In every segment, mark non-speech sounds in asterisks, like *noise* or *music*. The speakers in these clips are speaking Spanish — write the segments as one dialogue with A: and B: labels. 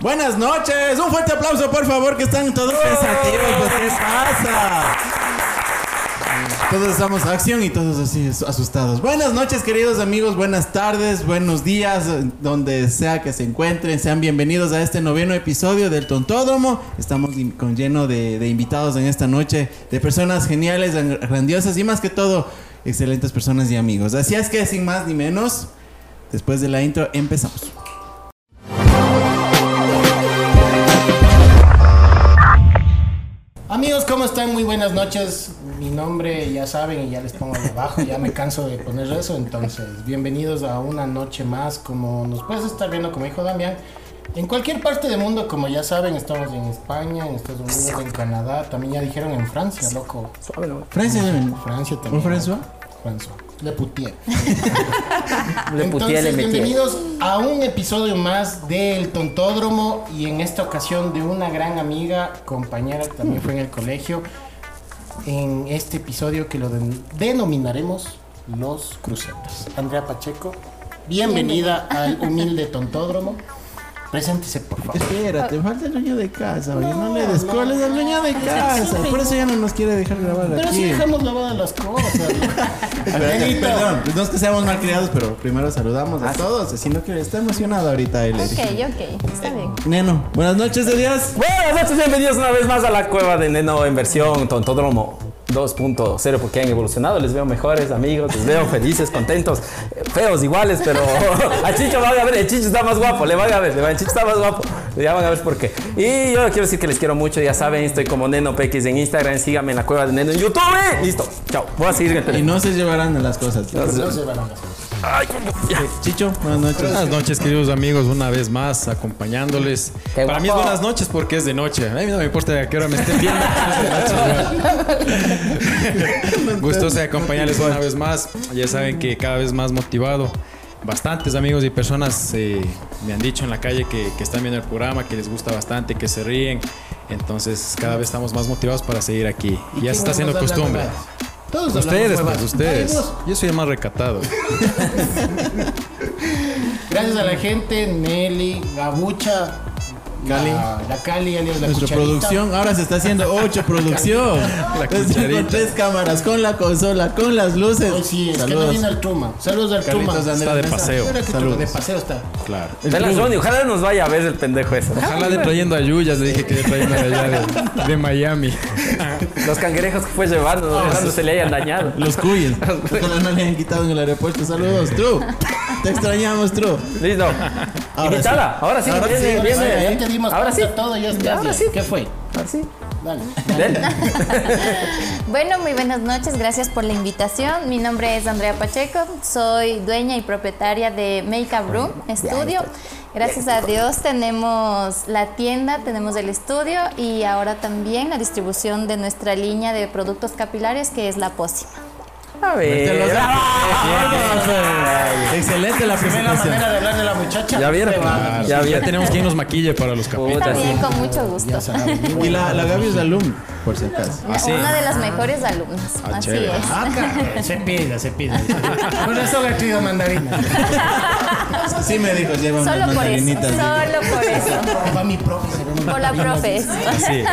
A: Buenas noches, un fuerte aplauso por favor, que están todos pensativos, pues, ¿qué pasa? Todos estamos a acción y todos así asustados. Buenas noches, queridos amigos, buenas tardes, buenos días, eh, donde sea que se encuentren. Sean bienvenidos a este noveno episodio del Tontódromo. Estamos in- con lleno de, de invitados en esta noche, de personas geniales, gran- grandiosas y más que todo, excelentes personas y amigos. Así es que, sin más ni menos, después de la intro, empezamos.
B: Amigos, ¿cómo están? Muy buenas noches. Mi nombre ya saben y ya les pongo ahí abajo, ya me canso de poner eso. Entonces, bienvenidos a una noche más, como nos puedes estar viendo como hijo Damián. En cualquier parte del mundo, como ya saben, estamos en España, en Estados Unidos, en Canadá, también ya dijeron en Francia, loco.
A: Francia, ¿no?
B: Francia
A: ¿Un
B: también.
A: François?
B: François. Le putié.
C: Ah, Le puteé, le
B: Entonces,
C: metí.
B: bienvenidos a un episodio más del Tontódromo y en esta ocasión de una gran amiga, compañera que también fue en el colegio, en este episodio que lo den- denominaremos Los Crucetas. Andrea Pacheco, bienvenida al humilde Tontódromo. Preséntese, por favor.
A: Espérate, falta el dueño de casa, oye, no, le des
B: no.
A: cola, es el dueño de casa. Por eso ya no nos quiere dejar grabar
B: Pero
A: aquí.
B: si dejamos lavadas las *laughs* cosas.
A: Espérate,
B: Angelito.
A: perdón, pues no es que seamos malcriados, pero primero saludamos a todos, si no quiere, está emocionado ahorita él.
D: Ok, ok, está bien.
A: Neno, buenas noches, Elías.
C: Buenas noches, pues, bienvenidos una vez más a la cueva de Neno en versión Tontódromo 2.0 porque han evolucionado, les veo mejores amigos, les veo felices, contentos, eh, feos iguales, pero *laughs* a Chicho van a ver, el Chicho está más guapo, le van a ver, le van, el Chicho está más guapo, ya van a ver por qué. Y yo quiero decir que les quiero mucho, ya saben, estoy como Neno Pequis en Instagram, síganme en la cueva de Neno en YouTube, ¿eh? listo, chao, voy a seguir en el
A: Y
C: teléfono.
A: no se llevarán a las cosas.
B: No se van a las cosas.
A: Chicho, buenas noches.
E: Buenas noches, queridos amigos, una vez más acompañándoles.
C: Qué
E: Para mí es
C: guapo.
E: buenas noches porque es de noche. A mí no me importa a qué hora me estén viendo. *laughs*
C: *laughs*
E: Gustoso de acompañarles una vez más. Ya saben que cada vez más motivado. Bastantes amigos y personas eh, me han dicho en la calle que, que están viendo el programa, que les gusta bastante, que se ríen. Entonces cada vez estamos más motivados para seguir aquí. Y ya se está
C: pues,
E: haciendo costumbre.
B: Todos hablamos
E: Ustedes,
B: huevadas.
E: pues ustedes.
B: Todos.
E: Yo soy el más recatado.
B: Gracias a la gente, Nelly, Gabucha,
A: Cali.
B: La, la Cali, alias la
A: Nuestra
B: cucharita.
A: producción ahora se está haciendo
B: *laughs*
A: ocho producción.
E: La
A: Entonces, Con
E: cucharita.
A: tres cámaras, con la consola, con las luces.
B: Hoy sí, es que no
A: Saludos.
B: viene el Truma. Saludos al Truma.
A: Carlitos Andrés
E: Está de
A: Mesa.
E: paseo.
B: Espera que
A: Saludos.
B: Truma de paseo está.
E: Claro.
C: Velas, Ronnie, ojalá nos vaya a ver el pendejo ese.
E: Ojalá de trayendo a Yuyas, le dije que de trayendo de allá de, de Miami.
C: Los cangrejos que fue llevando,
A: Ah,
C: ojalá no se le hayan dañado.
A: Los cuyes. Ojalá no le hayan quitado en el aeropuerto. Saludos, True. Te extrañamos, True.
C: *laughs* Listo.
A: Ahora
C: Invitada.
A: sí.
C: Ahora sí,
A: Ahora
C: viene,
A: sí,
B: Ahora
C: viene,
B: sí,
C: viene.
B: ya te dimos
C: Ahora sí.
B: cuenta todo, ya está.
C: Ahora sí.
B: ¿Qué fue?
C: Ahora sí.
B: Dale.
C: Dale.
D: Bueno, muy buenas noches, gracias por la invitación. Mi nombre es Andrea Pacheco, soy dueña y propietaria de Makeup Room Studio. Gracias a Dios tenemos la tienda, tenemos el estudio y ahora también la distribución de nuestra línea de productos capilares que es la pócima.
C: A ver.
A: Mételos.
C: ¡Ah!
A: Excelente la
B: ¿Ven la
A: presentación.
B: manera de hablar de la muchacha?
C: Ya vieron.
B: Te va.
C: Ya
E: ya
C: vieron.
E: tenemos quien nos maquille para los capítulos.
C: Puta,
D: También
C: sí.
D: con mucho gusto.
B: Ya saben. Y
A: Y
B: bueno,
A: la, la Gaby es alumna, por si acaso.
D: *laughs* Una- Una de las mejores alumnas, así
E: chévere.
D: es.
B: Ah, acá, Se pide, se pide. Por eso le pido mandarina.
A: Sí me dijo, lleva unas
D: Solo por eso,
A: mandarinitas.
D: solo por eso.
B: Va mi profe. se ve una
D: Por la
B: mandarina.
D: profe.
E: Así.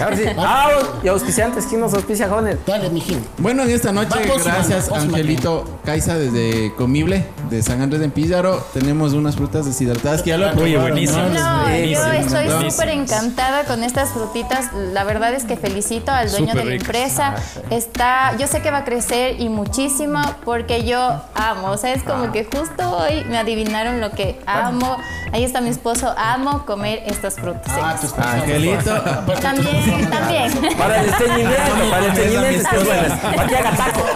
C: Ahora sí. Ah, y auspiciantes, ¿quién nos auspicia, jóvenes?
B: Dale, mijín.
A: Bueno, en esta noche,
B: Va, Osman,
A: gracias
B: Osman.
A: Angelito Caiza desde Comible, de San Andrés en Píllaro. Tenemos unas frutas deshidratadas que ya lo
E: Oye,
A: probaron,
E: buenísimo.
A: ¿no?
D: No, yo
E: Buenísimas,
D: estoy
E: buenísimas.
D: súper encantada con estas frutitas. La verdad es que felicito al dueño
E: Súper
D: de la
E: ricas.
D: empresa. Está, yo sé que va a crecer y muchísimo porque yo amo. O sea, es como que justo hoy me adivinaron lo que amo. Ahí está mi esposo, amo comer estas frutas.
B: Ah,
D: secas.
B: tus personas.
A: Angelito,
D: También, también.
C: Para el estreñimiento, para el estreñimiento, qué buenas. Para que haga taco.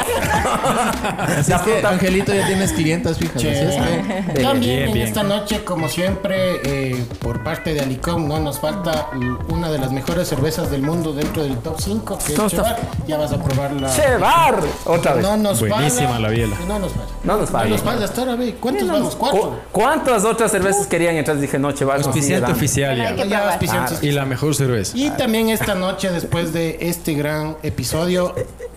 A: así es que Angelito ya tienes clientas fijas. así es que-
B: Chévere. También
E: Bien,
B: en
E: bien.
B: esta noche, como siempre, eh, por parte de Alicom, ¿no? Nos falta l- una de las mejores cervezas del mundo dentro del top 5, que es
C: No, está-
B: Chevar. Ya vas a probarla.
C: Chevar. Otra vez.
B: No nos
E: Buenísima
B: falla.
E: la biela.
B: No nos falla.
C: No nos falla.
B: No nos falla. Hasta ahora, ve, ¿cuántos vamos?
C: ¿Cu-
B: Cuatro.
C: ¿Cuántas otras cervezas querían? Entonces dije, no, Chevar. no sigue
E: Auspiciante
C: dando.
E: oficial
D: Hay que
E: ya.
B: Ya
D: probar.
B: auspiciantes.
E: Ah, Y la mejor cerveza.
B: Y también esta noche, después de este gran episodio,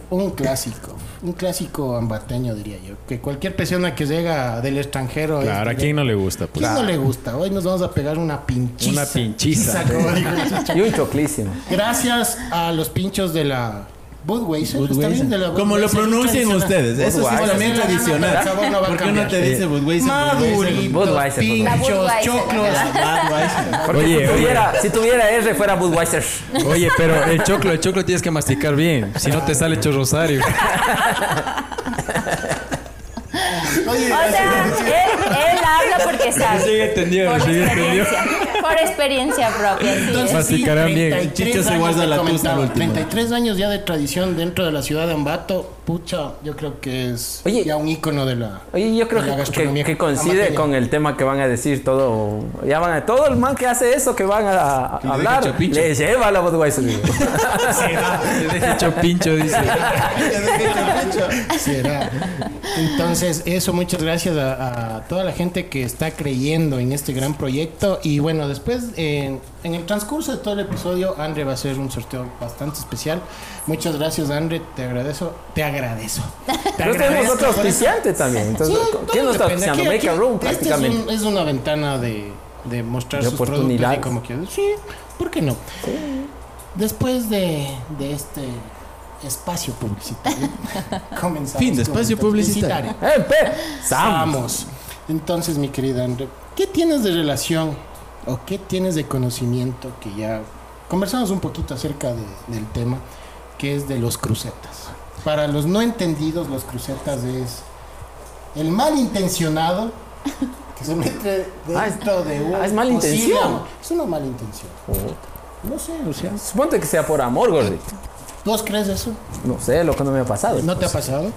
B: un clásico. un clásico ambateño, diría yo. Que cualquier persona que llega del extranjero.
E: Claro, ¿a
B: este,
E: quién no le gusta? Pues?
B: ¿quién no le gusta? Hoy nos vamos a pegar una pinchiza.
E: Una pinchiza.
B: como digo el chicho.
C: Y un choclísimo.
B: Gracias a los pinchos de la Budweiser. ¿está
A: Budweiser.
B: bien? Pues De la
A: Como lo
B: Budweiser
A: pronuncien
B: tradicional.
A: ustedes, eso sí
C: Budweiser.
A: también es tradicional.
B: El sabor no va a
A: Porque uno
B: cambiar.
A: te dice Budweiser.
B: Maduritos,
C: Budweiser,
D: Budweiser.
B: pinchos,
D: *laughs* La Budweiser,
B: choclos.
D: la
A: Budweiser.
C: Porque
E: Oye,
C: si,
E: oye.
C: tuviera, si tuviera R, fuera Budweiser.
E: Oye, pero el choclo, el choclo tienes que masticar bien. Si no te sale
B: *laughs*
E: hecho rosario.
B: Oye,
D: O sea,
B: gracias.
D: él, él habla porque sabe.
E: Sí, entendió,
D: por
E: sí, entendió.
D: experiencia. Por experiencia propia. sí.
E: Masticarán bien.
B: 33
A: Chicho se
B: años
A: guarda
B: te
A: la tusa
B: comentaba,
A: al último.
B: 33 años ya de tradición dentro de la ciudad de Ambato. Pucha, yo creo que es
C: Oye.
B: ya un ícono de la.
C: Oye, yo creo
B: de la
C: que, que,
B: gastronomía
C: que coincide
B: amateña.
C: con el tema que van a decir todo. Ya van a, todo el man que hace eso que van a, a
E: le
C: hablar,
E: deje chapincho.
C: le lleva la Budweiser.
E: hecho pincho, dice.
B: Será. Entonces, eso, muchas gracias a, a toda la gente que está creyendo en este gran proyecto. Y bueno, después, en, en el transcurso de todo el episodio, Andre va a hacer un sorteo bastante especial. Muchas gracias, Andre. Te agradezco. Te agradezco. Te
C: Pero tenemos
B: agradezco
C: otro
B: por eso.
C: auspiciante también. Entonces,
B: Sí,
C: ¿Quién
B: todo
C: nos está
B: depende.
C: auspiciando?
B: Aquí-
C: Make a
B: aquí-
C: Room,
B: este es
C: prácticamente. pues,
B: un- es, una ventana de, de mostrar
C: De
B: sus productos y
C: oportunidades.
B: como quieres. Sí, ¿por qué no? Después de, de este espacio publicitario, *laughs* comenzamos.
A: Fin de
B: con
A: espacio
B: el
A: publicitario.
C: ¡Eh, pe! ¡Sam!
B: Vamos. Entonces, mi querida André, ¿qué tienes de relación o qué tienes de conocimiento que ya conversamos un poquito acerca de- del tema, que es de los crucetas? Para los no entendidos, los crucetas es el malintencionado que se mete
C: Ah, es-
B: dentro de un...
C: ah, es malintención.
B: posible- Es una malintención. No sé, o sea,
C: Suponte que sea por amor, gordito.
B: ¿vos crees eso?
C: No sé, lo que no me ha pasado.
B: ¿No te ha pasado?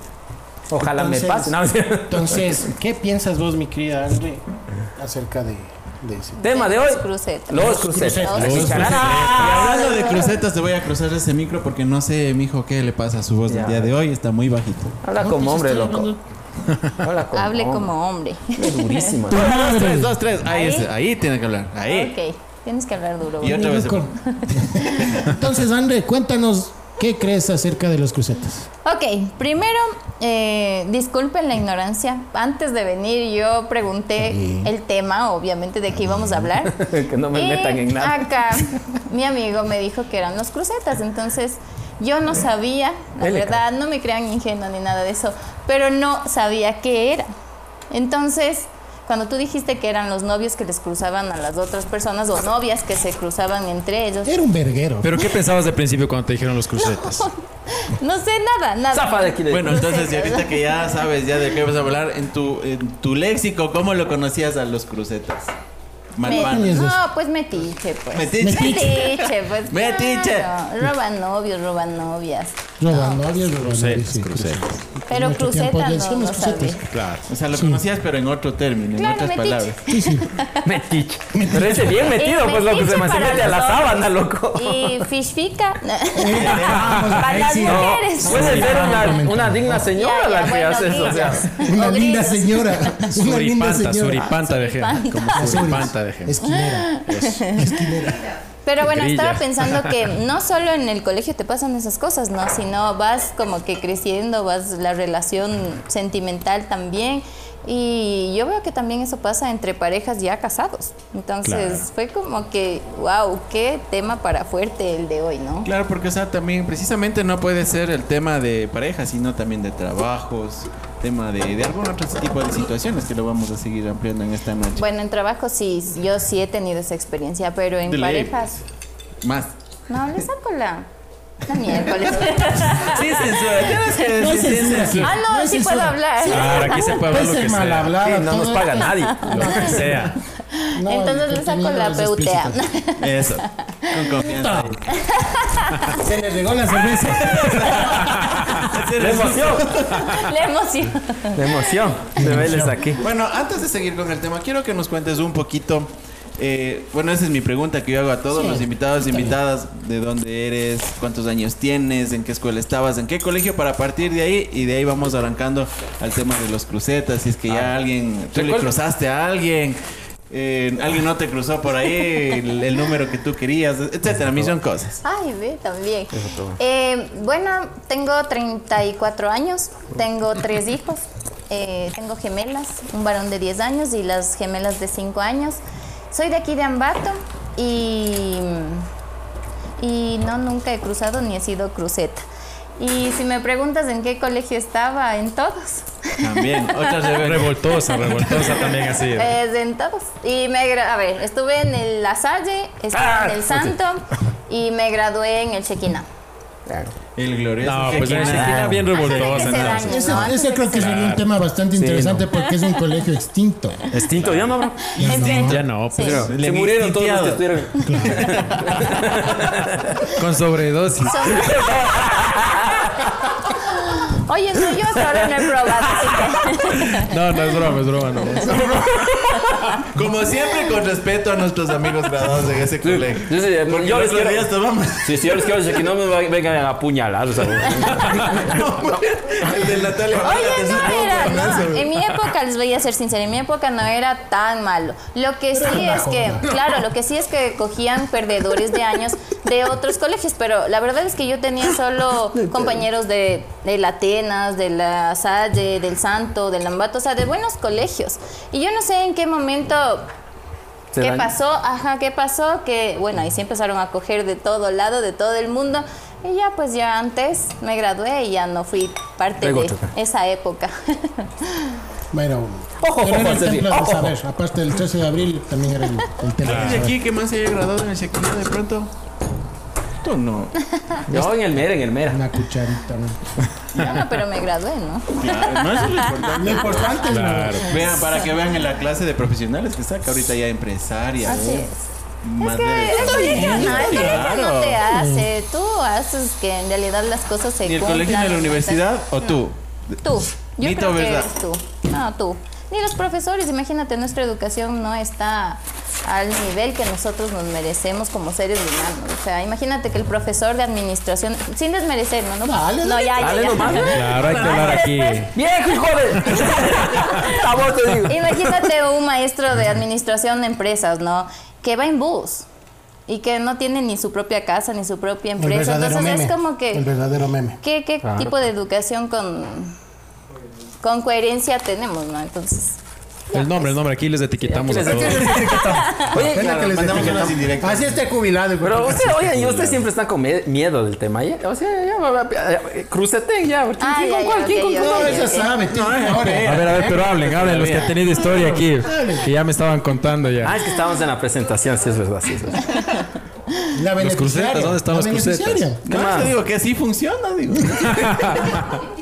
C: Ojalá
B: Entonces-
C: me pase. No, sí.
B: Entonces, ¿qué piensas vos, mi querida André, acerca de, de ese
C: Tema de hoy.
D: Los crucetas.
C: Los crucetas.
D: Los
C: Aquí,
A: crucetas. Y
C: cará.
A: hablando de crucetas, te voy a cruzar ese micro porque no sé, mijo, qué le pasa a su voz
C: Ya.
A: del día de hoy. Está muy bajito.
C: Habla
B: No,
C: como
B: pues
C: hombre,
B: estoy
C: loco.
B: hablando-
C: Habla como
D: Hable como hombre.
C: Es
D: *laughs*
C: durísima.
A: Dos, tres, dos, tres. Ahí,
D: Ahí.
A: es, ahí tiene que hablar. Ahí.
D: Ok, tienes que hablar duro.
A: Y otra vez.
B: Loco. Entonces, André, cuéntanos qué crees acerca de los crucetas.
D: Ok, primero, eh, disculpen la ignorancia. Antes de venir yo pregunté el tema, obviamente, de qué íbamos a hablar.
C: *laughs* que *laughs* no me
D: Y
C: metan en nada.
D: Acá, mi amigo me dijo que eran los crucetas, entonces yo no sabía, la
C: Dele,
D: verdad, no me crean ingenua ni nada de eso, pero no sabía qué era. Entonces, cuando tú dijiste que eran los novios que les cruzaban a las otras personas o novias que se cruzaban entre ellos,
B: Era un verguero.
E: Pero ¿qué pensabas de principio cuando te dijeron los crucetas?
D: no sé nada, nada.
C: Zafa de aquí de
A: Bueno, entonces, y
D: Crucetas.
A: ahorita que ya sabes ya de qué vas a hablar, en tu, en tu léxico, ¿cómo lo conocías a los crucetas?
D: Me-
A: Malvano.
D: no, pues metiche, pues.
A: Metiche.
D: Metiche,
C: *laughs*
D: pues.
A: Metiche.
D: claro. Roban novios, roban novias.
B: Roban novias, roban novias, sí.
E: crucetas.
B: En
D: Pero
B: nuestro
D: cruceta
B: Pues tiempo le
D: no,
B: decíamos
D: no sabe.
B: crucetas.
E: Claro.
A: O sea, lo conocías, pero en otro término, en
D: Claro,
A: otras
D: metiche.
A: palabras.
C: Metiche. Pero ese bien metido,
D: Y
C: pues loco, se
D: metiche
C: me se
D: para
C: mete a la
D: los
C: sábana,
D: hombres.
C: loco.
D: Y fishfica.
B: *laughs* Vamos,
D: Para las
B: ahí sí.
D: mujeres.
C: Puede ser una, una digna señora
D: Ya, ya,
C: pues, la que
D: bueno,
C: hace eso, o sea.
D: grillos.
B: Una
D: O
B: linda
D: grillos.
B: señora. Una linda
E: Suripanta,
B: señora.
E: suripanta de gente. Como suripanta de gente.
B: Esquinera.
D: Pero bueno,
E: Grilla.
D: estaba pensando que no solo en el colegio te pasan esas cosas, ¿no? Sino vas como que creciendo, vas la relación sentimental también. Y yo veo que también eso pasa entre parejas ya casados. Entonces
E: Claro.
D: fue como que, wow, qué tema para fuerte el de hoy, ¿no?
A: Claro, porque o sea, también precisamente no puede ser el tema de pareja, sino también de trabajos, tema de, de algún otro tipo de situaciones que lo vamos a seguir ampliando en esta noche.
D: Bueno, en trabajo sí, yo sí he tenido esa experiencia, pero en
A: De ley.
D: parejas...
A: Más.
D: No, le saco la... La miércoles.
A: Sí, censura. Tienes
D: *laughs*
A: que
B: No
A: decir
B: es censura.
A: censura.
D: ah, no,
B: No es
D: sí
B: censura.
D: puedo hablar.
E: Claro, aquí se puede hablar
B: Puede
E: lo que
B: ser mal
E: sea.
B: hablada.
C: Sí, no nos
B: todo.
C: paga nadie, lo que sea.
B: No,
D: Entonces
B: el
D: le saco
B: contenido
D: la
B: es
D: peutea.
B: explícito.
A: Eso. Con confianza.
B: Se le regó la cerveza.
C: La emoción,
D: *laughs* La emoción.
C: la emoción de verles aquí.
A: Bueno, antes de seguir con el tema, quiero que nos cuentes un poquito. eh, bueno, esa es mi pregunta que yo hago a todos
B: Sí,
A: los invitados e invitadas. ¿De dónde eres? ¿Cuántos años tienes? ¿En qué escuela estabas? ¿En qué colegio? Para partir de ahí y de ahí vamos Ah. arrancando al tema de los crucetas. Si es que ya alguien, tú le
C: Recuerda-
A: cruzaste a alguien. eh, alguien no te cruzó por ahí el, el número que tú querías, etcétera. A mí son cosas.
D: Ay, ve, también. Eh, bueno, tengo 34 años, tengo tres hijos, eh, tengo gemelas, un varón de 10 años y las gemelas de 5 años. Soy de aquí de Ambato y, y no, nunca he cruzado ni he sido cruceta. Y si me preguntas en qué colegio estaba, en todos.
A: También, otras rebeldes.
E: Revoltosa, revoltosa también
D: *laughs*
E: así.
D: Es en todos. Y me, gra- a ver, estuve en el La Salle, estuve
C: Ah,
D: en el Santo y me gradué en el Chequina.
A: El glorioso.
E: No, pues
A: Jequina.
E: la chiquita bien revoltosa.
D: Ese
E: nada.
D: daño, ¿no?
B: Ese,
D: Antes
B: ese
D: de
B: creo que
D: ser-
B: sería un tema bastante interesante porque es un colegio extinto.
C: Extinto, ya no, bro.
B: Ya no.
D: Extinto.
E: Ya no, pues.
D: Sí.
A: Le
C: Se murieron todos los que
A: extinteado.
C: estuvieron.
E: Con sobredosis.
D: Son- Oye, no, yo hasta ahora no he probado. así que-
E: No, no es broma, es broma, no.
A: Como siempre, con respeto a nuestros amigos graduados en ese colegio.
C: sí, sí,
A: Porque
C: yo
A: los
C: les
A: otros
C: quiero-
A: días tomamos.
C: Sí, sí, yo les quiero decir que no me va- vengan a apuñalar. o sea, *laughs*
A: El de Natalia.
D: Oye,
A: Ese
D: no
A: estuvo
D: era,
A: buenazo,
D: no.
A: güey.
D: En mi época, les voy a ser sincera, en mi época no era tan malo. Lo que sí
B: una
D: es que,
B: joda.
D: claro, lo que sí es que cogían perdedores de años de otros colegios, pero la verdad es que yo tenía solo compañeros de, de la Atenas, de la Salle, del Santo, del Lambato, o sea, de buenos colegios. Y yo no sé en qué momento
C: se
D: ¿Qué
C: dañan.
D: pasó? Ajá, ¿qué pasó? Que bueno, ahí sí empezaron a coger de todo lado, de todo el mundo. Y ya, pues ya antes me gradué y ya no fui parte
C: Luego
D: de
C: choca.
D: esa época. *laughs*
B: Bueno,
C: Ojo,
B: pero era el
C: José,
B: templo
C: ojo.
B: de saber. Aparte del 13 de abril también era el, el templo de
A: ¿Alguien de
B: saber.
A: aquí que más se haya graduado en el Chequina de pronto? Tú no.
C: No, en el Mera, en el Mera.
B: Una cucharita. ¿no?
D: No, no, pero me gradué, ¿no?
C: *laughs*
A: Claro, no es lo importante.
B: Lo importante es la
E: Claro.
A: Vean, para que vean en la clase de profesionales que saca ahorita ya empresaria.
D: Así
A: ¿eh?
D: es.
A: Más
D: Es que el colegio no, el colegio no te
A: Claro.
D: hace. Tú haces que en realidad las cosas se
A: ¿Ni el
D: cumplan.
A: colegio ni la
D: no
A: universidad o tú?
D: te- Tú. Yo
A: Mito o
D: creo que
A: verdad.
D: eres tú. No, tú. Ni los profesores, imagínate, nuestra educación no está al nivel que nosotros nos merecemos como seres humanos. O sea, imagínate que el profesor de administración, sin desmerecer, ¿no? No,
B: Dale,
D: no ya, ya,
C: Dale nomás.
D: ya.
E: Claro, hay que hablar aquí.
C: ¡Viejo, hijo *laughs* de! A vos te digo.
D: Imagínate un maestro de administración de empresas, ¿no? Que va en bus y que no tiene ni su propia casa ni su propia
B: El
D: empresa.
B: verdadero
D: Entonces
B: meme.
D: es como
B: El
D: que
B: verdadero
A: Eh,
B: meme.
D: qué, qué tipo de educación con con coherencia tenemos, ¿no? Entonces
E: El nombre, el nombre, aquí les etiquetamos a todos.
C: Oye,
B: Pena que les
A: mandamos
B: Ah, etiquetamos.
A: unas indirectas.
B: Así esté jubilado. hijo
C: Pero
B: de-
C: usted, oye, y usted siempre está con me- miedo del tema. ¿ya? O sea, ya, va- va- eh, cruceten ya. ¿Quién,
D: Ah,
C: quién
D: ya,
C: con
D: ya,
C: cuál?
D: ok,
C: ¿Quién con
D: ya,
C: cuál?
B: No,
D: ya.
B: ella sabe. tiene
A: eh.
B: eh. memoria.
E: A ver, a ver, pero hablen, hablen los que han tenido historia aquí. Que ya me estaban contando
C: Ah,
E: ya.
C: es que estábamos en la presentación, sí es verdad, sí es verdad.
B: La
E: Los
B: beneficiaria.
E: crucetas, ¿dónde están
B: la
E: los crucetas?
B: beneficiaria.
A: No,
C: más?
A: te digo que así funciona, digo.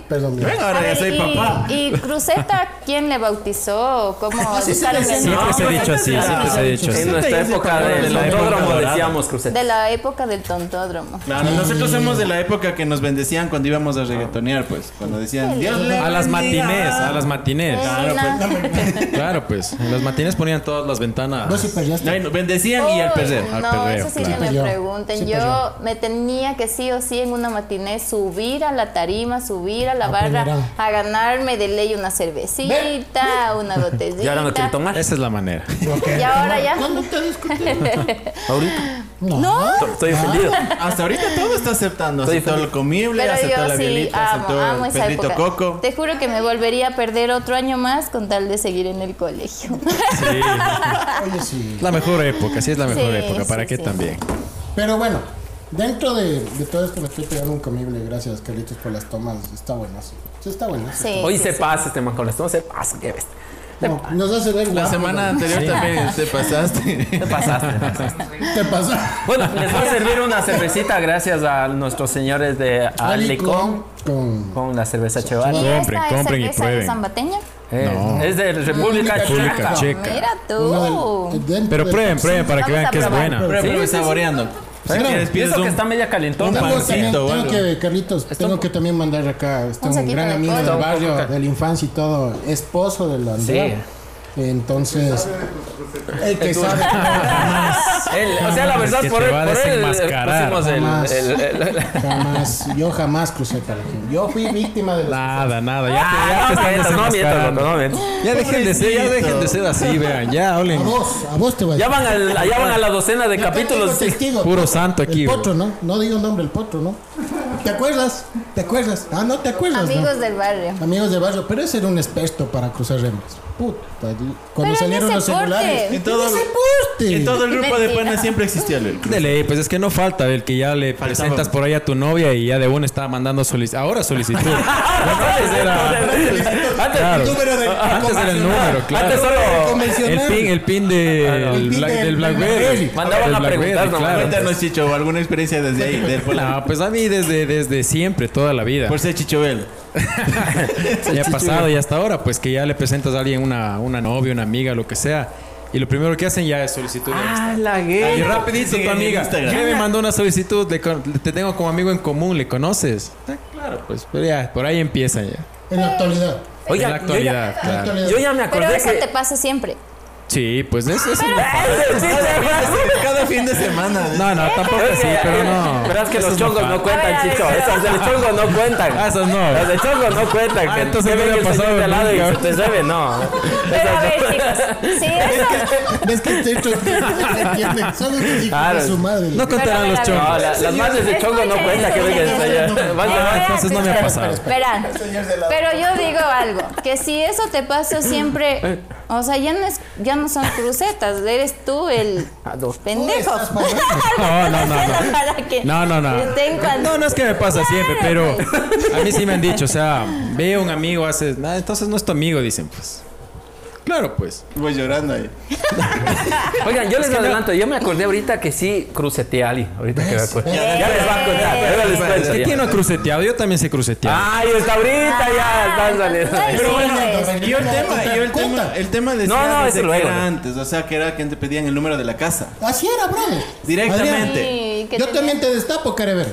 B: Perdón. mira.
A: Bueno,
D: A
A: ahora ya
D: ver,
A: soy
D: y,
A: papá.
D: y Cruceta, ¿quién le bautizó? ¿Cómo buscaron el
E: Siempre se ha dicho así, siempre se ha dicho
C: En
E: así.
C: nuestra época del
A: la época
C: autódromo
A: dorada.
C: decíamos cruceta.
D: De la época del tontódromo.
A: Claro, nosotros somos de la época que nos bendecían cuando íbamos a reggaetonear, pues. Cuando decían, Dios le
E: A las
A: bendiga".
E: matinés, a las matinés.
A: pues,
D: Una-
E: Claro, pues. En las matinés ponían todas las
B: Vos sí
E: ventanas.
B: perdiste.
A: No, y nos bendecían y al
D: Uy,
A: perder.
D: No, eso
E: perreo,
D: sí
E: claro.
D: no me
B: Perreo.
D: pregunten.
B: Sí,
D: yo
B: perreo.
D: me tenía que sí o sí en una matiné subir a la tarima, subir a la
B: A
D: barra,
B: primera.
D: a ganarme de ley una cervecita,
C: *laughs*
D: una botellita.
C: Y ahora no quiero tomar.
E: Esa es la manera.
D: Y ahora ya.
B: ¿Cuándo te discutí?
C: Ahorita.
B: No.
C: Estoy- Estoy
D: Ah,
C: ofendido.
A: Hasta ahorita todo está aceptando.
C: Estoy
A: Aceptó
C: feliz.
A: lo comible,
D: Pero
A: aceptó
D: yo
A: la
D: sí
A: violita,
D: amo,
A: aceptó
D: amo
A: el
D: esa
A: perrito
D: época.
A: coco.
D: Te juro que me volvería a perder otro año más con tal de seguir en el colegio. *laughs*
E: Sí.
B: Oye, sí.
E: La mejor época, sí es la mejor
D: Sí,
E: época. ¿Para
D: sí,
E: qué
D: sí.
E: también?
B: Pero bueno, dentro de, de todo esto me estoy pegando un comible. Gracias, Carlitos, por las tomas. Está bueno. Sí, Sí, está bueno.
D: Sí,
C: Hoy
D: sí,
C: se
D: sí.
C: pasa este man con esto, se pasa, qué bestia.
B: No, nos hace ver
A: La
B: guapos,
A: semana
B: ¿no?
A: anterior también te pasaste.
C: Te pasaste, te pasaste.
B: ¿Qué pasó?
C: Bueno, les voy a servir una cervecita gracias a nuestros señores de Alicón
B: Con.
C: con la cerveza
D: ¿Y
C: Cheval.
E: Compren,
D: esta
E: compren y
D: cerveza
E: prueben.
D: es zambateña?
C: Es,
E: No.
C: es de República
B: República
C: Checa.
E: Checa.
D: Mira
B: uno del-
D: tú.
B: dentro
E: Pero
B: del-
E: prueben, prueben para que
D: Vamos
E: vean
D: a
E: que es
D: probar.
E: buena.
A: Pero
C: Sí,
A: pruebe
C: sí, sí.
A: saboreando. Si
C: Bueno,
A: quieres,
C: y
A: pides
C: eso que
A: un
C: está media calentona.
A: un
B: Tengo también,
A: pancito o
B: tengo
A: algo.
B: que, Carlitos, tengo que también mandar acá. Está un
D: saquito
B: gran
D: de
B: amigo
D: coca.
B: del
C: Un
B: barrio,
C: coca.
B: de la infancia y todo, esposo de la Andrea. Entonces, el que
C: Tú-
B: sabe
C: *laughs* Él, o sea, la verdad,
E: que
C: por
E: te
C: él,
E: va a
C: por él
E: desenmascarar.
C: pusimos el-
B: Jamás.
C: el- el-
E: *laughs*
C: el-
B: jamás, yo jamás crucé para aquí. Yo fui víctima de los
E: Nada, nada. Ya, te- ya
C: Ah, no
E: te
C: mientas,
E: están
C: no mientas,
E: desenmascarando.
C: loco, no mientas.
E: Ya dejen de ser, ya dejen de ser así, vean. Ya
B: A
E: hablen.
B: vos, a vos te voy a
C: Ya van, al- allá van a la docena de
B: Acá tengo
C: capítulos. *laughs*
B: testigo.
E: Puro santo aquí,
B: El
E: bro.
B: potro, ¿no? No digo nombre, el potro, ¿no? ¿Te acuerdas? ¿Te acuerdas? Ah, no, ¿te acuerdas? no?
D: Amigos del barrio.
B: Amigos de barrio, pero ese era un experto para cruzar remas. Puta, di- cuando
D: en
B: salieron
D: ese
B: los celulares.
D: porte.
A: En todo,
B: ¡Porte!
A: en todo el grupo de
D: Mentira.
A: panas siempre existió el Cruz.
E: De ley, pues es que no falta el que ya le
A: Faltaba.
E: presentas por ahí a tu novia y ya de una está mandando solicitud. Ahora *laughs* solicitud. antes
C: Antes,
E: Claro.
B: Número de-
E: Antes era el número, claro.
C: antes solo
E: el
B: convencional.
E: pin, el pin de-
C: Claro.
E: el
B: El pin
E: Black-
B: del
E: del BlackBerry.
B: Blackberry.
C: Mandaban
E: Del
C: a
E: Blackberry,
C: preguntar nomás.
E: claro.
A: Cuéntanos, Chicho, alguna experiencia desde ahí, del Polar.
E: No, pues a mí desde, desde siempre, toda la vida.
A: Por ser Chichobel.
E: ya ha pasado y hasta ahora, pues que ya le presentas a alguien una, una novia, una amiga, lo que sea. Y lo primero que hacen ya es solicitud. de
C: Ah,
E: amistad.
C: la
E: y rapidito
A: siguen
E: tu
A: en
E: amiga.
A: Instagram.
E: ¿Qué me mandó una solicitud? Le con- te tengo como amigo en común, ¿le conoces? Ah, claro, pues pero ya, por ahí empiezan ya.
B: En la actualidad.
E: en la
C: Oiga, yo
E: actualidad,
C: ya,
E: claro.
B: actualidad.
C: yo ya me
D: Pero
C: acordé
D: eso te
C: Pues que...
D: pasa siempre.
E: Sí, pues eso es
A: Cada fin de semana. ¿eh?
E: No, no, tampoco así, pero no.
C: Verás que los
E: Esos
C: chongos no
E: faltan.
C: cuentan, chicho. Esas del chongo no
E: Ah,
C: cuentan.
E: esas no.
C: Las de chongo no cuentan.
E: Ah,
C: que
E: entonces
C: te
E: no
C: ven
E: había
C: que el
E: pasado
C: señor de al lado y
E: nunca.
C: se te debe, no.
F: Pero a ver, chicos,
D: Sí, eso
B: ¿Ves que este
C: *laughs*
B: otro entiende? Son los hijos
C: Claro.
B: de su madre.
E: No
F: Pero
E: contarán
F: verás.
E: los chongos.
C: No, la- las madres de chongo no cuentan que vengan hasta allá. Van
F: Eh,
C: a-
E: Entonces no me ha pasado.
D: Verán, pero yo digo algo, que si eso te pasa siempre, o sea, ya no es, ya no son crucetas, eres tú el pendejo. *laughs*
B: Estás pagando.
E: No, no, no, no.
D: Para que
E: No, no, no.
D: estén cuando-
E: No, no es que me pasa siempre, pero *laughs* a mí sí me han dicho, o sea, ve a un amigo, haces, nada, entonces no es tu amigo, dicen, pues. Claro, pues.
A: Voy llorando ahí.
C: Oigan, yo les adelanto, yo me acordé ahorita que sí cruceteé a alguien. Ahorita que me acuerdo. Ya les va a contar, ahora les
E: Es
C: cuento.
E: que
C: ya.
E: ¿Quién no ha cruceteado? Yo también sé crucetear.
C: Ay, está ahorita ya están saliendo.
D: Ay,
A: Pero
D: sí,
A: bueno,
D: pues.
A: yo el tema, yo el tema, el tema decía
C: No, no,
A: desde
C: eso
A: que
C: luego.
A: era antes, o sea, que era que te pedían el número de la casa.
B: Así era, brother.
A: Directamente.
D: Sí, que
B: Yo
D: te-
B: también te destapo, carever.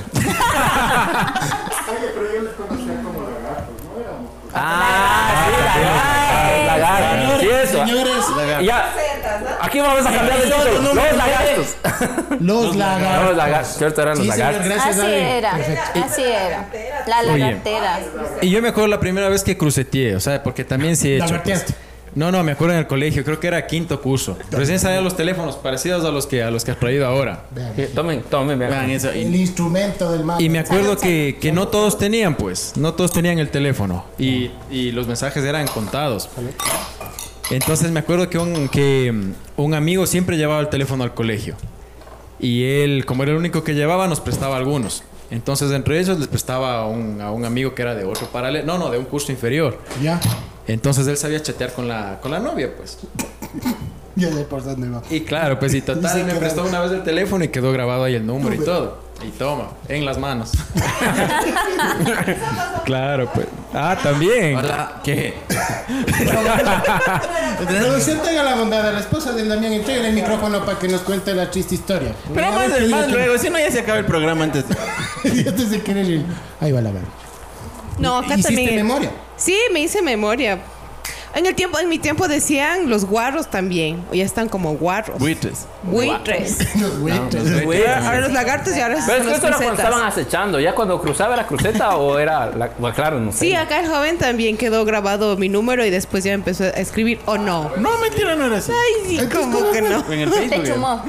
C: Ah, sí, la lagarto, lagarto. Sí, eso.
B: Señores,
A: Ah,
C: Ya. Aquí vamos a cambiar de
A: Yo,
C: título.
A: no, no,
C: Los
A: no,
C: lagartos.
B: los lagartos.
C: Los lagartos. Cierto, eran los
B: Sí, señor,
C: lagartos.
B: gracias,
D: Así
B: Ale.
D: era, así era. La
E: Oye.
D: lagartera.
E: Y yo me acuerdo la primera vez que cruceteé, o sea, porque también sí he hecho.
B: Lagarteaste.
E: pues. No, no, me acuerdo en el colegio, creo que era quinto curso. Recién salían los teléfonos parecidos a los que a los que has traído ahora.
C: Sí, Tomen, tomen,
A: Vean
C: vean.
A: eso.
B: El
A: Y,
B: instrumento del mando.
E: Y me acuerdo que, que no todos tenían, pues. No todos tenían el teléfono. Y, y los mensajes eran contados. Entonces me acuerdo que un, que mm, un amigo siempre llevaba el teléfono al colegio. Y él, como era el único que llevaba, nos prestaba algunos. Entonces entre ellos les prestaba a un, a un amigo que era de otro paralelo. No, no, de un curso inferior.
B: Ya,
E: Entonces él sabía chatear con la, con la novia, pues.
B: ya sé por dónde va.
E: Y claro, pues y
B: Y se
E: total, me
B: quedó.
E: prestó una vez el teléfono y quedó grabado ahí el número y todo. Y toma, en las *laughs* manos. claro, pues. Ah, también. ¿Qué?
B: Pero sientan a la bondad a la esposa del Damián, entreguen el micrófono para que nos cuente la triste historia.
A: pero
B: *laughs* Ya
A: más,
B: ves que
A: más
B: ya te-
A: luego, si no ya se acaba el programa antes.
B: ya te se quiere ir. Ahí va la mano.
G: No, acá
B: ¿Hiciste
G: también.
B: memoria? *laughs*
G: Sí, me hice memoria. En el tiempo, en mi tiempo decían los guarros también. O ya están como guarros.
A: Buitres.
G: Buitres.
B: Los buitres.
E: Pues
C: Güey,
G: Ahora los lagartos y ahora
C: Pero es
G: son
C: que
G: los
C: eso era cuando estaban
G: crucetas.
C: acechando. Ya cuando cruzaba era cruceta o era. La, bueno, claro, no sé.
G: Sí, acá el joven también quedó grabado mi número y después ya empezó a escribir. ¿O no?
A: No, mentira, no era así.
G: Ay, sí, como que no.
A: En el
D: Te
A: Facebook. era.
D: chumó.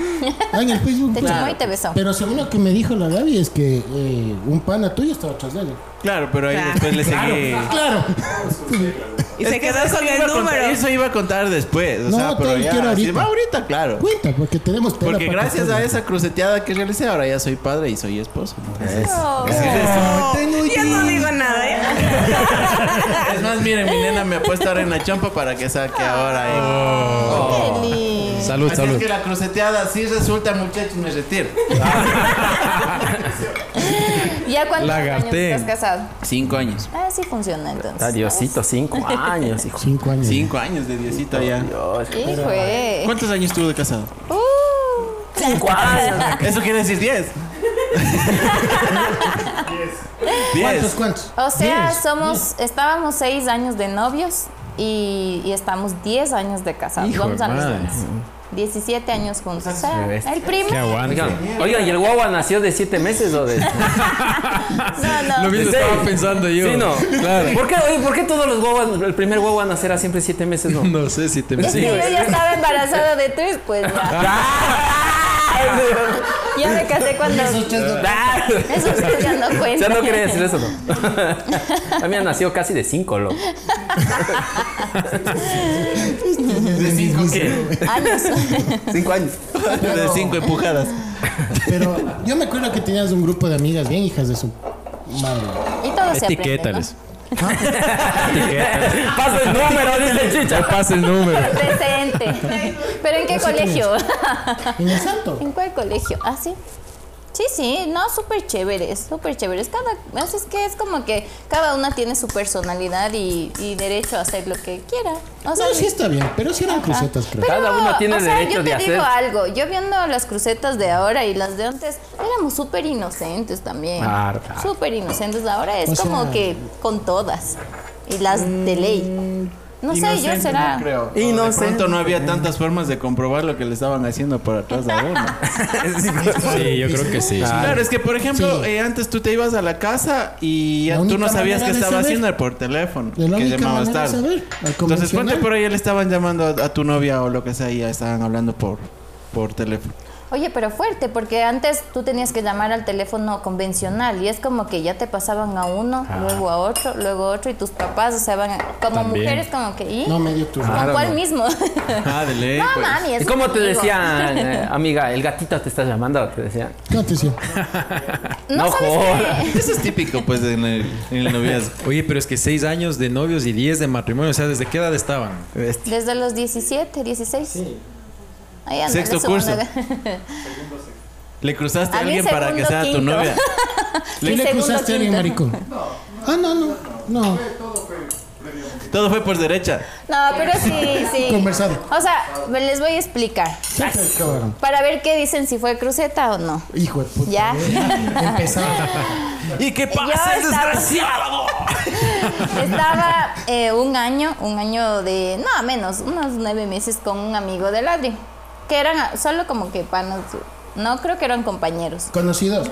B: Ah, en el Facebook.
D: Te chumó y te besó.
B: Pero según lo que me dijo la Gaby es que eh, un pana tuyo estaba tras de él.
A: Claro, pero ahí
G: Claro.
A: después le seguí.
B: Claro.
G: Y se quedó
A: Eso
G: con
A: iba
G: el
A: a contar-
G: número.
A: Eso iba a contar después. O
B: No,
A: sea, pero
B: todavía
A: ya.
B: quiero
A: sí,
B: ahorita.
A: va ahorita, claro.
B: Cuenta, porque tenemos pena
A: Porque
B: para
A: gracias a
B: contarlo.
A: esa cruceteada que realicé, ahora ya soy padre y soy esposo. Entonces,
D: *laughs* Oh.
G: Ya no digo nada. ¿eh?
A: Es más, miren, mi nena me ha puesto ahora en la champa para que saque ahora. ¿eh?
B: Oh,
E: Salud,
A: Así es
E: salud.
A: que la cruceteada sí resulta, muchachos, me retiro.
D: ¿Ya cuántos años
E: Lagartén.
D: estás casado?
A: Cinco años.
D: Ah, sí funciona entonces.
C: Adiosito, cinco años, hijo.
B: Cinco años.
A: Cinco años de diecito ya.
C: Dios.
D: Hijo, eh.
A: ¿Cuántos años tuvo de casado?
D: Uh.
C: Cinco años.
A: Eso quiere decir
C: *laughs*
A: diez. diez.
B: ¿Cuántos,
A: Diez.
B: cuántos?
D: O sea,
B: Diez,
D: somos, estábamos seis años de novios y, y estamos 10 años de casados.
E: Hijo de
D: Vamos a los
E: madre.
D: 10. 17 años juntos. O sea,
C: Qué bestia.
D: el primo.
E: Qué aguante.
C: Oigan, oigan, ¿y el guagua nació de siete meses o de.?
D: No, no.
E: Lo mismo
C: Sí.
E: estaba pensando yo.
C: Sí, no.
E: Claro.
C: ¿Por qué, oye, ¿por qué todos los guaguas, el primer guagua nacerá siempre siete meses, *laughs* no?
E: No sé si te
D: Es que yo ya estaba embarazada de tres, pues
C: *laughs*
D: ya. Ya me casé cuando.
B: Esos chas no-
C: Ah,
D: Eso ustedes ya no
C: O sea,
D: cuentan.
C: no quería decir
D: *laughs*
C: eso, no. La mía nació casi de cinco, loco.
B: de cinco que-
D: Años.
C: Cinco años.
A: De cinco empujadas.
B: Pero yo me acuerdo que tenías un grupo de amigas bien hijas de su madre.
D: Y todo se aprende. ¿no?
E: Etiquétales. Etiquétales.
C: Pasa
D: *laughs*
C: el número, dice el chicha.
E: Pasa el número.
D: Presente. ¿Pero en qué
B: No sé quién
D: colegio?
B: En el santo.
D: *laughs* ¿En cuál colegio? Ah, sí. Sí, sí, no, súper chéveres, súper chéveres. Cada, así es que es como que cada una tiene su personalidad y, y derecho a hacer lo que quiera. O sea,
B: No, sí está bien, pero sí eran crucetas, creo.
D: pero,
C: Cada uno tiene
D: o sea,
C: derecho
D: yo te
C: de
D: digo
C: hacer.
D: algo, yo viendo las crucetas de ahora y las de antes, éramos súper inocentes también.
C: Claro, claro.
D: Súper inocentes. Ahora es
B: O
D: como
B: sea-
D: que con todas. Y las de ley. No sé, yo será.
A: creo. Y no sé. no había tantas formas de comprobar lo que le estaban haciendo por atrás de uno.
E: Sí, yo creo que sí.
A: *laughs* Claro, es que por ejemplo,
B: Sí.
A: eh, antes tú te ibas a la casa y
B: La
A: ya tú
B: única
A: no sabías
B: manera
A: qué
B: de
A: estaba
B: saber.
A: haciendo era por teléfono.
B: De la
A: que
B: única
A: llamabas
B: manera de
A: tarde.
B: saber, al
A: Entonces, ponte
B: convencional.
A: por ahí, le estaban llamando a, a tu novia o lo que sea y ya estaban hablando por, por teléfono.
D: Oye, pero fuerte, porque antes tú tenías que llamar al teléfono convencional y es como que ya te pasaban a uno, luego a otro, luego a otro y tus papás, o sea, van a- como
E: También.
D: mujeres como que ¿y?
B: No medio turno.
D: ¿Con
C: Claro,
D: cuál
C: no.
D: mismo?
A: Ah,
D: *laughs*
A: de ley.
D: no,
A: pues.
D: mami, es
C: ¿Y cómo te
D: conmigo.
C: decían, eh, amiga, el gatito te está llamando? Te decían.
B: ¿Qué te decía?
D: *laughs* No,
C: No
D: sabes
C: jodas.
A: *laughs*
D: qué?
A: Eso es típico, pues, en el, en el noviazgo. *laughs*
E: Oye, pero es que seis años de novios y 10 de matrimonio. O sea, ¿desde qué edad estaban?
D: Desde los 17, 16. Sí. Ahí anda,
A: Sexto
D: la segunda- *laughs*
A: ¿Le cruzaste a
D: A mí
A: alguien para que
D: segundo,
A: sea tu
D: quinto. *laughs*
A: novia?
B: ¿Qué
D: Mi
B: le
D: segundo,
B: cruzaste a alguien,
D: quinto.
B: maricón? Ah, no, no. No.
A: Todo fue por derecha.
D: No, pero sí, sí.
B: Conversado.
D: O sea, me- les voy a explicar
B: Siempre el cabrón.
D: para ver qué dicen si fue cruceta o no.
B: Hijo de puta.
D: Ya.
B: Empezaba.
D: *laughs*
A: ¿Y qué
D: Yo
A: pasa,
D: estaba-
A: desgraciado?
D: Estaba eh, un año, un año de, no, menos, unos nueve meses con un amigo de Ladri, que eran ah, solo como que panos, no creo que eran compañeros.
B: Conocidos.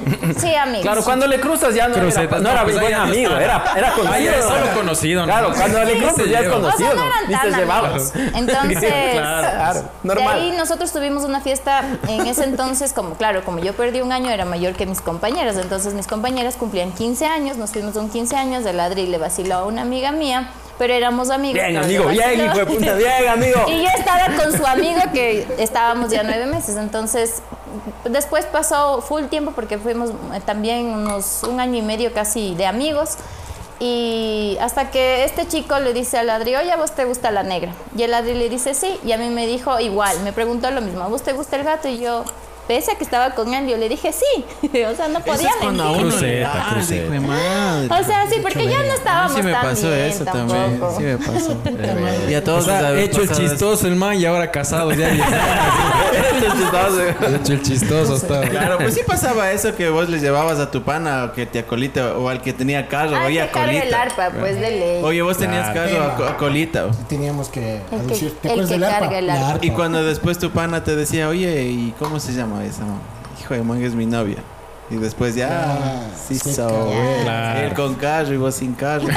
C: *laughs*
D: Sí, amigos.
C: Claro, cuando le cruzas ya no era,
E: Crucetas,
C: no
E: no,
C: era
E: pues,
C: buen
E: ahí ya no
C: amigo,
E: estaba.
C: era, era
E: Ah,
C: conocido.
E: ya era solo conocido, ¿no?
C: Claro, cuando le
E: Sí,
C: cruzas
E: se
C: ya es
E: llevan.
D: o sea,
C: conocido.
D: no eran
C: Ni
D: tan
C: se llevaban.
D: amigos. Entonces,
C: *laughs* Claro,
D: de
C: normal.
D: ahí nosotros tuvimos una fiesta en ese entonces, como claro, como yo perdí un año, era mayor que mis compañeras. Entonces mis compañeras cumplían 15 años, nos fuimos un 15 años, de Ladri le vaciló a una amiga mía, pero éramos amigos.
C: Bien,
D: pero le
C: amigo, bien,
D: vaciló.
C: hijo de puta, bien, amigo.
D: *laughs* Y yo estaba con su amigo que estábamos ya nueve meses, entonces después pasó full tiempo porque fuimos eh, también unos un año y medio casi de amigos. Y hasta que este chico le dice al Adri, oye, ¿a vos te gusta la negra? Y el Adri le dice, sí. Y a mí me dijo, igual, me preguntó lo mismo, ¿a vos te gusta el gato? Y yo, pese a que estaba con él, yo le dije, sí. *laughs* o sea, no podía
A: a
D: mentir.
A: uno le
E: Cruceta,
A: das,
E: cruceta.
A: hijo de madre.
D: O sea, sí, porque ya no
A: A
D: estábamos
A: mí sí me
D: tan
A: pasó
D: bien
A: eso
D: tampoco.
A: también. Sí me
D: *laughs*
A: pasó. Y a
E: O
A: todos les
E: sea,
A: había
E: hecho el
A: pasado eso.
E: chistoso el man y ahora casado
A: *laughs*
E: ya.
C: Este
E: hecho el chistoso hasta.
A: Claro, *laughs* pues sí pasaba eso que vos le llevabas a tu pana o que te acolita o al que tenía carro,
D: Ah,
A: oye,
D: que
A: a
D: cargue el
A: colita.
D: arpa, pues, de ley.
A: Oye, vos tenías carro a, co- a colita.
B: Teníamos que
D: que-
B: aducir. ¿Te
D: el
B: acuerdas
D: que
B: del arpa?
D: carga el arpa.
B: La arpa.
A: Y cuando después tu pana te decía, oye, ¿y cómo se llama esa? mamá? Hijo de manga es mi novia. Y después ya,
B: Ah,
A: sí,
B: sí,
A: so,
B: claro.
A: güey.
E: Claro.
A: Él con carro y vos sin *laughs* carro.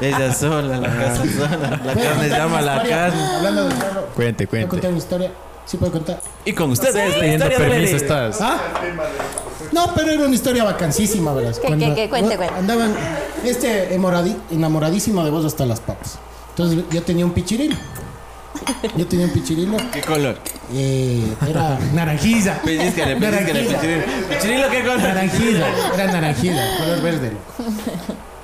A: Ella sola, la casa sola. La
B: Voy a
A: carne
B: contar
A: llama a
B: una
A: la
B: historia.
A: carne.
B: Hablando de carro.
E: Cuente,
B: ¿Puedo contar
E: cuente.
B: una historia? Sí, puedo contar.
A: Y con ustedes, la
E: Pidiendo
A: historia de Ah,
E: permiso
A: Lady.
E: estás.
B: No, pero era una historia vacancísima, ¿verdad?
D: Que- que- que cuente, cuente.
B: Andaban, este emoradi- enamoradísimo de vos hasta las papas. Entonces yo tenía un pichirilo. Yo tenía un pichirilo.
A: ¿Qué color?
B: eh, era naranjilla.
A: Pellizcale, pellizcale,
B: Naranjilla.
A: pellizcale. Pechirilo, ¿qué color?
B: Naranjilla, era naranjilla, color verde.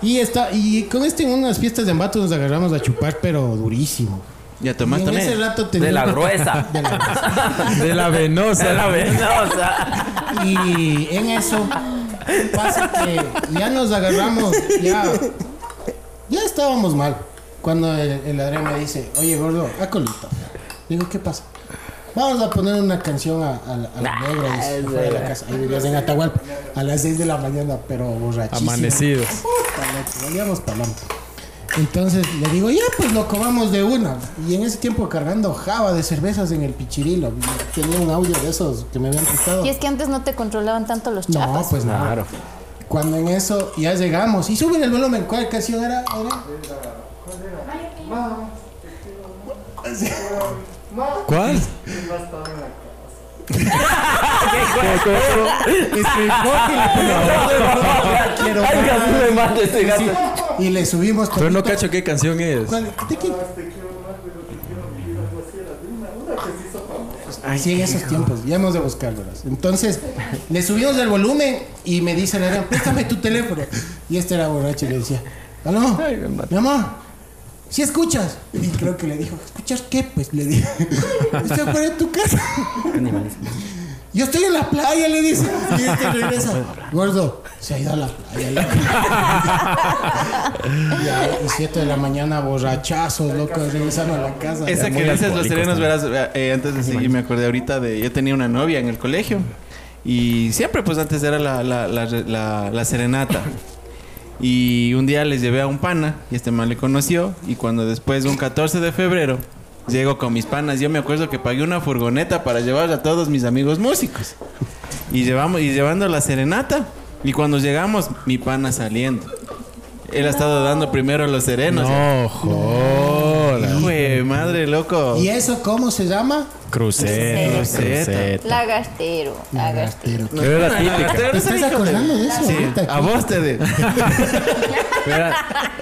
B: Y esta, y con este en unas fiestas de ambato nos agarramos a chupar, pero durísimo.
A: Ya
B: Y
A: tomás
B: en
A: también.
B: ese rato tenía
C: De la gruesa.
B: *laughs* De la gruesa.
E: De la venosa.
C: De la venosa.
B: Y en eso pasa que ya nos agarramos, ya, ya estábamos mal. Cuando el, el Adrián me dice, oye gordo, a colita. Digo, ¿qué pasa? Vamos a poner una canción a, a la- a la negra, dice, afuera de la casa. Ahí vivías en Atahualpa, a las 6 de la mañana, pero borrachísimo.
E: Amanecidos.
B: Puta, loco, Volvíamos para Entonces le digo, ya pues loco, vamos de una. Y en ese tiempo cargando java de cervezas en el pichirilo. Tenía un audio de esos que me habían prestado.
D: Y es que antes no te controlaban tanto los
B: No,
D: chapas.
B: pues nada.
C: Claro.
B: Cuando en eso ya llegamos y suben el volumen, ¿cuál canción era? Era-
E: ¿Cuál?
B: Es que coge la-
C: Ay, casi me mato este gato.
B: Y le subimos
E: Pero no
B: todito.
E: cacho qué canción es.
B: ¿Cuál? ¿De quién? Así en esos tiempos, ya hemos de buscárnoslas. Entonces, le subimos el volumen y me dice la gran, préstame tu teléfono. Y este era borracho y le decía, aló, mi amor, si escuchas. Y creo que le dijo, ¿escuchas qué? Pues le dije, *laughs* estoy fuera de tu casa. Yo estoy en la playa, le dice. Y este regresa, gordo, se ha ido a la playa. loco". *laughs* Ya, y 7 de la mañana, borrachazos, loco, regresando a la casa.
A: Esa que dices los serenos, verás, eh, antes de seguir, me acordé ahorita de. Yo tenía una novia en el colegio. Y siempre, pues antes era la, la, la- la- la serenata. Y un día les llevé a un pana, y este man le conoció. Y cuando después, un 14 de febrero, llego con mis panas. Yo me acuerdo que pagué una furgoneta para llevar a todos mis amigos músicos. Y, llevamos, y llevando la serenata. Y cuando llegamos, mi pana saliendo. Él ha estado dando primero a los serenos.
E: No, joder.
A: Jue madre, loco.
B: ¿Y eso cómo se llama?
E: Cruceta.
A: Cruceta.
E: Cruceta.
D: Lagastero, lagastero.
B: Pero,
E: Pero era típica.
B: ¿Te estás acordando de eso?
A: Sí,
B: ahorita?
A: a vos te de.
E: Pero era-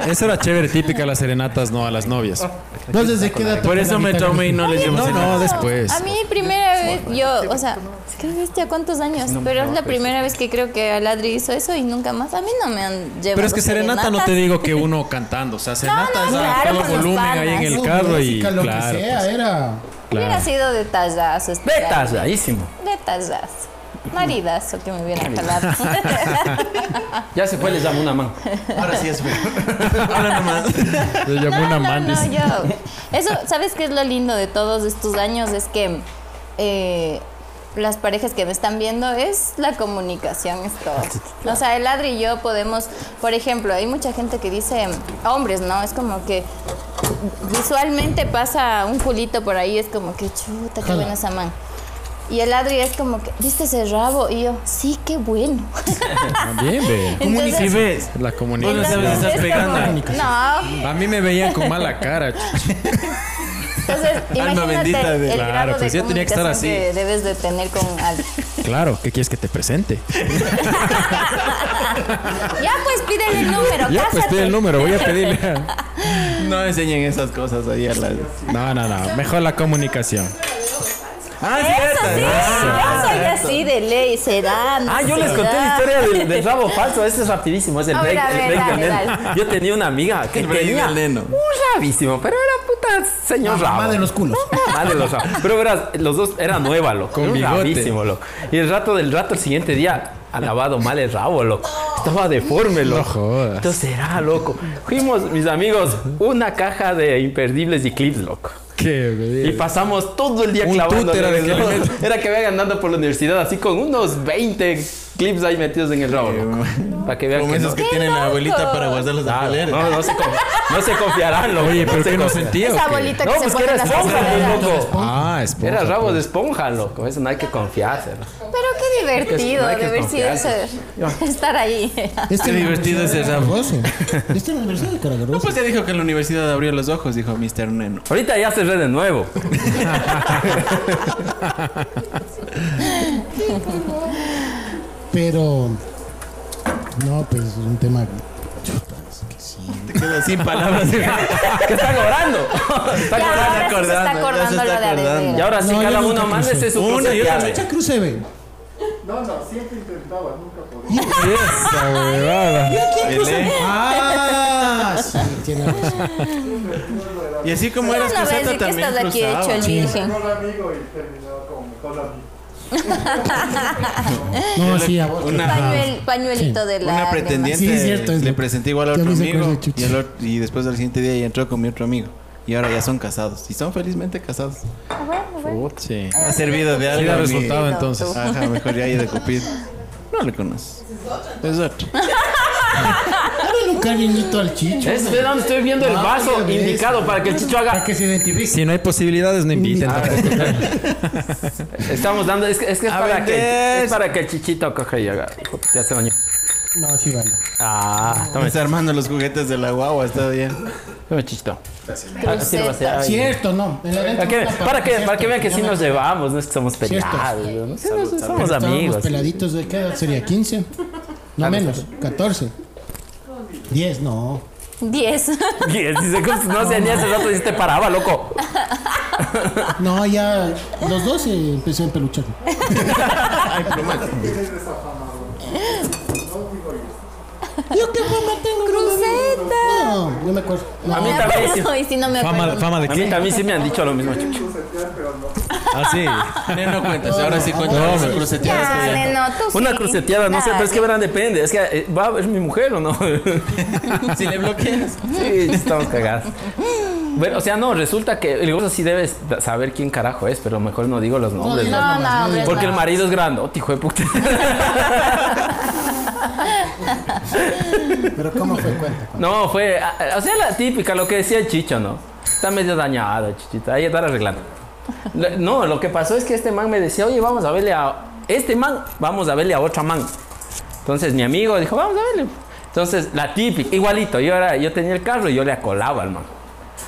E: esa era chévere, típica de las serenatas, no a las novias.
B: ¿Vos desde qué edad
A: Por
B: tocas
A: eso
B: la
A: me
B: guitarra?
A: tomé y no les llevo
E: No, no, después.
D: A mí primera vez, yo, o sea, es que viste a cuántos años, pero es la
E: pues.
D: primera vez que creo que Aladri hizo eso y nunca más. A mí no me han llevado.
E: Pero es que serenata no te
D: serenatas.
E: digo que uno cantando, o sea, serenata
D: *laughs* no,
E: es a
D: claro,
E: todo
D: con los
E: volumen ahí en
D: panas.
E: el
B: No,
E: carro y
B: música, lo que
E: claro.
B: sea,
E: pues,
B: era.
D: Hubiera
E: claro.
D: sido de tallazo. esperar.
C: Vetas, rarísimo.
D: De tallazo. Maridazo que me hubiera jalado.
C: Ya se fue, les llamo una man.
A: Ahora sí es feo. Ahora nomás.
E: Le
D: *laughs*
E: llamó
D: no,
E: una
D: no,
E: man,
D: no,
E: dice.
D: yo. Eso, ¿sabes qué es lo lindo de todos estos años? Es que eh, las parejas que me están viendo es la comunicación, es todo. O sea, el Adri y yo podemos, por ejemplo, hay mucha gente que dice, hombres, ¿no? Es como que visualmente pasa un culito por ahí, es como que chuta, qué
B: Jala.
D: buena esa man. Y el Adri es como que, ¿viste ese rabo? Y yo, sí, qué bueno. *laughs*
E: Bien, ve.
D: Entonces,
A: Si ves.
E: La
A: Vos no sabes
E: comunicación.
A: estar pegando.
D: como- no,
E: A mí me veían con mala cara. chucha.
D: Entonces, imagínate
A: bendita de-
D: el
E: Claro,
D: grado de
E: pues ya tenía que estar
D: comunicación
E: así.
D: que debes de tener con alguien.
E: Claro, ¿qué quieres que te presente?
D: Ya pues pídele el número,
E: Ya, pues
D: cásate.
E: pide el número, voy a pedirle.
D: *laughs*
A: No enseñen esas cosas ahí a las.
E: No, no, no, mejor la comunicación.
A: Ah,
D: Eso sí, yo soy así de ley, se da, no
C: Ah, yo les
D: se
C: conté la
D: da.
C: historia del, del rabo falso. Este es rapidísimo, es el
D: A ver, a
C: break, el
D: ver,
C: break del
D: dale,
C: neno.
D: dale.
C: Yo tenía una amiga que
A: El break
C: tenía
A: del neno.
C: un rabísimo, pero era puta señor
B: La
C: rabo.
B: mamá de los culos.
C: Mamá de los rabos. Pero verás, los dos era nueva, loco.
E: Con
C: Era un
E: bigote.
C: rabísimo, loco. Y el rato del rato, el siguiente día, ha lavado mal el rabo, loco. Estaba deforme, loco.
E: jodas.
C: Entonces era, loco. Fuimos, mis amigos, una caja de imperdibles y clips, loco.
E: Qué
C: Y
E: bien.
C: pasamos todo el día
E: Un
C: clavando.
E: tute era de que le
C: *laughs* Era que vean andando por la universidad así con unos 20 clips ahí metidos en el rabo. loco. Para que vean
A: Como
C: que no,
A: esos que tienen la abuelita para guardar los alfileres.
C: no, no se, conf- no se confiarán, loco.
E: Oye,
C: no
E: pero
C: se
E: ¿qué no
C: confiarán.
E: sentía? o
D: Esa
E: qué?
D: bolita
C: No,
D: que
C: pues
D: se
C: que
D: pone en
C: era
D: las
C: esponja,
D: escaleras.
C: pues loco.
E: Ah, es
C: Era rabo de esponja, pues. loco. Eso no hay que confiarse. ¿no?
D: Pero qué divertido
C: No hay que
D: de ver si
C: confiarse.
D: eso- estar ahí.
B: Este
A: Qué
B: no-
A: divertido ese rabo.
E: *laughs*
B: Goce. Este no es versión de cara
A: No,
B: grosa.
A: pues ya dijo que en la universidad abrió los ojos, dijo Mr. Neno.
C: Ahorita ya cerré de nuevo. *laughs*
B: Pero. No, pues es un tema.
A: Te quedas sin palabras.
C: Que está cobrando. *laughs* Está
D: Ya,
C: cobrando.
D: ahora sí se
A: acordando,
D: está
A: ya se
D: acordando
A: está
D: lo de
A: acordando.
D: Adriana.
C: Y ahora sí,
B: No, yo
C: cada
B: nunca
C: uno mándese su
A: Uno y
C: cruceteada.
B: Chucha cruce, ve.
E: Esa huevada.
A: Belén.
B: Ah, sí,
C: *laughs*
B: tiene razón.
A: Y así como
D: Solo
A: eras
D: una vez
A: cosata
D: de que
A: también
D: estás aquí hecho
A: cruzaba.
D: el virgen.
B: No, sí, a vos.
A: Una,
D: Pañuel- pañuelito de la...
A: una
D: nena.
A: pretendiente
B: Sí, es cierto, es
A: le
B: loco.
A: presenté igual a
B: Ya
A: otro
B: me hice
A: amigo
B: acuerdo, chucha.
A: y, al otro- y después al siguiente día ya entró con mi otro amigo. Y ahora ya son casados. Y son felizmente casados.
E: Sí.
A: Ha servido de
E: Sí,
A: algo.
E: da
A: mi-
E: resultado
D: Mira,
E: entonces.
D: tú.
A: Ajá, mejor ya hay de Cupido. No le conoces. Es otro.
B: Dale un cariñito al chicho.
C: Es de donde estoy viendo el
B: Vaya
C: vaso
B: vez.
C: indicado para que el chicho haga.
B: Para que se identifique.
E: Si no hay posibilidades, no inviten. tampoco.
C: Estamos dando. Es, que- es que es
E: A
C: para que,
E: vender.
C: es para que el chichito coja y haga. Ya se bañó.
B: No, sí, vale.
C: Ah, toma,
A: Está armando los juguetes de la guagua, está bien.
C: toma el chichito. Así lo va a hacer.
D: Cruceta.
C: Ay,
B: Cierto, no. En la
C: Para que,
B: venta no
C: para que,
B: cierto,
C: para que vean que sí
B: yo
C: nos
B: me-
C: llevamos, no es que somos
B: Cierto.
C: peleados, no sé, no-
B: pero
C: somos
B: estábamos
C: amigos. Ah,
B: peladitos de qué edad sería 15. No menos, 14. 10, no.
D: *laughs* 10.
C: *laughs* Y él dice, "Ups, no sé, ni hace rato dijiste paraba, loco.
B: No, ya los 12 empecé a empeluchar.
C: *laughs*
B: Yo qué fama tengo.
D: Cruceta.
B: No, no me acuerdo. No,
C: A mí también, sí-
D: Y si no me
E: Fama,
D: acuerdo.
E: fama de
C: a mí
E: qué?
C: también sí me han dicho lo mismo, chucho.
E: Ah, sí.
A: No cuentas, ahora sí cuentas.
E: No,
B: pues
D: Ya, neno, tú
C: Una
D: sí.
C: cruceteada, no sé, pero es que
D: Dale.
C: verán, depende. Es que eh, va a ver mi mujer o *laughs* no.
A: Si le bloqueas.
C: Sí, estamos cagados. Bueno, o sea, no, resulta que el gozo sí debes saber quién carajo es, pero mejor no digo los nombres.
B: digas
C: ¿no?
D: No, no, hombre.
C: Porque
D: no.
C: el marido es grande, hijo de *laughs* puta.
B: Pero ¿cómo fue cuenta?
C: No, fue, a- a- o sea, la típica, lo que decía el Chicho, ¿no? Está medio dañado, Chichita, ahí está arreglando. Lo- No, lo que pasó es que este man me decía, oye, vamos a verle a este man, vamos a verle a otra man. Entonces mi amigo dijo, vamos a verle. Entonces, la típica, igualito, yo, era, yo tenía el carro y yo le acolaba al man.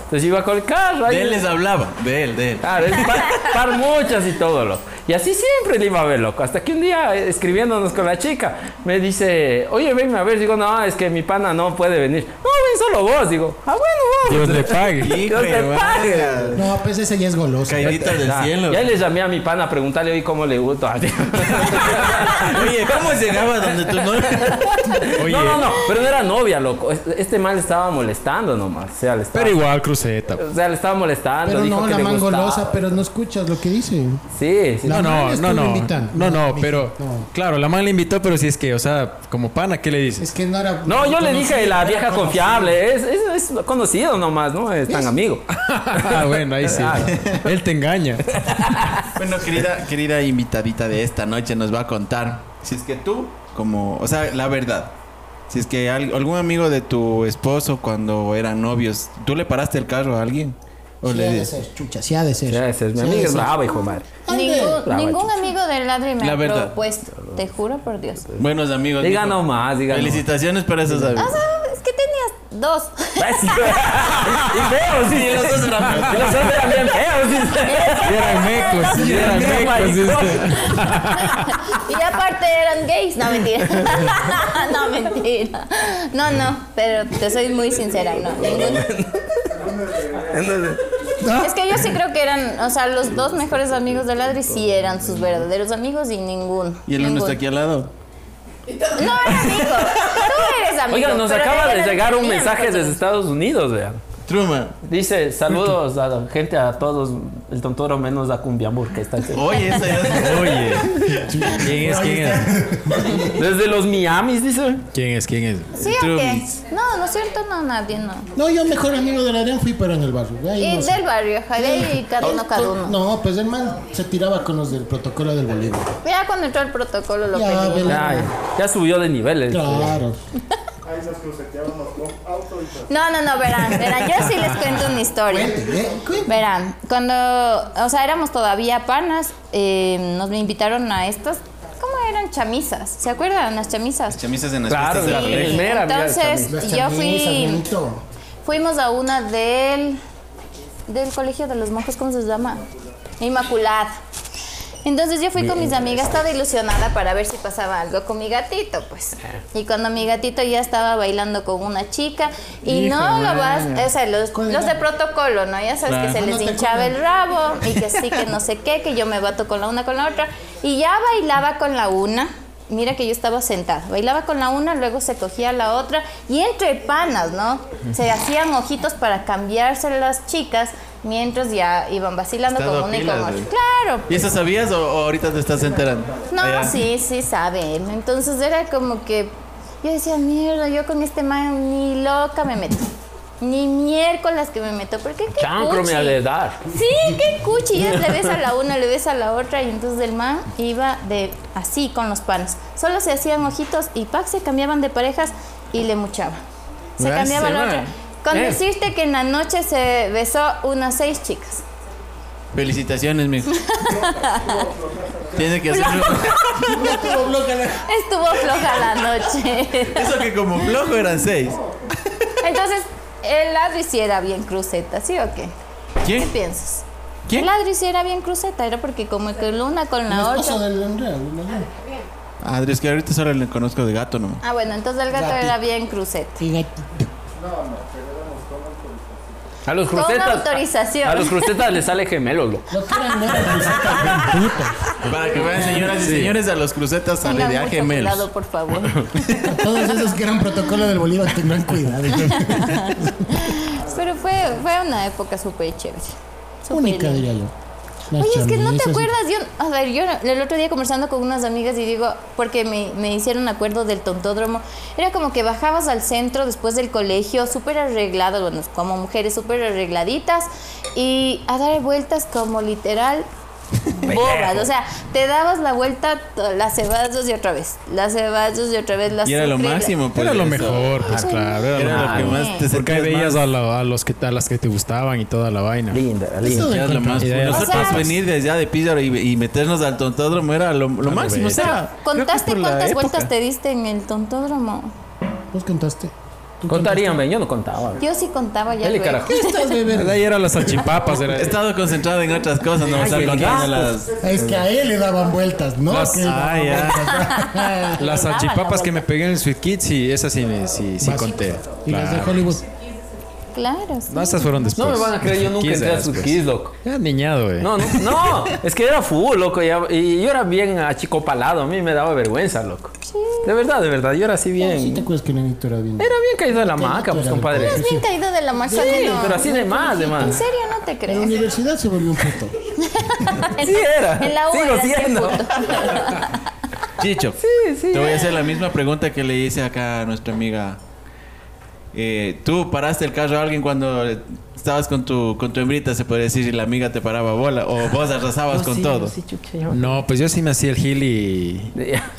C: Entonces yo iba con el carro. ahí-
A: De él les hablaba, de él,
C: *laughs*
A: de él.
C: Claro, es par, par muchas y todo, loco. Y así siempre le iba a ver, loco. Hasta que un día, eh, escribiéndonos con la chica, me dice, oye, venme a ver. Digo, no, es que mi pana no puede venir. No, ven solo vos. Digo, ah, bueno, vos.
E: Dios le pague.
A: Hijo
C: te
A: de
C: pague.
A: madre.
B: No, pues ese ya es goloso.
A: Caidita del
C: Ah,
A: cielo.
C: Ya le llamé a mi pana a preguntarle hoy cómo le gustó. *laughs*
A: Oye, ¿cómo llegaba donde tú
C: *laughs*
A: no?
E: Oye,
C: No, no, no, pero no era novia, loco. Este este man le estaba molestando nomás. O sea, le estaba,
E: pero igual cruceta.
C: o sea, le estaba molestando.
B: Pero
C: dijo
B: no,
C: que
B: la
C: le
B: man
C: gustaba.
B: golosa, pero no escuchas lo que dice.
C: Sí, sí.
B: La
E: No,
B: man
E: no,
B: estuvo
E: no, no.
B: invitando.
E: No, no,
B: Mijo,
E: pero
B: no.
E: claro, la man le invitó, pero si es que, o sea, como pana, ¿qué le dices?
B: *laughs* Es que no era.
C: No, yo le dije
B: conocido,
C: la
B: no era
C: vieja
B: conocido.
C: confiable, es, es, es conocido nomás, ¿no? Es tan amigo.
E: Ah, bueno, ahí sí. Él te engaña.
A: Bueno, querida, querida invitadita de esta noche nos va a contar si es que tú, como, o sea, la verdad, si es que al- algún amigo de tu esposo cuando eran novios, ¿tú le paraste el carro a alguien? ¿O
B: Sí,
A: le
B: ha de
A: dices?
B: ser, chucha, sí ha de ser.
C: Ya, ese es mi
B: Sí ha de
C: amigo es
B: ser.
C: brava, hijo de madre.
B: Ande.
D: Ningún, ningún amigo del ladri me
A: La
D: ha
A: verdad.
D: propuesto. Te juro por Dios.
A: Buenos amigos.
C: Diga
A: dijo.
C: nomás, diga nomás.
A: Felicitaciones para esos amigos.
D: O
C: Ah,
D: sea, es que tenías
A: *laughs*
D: dos. *laughs*
C: *laughs* Y feos, Pues, sí, los dos eran feos. Los dos eran bien feos, dice.
E: Y eran mecos, y eran
C: *laughs* Qué
E: mecos.
C: maricón.
E: dice.
D: Y aparte eran gays. No, mentira. *laughs* No, mentira. No, no, pero te soy muy sincera, no. Ninguno. Es que yo sí creo que eran, o sea, los dos mejores amigos del Adri sí eran sus verdaderos amigos y ninguno.
A: Y el uno
D: ninguno.
A: está aquí al lado.
D: No era amigo. Tú eres amigo.
C: Oigan, nos
D: pero
C: acaba de
D: verdad
C: llegar un
D: teníamos
C: mensaje desde
D: otros.
C: Estados Unidos, vean.
A: Truma.
C: Dice, saludos a la gente, a todos, el tontoro menos a Cumbiambur, que está aquí.
A: Oye, esa
C: *laughs*
A: ya
E: Oye, ¿quién es? ¿Quién es?
C: Desde los Miamis, dice.
E: ¿Quién es? ¿Quién es?
D: ¿Sí o qué? No, no es cierto, no, nadie, no.
B: No, yo mejor amigo de la Adrián fui, pero en el barrio. de ahí
D: Y
B: no sé. Oh,
D: del barrio, ajá, de ahí cada uno, cada uno.
B: No, pues el man se tiraba con los del protocolo del Bolívar.
D: Ya cuando entró el protocolo lo
B: Ya,
D: pedí.
B: vela.
C: Ay, ya subió de niveles.
B: Claro.
D: No, no, no, verán, verán, yo sí les cuento una historia.
B: Cuente, eh, cuente.
D: Verán, cuando, o sea, éramos todavía panas, eh, nos invitaron a estas, ¿cómo eran? Chamisas, ¿se acuerdan? Las chamisas.
A: Chamisas en las
C: Claro,
A: fiestas de la
C: claro.
A: colegio.
C: Primera, mira,
D: Entonces,
B: Las
D: yo
B: chamisas,
D: fui,
B: bonito.
D: fuimos a una del, del colegio de los monjes, ¿cómo se llama? Inmaculada. Entonces yo fui con mis amigas, estaba ilusionada para ver si pasaba algo con mi gatito, pues. Y cuando mi gatito ya estaba bailando con una chica, y no lo vas, o sea, los,
B: ¿Cuál
D: los de
B: era?
D: protocolo, ¿no? Ya sabes que se
B: Ah, no
D: les
B: te
D: hinchaba
B: acuerdas.
D: el rabo y que sí, que no sé qué, que yo me bato con la una, con la otra. Y ya bailaba con la una. Mira que yo estaba sentada, bailaba con la una, luego se cogía la otra y entre panas, ¿no? Se hacían ojitos para cambiarse las chicas mientras ya iban vacilando
A: Estado
D: con una y
A: pilas,
D: con otra.
A: eh.
D: Claro,
A: ¿Y eso sabías o, o ahorita te estás enterando?
D: no,
A: Ya.
D: sí, sí sabe. Entonces era como que yo decía, mierda, yo con este man ni loca me meto. Ni miércoles que me meto, porque qué
C: Chancro me
D: cuchi.
C: ha de dar.
D: Sí, qué cuchi. Ya le ves a la una, le ves a la otra. Y entonces el man iba de así con los panos. Solo se hacían ojitos y pac se cambiaban de parejas. y le muchaba. Se
E: Ah,
D: cambiaba
E: sí,
D: la
E: ma.
D: otra. Con
E: Eh.
D: decirte que en la noche se besó unas seis chicas.
A: Felicitaciones,
D: *laughs*
A: mijo. Tiene que hacerlo.
D: *laughs* Estuvo floja
A: *laughs*
D: la noche.
A: *laughs* Eso que como flojo eran seis.
D: Entonces, el ladri sí era bien cruceta, ¿sí o qué? ¿Qué
A: ¿Quién?
D: piensas?
A: ¿Quién?
D: El ladri sí era bien cruceta, era porque como que luna con la
B: La
D: otra.
B: esposa del Andrea, ¿no?
A: Ah, es que ahorita solo le conozco de gato nomás.
D: Ah, bueno, entonces el gato
B: Gati.
D: era bien cruceta.
C: A los
D: Con
C: crucetas.
D: autorización.
C: A los crucetas les sale gemelo, loco.
B: Lo que pues, eran negras crucetas,
A: Para que vayan señoras y señores a los crucetas a
D: Tengan
A: de
D: mucho
A: gemelos.
D: cuidado,
A: *laughs*
D: por favor.
B: Todos esos que eran protocolo del Bolívar tengan cuidado.
D: Pero fue, fue una época súper chévere. Súper
B: Única,
D: linda.
B: diría yo.
D: Oye, es que no te acuerdas, yo, a ver, yo el otro día conversando con unas amigas y digo, porque me, me hicieron acuerdo del tontódromo, era como que bajabas al centro después del colegio, súper arreglado, bueno, como mujeres súper arregladitas, y a dar vueltas
C: *laughs*
D: como literal bobas, o sea, te dabas la vuelta, to- las cebazos y otra vez, las cebazos y otra vez, las
A: Y era lo
D: sucre-
A: máximo, pues.
E: Era lo
A: eso.
E: mejor, pues claro. Era,
A: Era
E: lo
A: lo que
E: mejor.
A: más te
E: Porque ahí
A: sentías
E: veías
A: más.
E: a, la- a los que, a las que te gustaban y toda la
C: *laughs*
E: vaina.
C: Linda, linda.
A: Era lo más.
E: Y de-
A: Nosotros
D: O sea-
A: venir de allá de Pizarro y, y meternos al tontódromo era lo, lo máximo. O sea,
D: ¿Contaste
A: creo que por la
D: cuántas
A: época.
D: vueltas te diste en el tontódromo?
B: Vos
D: *laughs*
B: contaste.
C: Contarían, ven, yo no contaba.
D: Yo sí contaba ya.
C: Dale,
D: luego.
C: carajo.
B: Estás de
E: De
B: verga.
E: ahí eran las salchipapas, era
A: He estado concentrado en otras cosas, no me estaba
C: qué
A: contando las.
C: gastos.
B: *laughs* Es que a él le daban vueltas, ¿no?
E: Las-
B: Que le daban
E: ah, ya.
C: *laughs*
B: vueltas.
E: las
D: daban la
E: salchipapas que
D: vuelta.
E: me pegué en el Sweet Kids y esas sí, me- sí, sí
B: Vas.
E: conté.
B: Y las de
E: Claro.
B: Hollywood.
D: Claro. sí.
E: No, esas fueron después.
C: No me van a creer, yo nunca
E: Kids
C: entré
E: era
C: a sus
E: después.
C: kids, loco.
E: Era niñado, güey.
C: No, no, no, es que era full, loco. ya- y yo era bien achicopalado, a mí me daba vergüenza, loco. De verdad, de verdad, yo era así bien.
B: Sí te acuerdas que Nenito era bien.
C: Era bien caído de la maca, pues,
B: era
C: compadre.
D: Has bien caído de la marcha
C: Sí,
D: de no-
C: pero así de más, de
D: ¿En
C: más.
D: serio no te
B: En la
D: *laughs* crees?
B: universidad se volvió un puto.
C: Sí era.
D: En la U
C: Sigo
D: era así,
C: siendo. *laughs*
D: puto.
A: Chicho, te voy a hacer la misma pregunta que le hice acá a nuestra amiga. Eh, ¿Tú paraste el carro a alguien cuando estabas con tu, con tu hembrita, se puede decir, y la amiga te paraba bola? ¿O vos arrasabas con todo?
E: No, pues yo sí me hacía el gil y.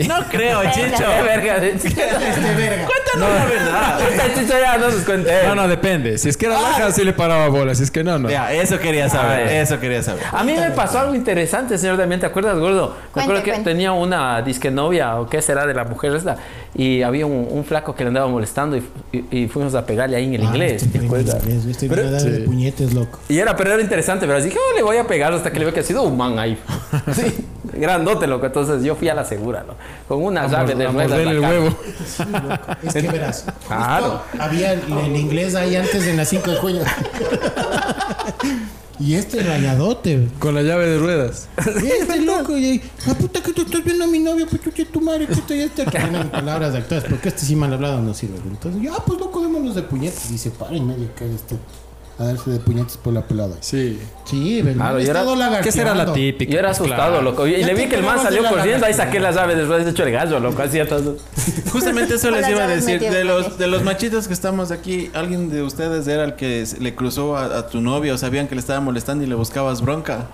A: No creo,
C: Qué
A: Chicho.
C: verga, de-
D: *laughs*
A: Cuéntanos la verdad.
C: Esta chicha ya no nos conté.
E: No, no, depende. Si es que era baja, sí le paraba bola. Si es que no, no.
A: Ya, eso quería saber,
C: Ah, ya.
A: eso quería saber.
C: A mí me pasó algo interesante, señor Damián. ¿Te acuerdas, gordo? Me
D: Cuente,
C: acuerdo que
D: cuente.
C: tenía una disque novia, o qué será de la mujer esta, y había un, un flaco que le andaba molestando y, y- y fuimos a pegarle ahí *laughs* en el
B: Ah,
C: inglés. ¿Te acuerdas?
B: Este video de puñetes, loco.
C: Y era perder interesante, pero dije, oh, le voy a pegar hasta que le veo que ha sido un man ahí. *laughs* Sí, grandote, loco. Entonces yo fui a la segura, ¿no? Con una llave de
E: A
C: ruedas
E: morderle el
C: acá.
E: huevo.
B: Es que verás.
C: Claro.
B: esto Había el, el inglés ahí antes en las 5 de
C: *laughs*
B: junio. *laughs* Y este rayadote.
E: Con la llave de ruedas.
B: Y este loco. Y ahí, la puta que tú estás viendo a mi novio, pues chucha tu madre, puta, y este. Tienen palabras de actores, porque este sí mal hablado no sirve. Entonces, ya, pues loco, démonos de puñetes. Y se para y medio cae este. A darse de puñetes por la pelada.
E: Sí.
B: Sí, ¿verdad?
C: Claro, yo era-
E: ¿Qué será la típica?
C: Yo era
E: Pues,
C: asustado,
E: claro.
C: loco. Y y
B: Ya
C: le vi
B: te
C: que el man
B: pegabas de
C: salió
B: la
C: corriendo, ahí
B: lagartija.
C: saqué la llave de ruedas, hecho el gallo, loco. Así atrás.
A: Justamente eso les
D: Hola,
A: iba a
D: ya los
A: decir.
D: metí,
A: De
D: me
A: los,
D: metí.
A: de los machitos que estamos aquí, ¿alguien de ustedes era el que s- le cruzó a, a tu novio o sabían que le estaba molestando y le buscabas bronca?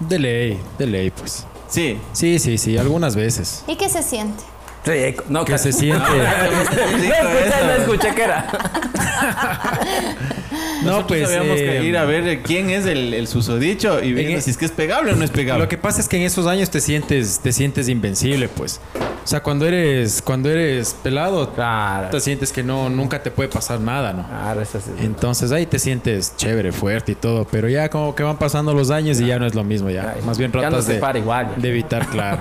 E: De ley, de ley, pues.
A: Sí.
E: Sí, sí, sí, algunas veces.
D: ¿Y qué se siente?
C: Sí, no,
E: Que se
C: casi.
E: siente.
C: No escuché, no escuché que era.
E: No, pues.
A: Sabíamos que
E: eh,
A: ir a ver eh, quién es el, el susodicho y viendo
E: e-
A: si es que es pegable o no es pegable.
E: Lo que pasa es que en esos años te sientes, te sientes invencible, pues. O sea, cuando eres, cuando eres pelado,
C: Claro.
E: te sientes que no, nunca te puede pasar nada, ¿no?
C: Claro, Ah, eso sí.
E: Entonces ahí te sientes chévere, fuerte y todo, pero ya como que van pasando los años y ya no es lo mismo ya.
C: Ay,
E: Más bien
C: ya no
E: tratas
C: se
E: de,
C: para igual.
E: de evitar,
C: *laughs*
E: claro.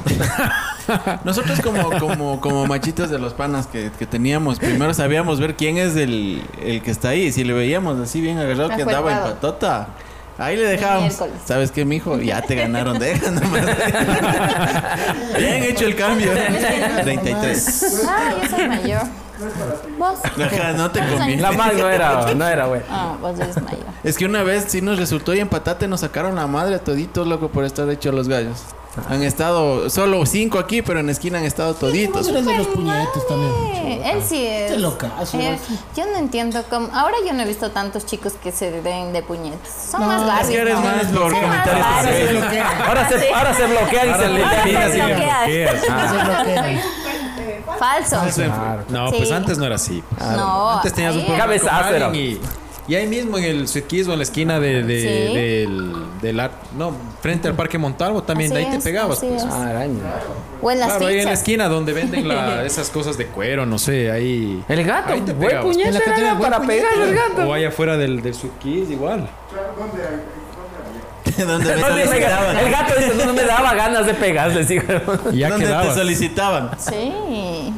A: Nosotros como, como, como machitos de los panas que, que teníamos, primero sabíamos ver quién es el, el que está ahí. Si le veíamos así bien agarrado que andaba en
D: Afuerpado.
A: patota, ahí le dejábamos.
D: Miércoles.
A: ¿Sabes qué, mijo? Ya te ganaron, deja nomás. ya han hecho el cambio. 33.
D: Ah, yo soy mayor. ¿Vos?
A: Ajá, no te
D: ¿Cuántos
A: conviene.
C: La más no era, no era, güey.
D: Ah, vos eres mayor.
A: Es que una vez sí nos resultó y en patate nos sacaron la madre a toditos, loco, por estar hechos los gallos. Han estado solo cinco aquí, pero en esquina han estado toditos.
B: Eres de los puñetes también.
D: Eh, Él sí es.
B: Qué locazo,
D: Eh,
B: ¿no?
D: yo no entiendo cómo. Ahora yo no he visto tantos chicos que se den de puñetes. Son
B: No,
D: más
B: es
D: largos.
A: que eres más por comentarios
B: Es lo que era.
C: Ahora se, ahora se bloquean y se
E: Ahora
C: le
E: te
C: tiran.
E: bloqueas y le
D: bloqueas.
E: bloqueas.
B: Es lo que era.
D: Falso.
E: Falso en-
C: Claro.
E: No,
D: Sí.
E: pues antes no era así.
D: No.
E: Antes tenías
C: Ah,
E: un
D: ahí
E: programa
C: Cabezazo
E: con
C: era.
E: alguien y, y ahí mismo en el Suiquizo, en la esquina de, de-
D: Sí.
E: del, del ar- no, frente al Parque Montalvo también, de
D: Así
E: ahí
D: es,
E: te pegabas.
D: así
E: pues.
D: es.
C: "Ah, Araña.
D: O en las
E: Claro, ahí en la
D: fichas.
E: esquina donde
C: *laughs*
E: venden la- esas cosas de cuero, no sé, ahí.
C: El gato,
E: Ahí te
C: buen
E: pegabas.
B: En la
C: puñete
B: cantina,
C: era
B: buen
C: para
B: puñete.
C: pegar el
E: O
C: gato.
E: ahí afuera del, del
B: *laughs*
E: Suiquiz, igual.
A: *laughs* ¿Dónde me
C: No, dice,
A: solicitaban?
C: el gato dice, no me daba ganas de pegarle, sí, pero-
E: Y ya
A: ¿Dónde te
E: quedabas.
A: solicitaban?
D: Sí.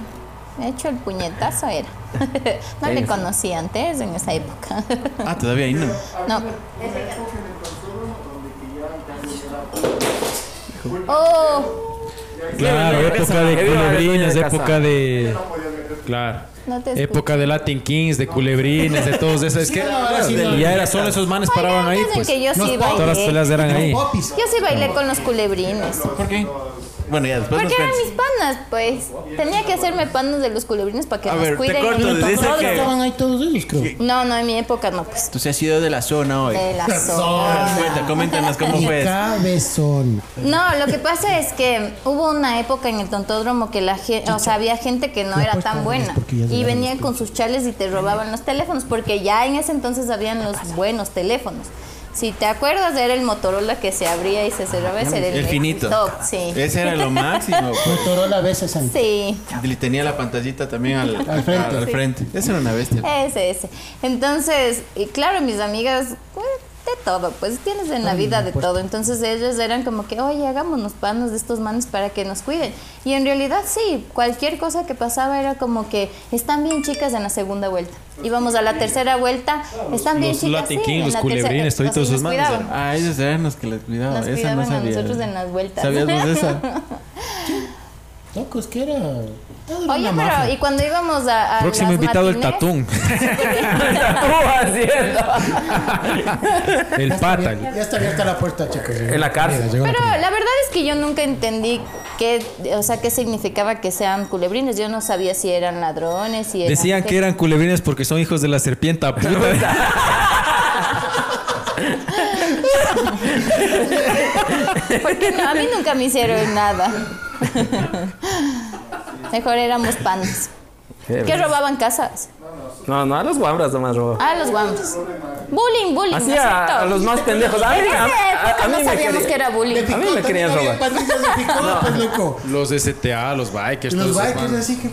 D: De hecho, el puñetazo era. *laughs* No le conocí antes en esa época. *laughs*
A: Ah, todavía ahí no.
D: No. Oh,
E: Claro,
C: Sí,
E: época
C: regresa.
E: de
C: Que viva la Reina
E: culebrines,
C: de
E: época de. Claro.
D: no te escucho.
E: Época de Latin Kings, de culebrines, de todos esos. Es que
B: ahora sí no.
E: y ya era solo esos manes paraban ahí,
D: antes de
E: pues.
D: que yo sí
E: Todas las
D: bailé.
E: peleas eran ahí.
B: Popis.
D: Yo sí bailé con los culebrines.
A: ¿Por qué? Bueno, ya después nos
D: Porque eran
A: cuentas.
D: mis panas, pues. Tenía que hacerme panas de los culebrines para que
A: A
D: nos
A: ver, te
D: cuiden.
A: corto,
D: y-
A: dice
B: Todos
A: que-
B: estaban ahí todos ellos, creo.
D: No, no, en mi época no, pues.
A: Tú se has sido de la zona hoy. Oh,
D: De la
B: Zona.
D: zona.
A: Cuenta, coméntanos cómo
B: Y
A: fue. eso.
B: cabezón.
D: No, lo que pasa es que hubo una época en el tontódromo que la gente, o sea, había gente que no
B: Ya
D: era
B: pues,
D: tan
B: cabrones,
D: buena
B: porque ya
D: y
B: llegaron
D: venían con sus chales y te robaban los teléfonos porque ya en ese entonces habían los buenos teléfonos. Si te acuerdas, era el Motorola que se abría y se cerraba, ese era el,
A: El finito.
D: top, sí.
A: Ese
D: *laughs*
A: era lo máximo. pues.
B: Motorola a veces al-
D: Sí.
A: Le tenía la pantallita también al,
B: Al frente.
A: al frente. Esa era una bestia.
D: Ese, ese. Entonces, y claro, mis amigas, pues, de todo, pues tienes en la vida de todo. Entonces ellas eran como que, oye, hagámonos panos de estos manes para que nos cuiden. Y en realidad sí, cualquier cosa que pasaba era como que, están bien chicas en la segunda vuelta. Íbamos a la tercera vuelta, están bien
E: Los
D: chicas.
E: Latin
D: sí,
E: King,
D: en
E: los
D: la tercera-
E: culebrines, toditos
D: nos
E: esos manes
D: cuidaban.
E: eran.
A: Ah, ellos eran los que les cuidaban.
D: Nos
A: Esa no
D: cuidaban a
A: sabía.
D: nosotros en las vueltas.
A: ¿Sabías vos de
D: *laughs*
A: esa?
B: Loco, es que era. todo era
D: Oye,
B: una
D: pero,
B: mafia.
D: y cuando íbamos a. a
E: Próximo
D: las
E: invitado, el
D: matinées,
E: Tatún.
C: Tú haciendo.
E: El Pata. el-
B: Ya está abierta la puerta, chicos.
C: En la cárcel.
D: Pero la verdad es que yo nunca entendí qué, o sea, qué significaba que sean culebrines. Yo no sabía si eran ladrones, si eran...
E: Decían que eran culebrines porque son hijos de la serpiente *laughs* puta.
D: Porque no, a mí nunca me
C: *laughs*
D: hicieron nada. Mejor éramos panes. ¿Qué robaban casas?
C: No, no, a los guambras nomás robó.
D: Ah, los guambros. Bullying, bullying.
C: Así
D: ¿no es
C: a,
D: cierto?
C: a los más pendejos. A mí,
D: En
C: a,
D: esa
C: a-
D: época
C: a mí
D: no
C: me
D: sabíamos
C: querían-
D: que era bullying.
C: A mí me querían robar.
B: Pandillas de picó, pues, loco.
E: Los STA, los bikers,
B: Los
E: todos esos
B: bikers
E: manes.
B: así que.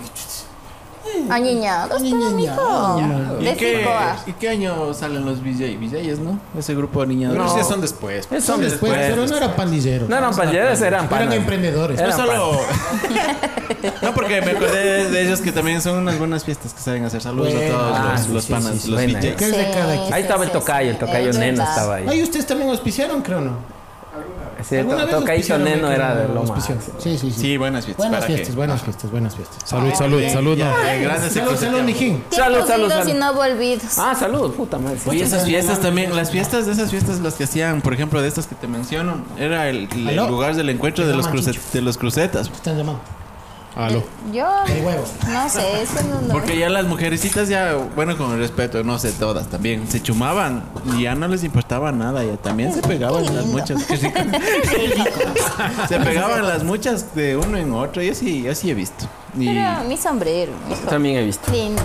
D: Añiñados, pero mijo.
A: ¿Y
D: De
A: qué,
D: cinco a.
A: ¿Y qué año salen los VJ? VJs, ¿no? Ese grupo de niñas.
E: Pero
A: No,
E: sí son después. pues.
C: Son
B: Pues,
C: después.
B: pero no eran pandilleros.
C: No eran pandilleros, eran
B: Eran
C: panas.
B: emprendedores.
C: Era-
A: no solo. *laughs* no, porque me acordé de, de ellos que también son unas buenas fiestas que saben hacer. Saludos a
B: Bueno,
A: todos
C: ah,
A: los,
C: sí,
A: los
C: sí,
A: panas,
C: sí, sí.
A: los
C: Buena.
A: VJs.
B: ¿Qué es de cada quien?
C: Ahí estaba el
D: Sí, sí,
C: tocayo, el
D: sí,
C: tocayo
D: es
C: neno
D: verdad.
C: estaba ahí.
B: Ay, ustedes también auspiciaron, creo, ¿no?
C: Sí, el
B: ¿Alguna
C: to-
B: vez
C: tocayito
B: auspiciaron,
C: neno
B: creo,
C: era de
B: no?
C: Loma.
B: Auspiciaron. Sí, sí, sí.
A: Sí, buenas fiestas.
B: Buenas
A: ¿para
B: fiestas,
A: qué?
B: buenas fiestas, buenas fiestas.
E: Salud, salud, salud. no.
A: Ya, eh, grandes
B: Salud,
A: épocas
B: salud,
A: de amor.
B: mijín.
C: Salud,
D: Tiempos
C: salud,
D: vividos
C: salud.
D: y no volvidos.
C: Ah, salud, puta madre. sí.
A: Oye, esas fiestas también, las fiestas de esas fiestas las que hacían, por ejemplo, de estas que te menciono, era el, el
B: Aló.
A: lugar del encuentro de
B: Aló,
A: los,
B: Manchicho.
A: cruce- de los crucetas.
B: Están llamando.
E: Aló.
D: Yo
B: De huevo.
D: no sé, eso no lo
A: Porque ya las mujerecitas ya, bueno, con el respeto, no sé, todas también, se chumaban y ya no les importaba nada, ya también se pegaban
D: Qué
A: las
D: lindo.
A: muchas. Qué
D: *laughs*
A: rico. se pegaban las muchas de uno en otro, yo sí, yo sí he visto. Y
D: Pero mi sombrero, mijo.
C: También he visto.
D: Lindo.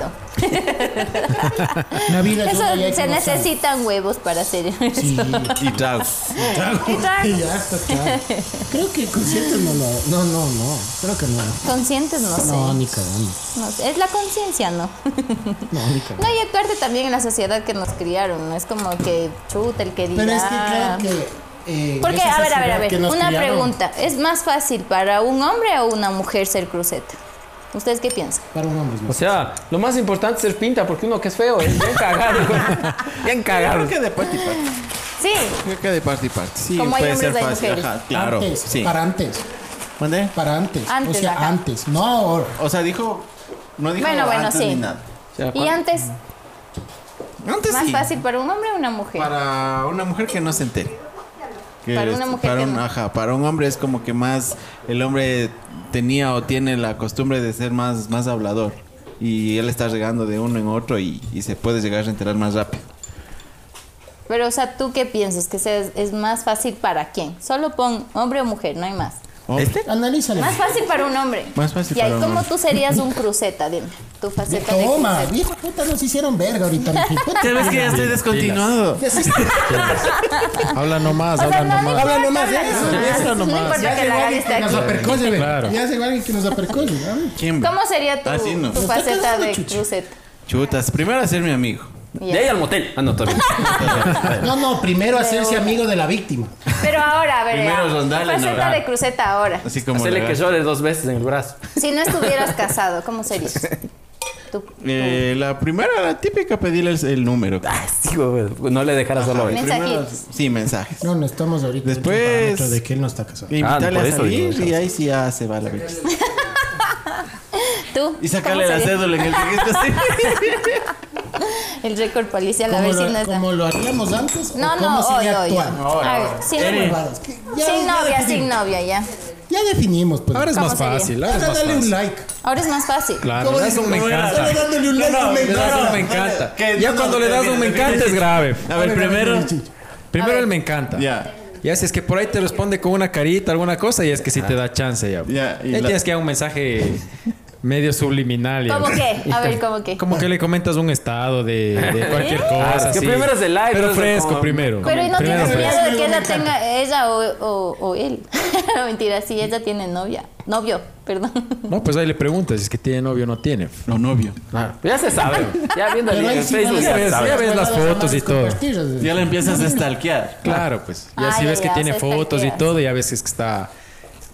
B: Navidad.
D: Eso
B: yo ya hay
D: se
B: que gozar.
D: necesitan huevos para hacer eso.
B: *laughs* Sí.
A: y tragos.
D: Y
B: Y
D: traen
B: ya está, claro. Creo que conciertos no lo. No, no, no. Creo que no.
D: Conscientes, no sé.
B: No, ni cagando.
D: No sé. Es la
B: *laughs*
D: conciencia, ¿no?
B: No, ni cagando.
D: No, y aparte también en la sociedad que nos criaron, ¿no? Es como que chuta el que dirá.
B: Pero es que creo que. eh,
D: Porque,
B: esa
D: a ver, a ver,
B: sociedad
D: a ver,
B: que nos
D: una
B: criaron,
D: pregunta. ¿Es más fácil para un hombre o una mujer ser cruceta? ¿Ustedes qué piensan?
B: Para un hombre, ¿no?
C: O sea, lo más importante es ser pinta, porque uno que es feo es bien *laughs* cagado. bien cagado.
A: Creo que de parte y parte.
D: Sí,
A: Creo que de parte y parte. Sí,
D: Como hay
A: puede
D: hombres,
A: ser
D: hay
A: fácil.
D: mujeres.
A: Ajá, claro.
B: Antes,
A: sí.
B: Para antes.
A: ¿Mandé?
B: Para antes.
D: Antes,
B: o sea,
D: ajá.
B: antes. No ahora.
A: O sea, dijo. No dijo
D: Bueno, bueno,
A: antes
D: sí.
A: ni nada.
C: O sea,
D: y antes,
A: Antes
D: más
A: sí.
D: fácil para un hombre o una mujer.
A: Para una mujer que no se entere. Que
D: Para
A: es-
D: una mujer
A: para
D: que
A: un,
D: no.
A: ajá, para un hombre es como que más el hombre tenía o tiene la costumbre de ser más, más hablador. Y él está regando de uno en otro y, y se puede llegar a enterar más rápido.
D: Pero, o sea, ¿tú qué piensas? ¿Que sea- es más fácil para quién? Solo pon hombre o mujer, no hay más.
A: Hombre.
C: ¿Este?
B: Analízale.
D: Más fácil para un hombre.
A: Más fácil
D: Y ahí,
A: para un
D: ¿cómo
A: hombre.
D: tú serías un cruceta? Dime, tu faceta de
B: Toma,
D: cruceta.
B: viejo puta, nos hicieron verga ahorita. mijo.
A: ¿Sabes que ya estoy descontinuado?
H: Habla nomás,
D: O sea,
H: habla
D: no,
H: nomás.
D: no importa,
B: Habla nomás de eso,
D: habla
B: de
D: nomás.
B: eso
D: No
B: nomás.
D: importa
B: Ya
D: que la
B: llegó
D: Gaby
B: alguien
D: esté
B: que nos
D: aquí.
B: apercolle, ve.
E: Claro.
B: Ya llegó alguien que nos apercolle. ¿no?
A: ¿Quién?
D: ¿Cómo sería tu,
A: Ah, sí, no.
D: tu
A: Nos
B: está
D: faceta
B: cagando,
D: de
B: chucha.
D: cruceta?
A: Chutas, primero ser mi amigo.
D: Ya.
C: De ahí al motel. Ah, no, todavía. *laughs*
B: No, no, primero hacerse amigo de la víctima.
D: Pero ahora, a ver,
A: Primero
D: ya,
A: rondar,
D: tu faceta
A: enamorar.
D: de cruceta ahora.
A: Así como
C: Hacerle
A: la-
C: que llore dos veces en el brazo.
D: Si no estuvieras casado, ¿cómo serías? Tú- tú.
A: Eh, la primera, la típica, pedirle el, el número.
C: *laughs* Ah, Sí, Ah, güey, no le dejara solo hoy.
A: Primero,
D: Mensajitos.
A: sí, mensajes.
B: No, no estamos ahorita. en un
A: Después-
B: parámetro De que él no está casado.
A: E Invitarle
C: por
A: a
C: eso
A: salir
C: digo,
A: y ahí sí ya se va la vez.
D: ¿Tú?
A: Y sacarle
D: ¿Cómo
A: la
D: sería?
A: cédula en el registro así.
B: *laughs*
D: El récord policial, a
B: ¿Cómo
D: ver si
B: lo,
D: no está.
B: como lo haríamos antes?
D: No,
B: o cómo
D: no, hoy,
B: sigue
D: hoy.
B: actuando?
D: A ver, sin,
B: Huevadas, que ya-
D: sin
B: ya
D: novia,
B: definimos.
D: sin novia, ya.
B: Ya definimos, pues.
E: Ahora es
D: ¿Cómo
E: más
D: sería?
E: fácil. Ahora es
B: Ahora
E: más
B: dale un
E: fácil.
B: like.
D: Ahora es más fácil.
E: Claro, le das un me encanta.
B: Ahora dándole un like. me
E: Le das
B: encanta.
E: un me encanta.
A: Que
E: Ya
A: no,
E: cuando le das un me
A: termina,
E: encanta es grave.
A: A ver, primero.
E: Primero el me encanta.
A: Ya.
E: Ya si es que por ahí te responde con una carita, alguna cosa, y es que sí te da chance ya.
A: Ya, y
E: Ahí
A: la-
E: tienes que dar un mensaje medio subliminal. ya.
D: ¿Cómo qué? A
E: *laughs*
D: ver, ¿cómo qué? ¿Eh?
E: Como que le comentas un estado de,
D: *laughs*
E: de cualquier cosa.
C: Ah, es que
E: así.
C: primero es el like,
E: Pero
C: entonces
E: fresco
C: como-
E: primero.
D: Pero ¿y no
E: primero
D: tienes
E: fresco.
D: miedo de que
B: Me
D: ella
B: encanta.
D: tenga ella o, o, o él? *laughs* no, mentira, sí, ella tiene novia. Novio, perdón. *laughs*
E: No, pues ahí le preguntas si es que tiene novio o no tiene.
A: No, novio.
C: Ya se sabe. Ya *laughs* viendo
B: Pero
C: el,
B: ahí
C: en
B: sí
C: Facebook
B: vale
E: ya
C: ya se
E: ves,
C: sabe.
E: ya ves las fotos y todo.
A: Ya la empiezas a stalkear.
E: Claro, pues. Ya
D: Ah,
E: si
D: ya,
E: ves que
D: ya,
E: tiene
D: se
E: fotos y
D: stalkeas.
E: todo, ya ves que es que está.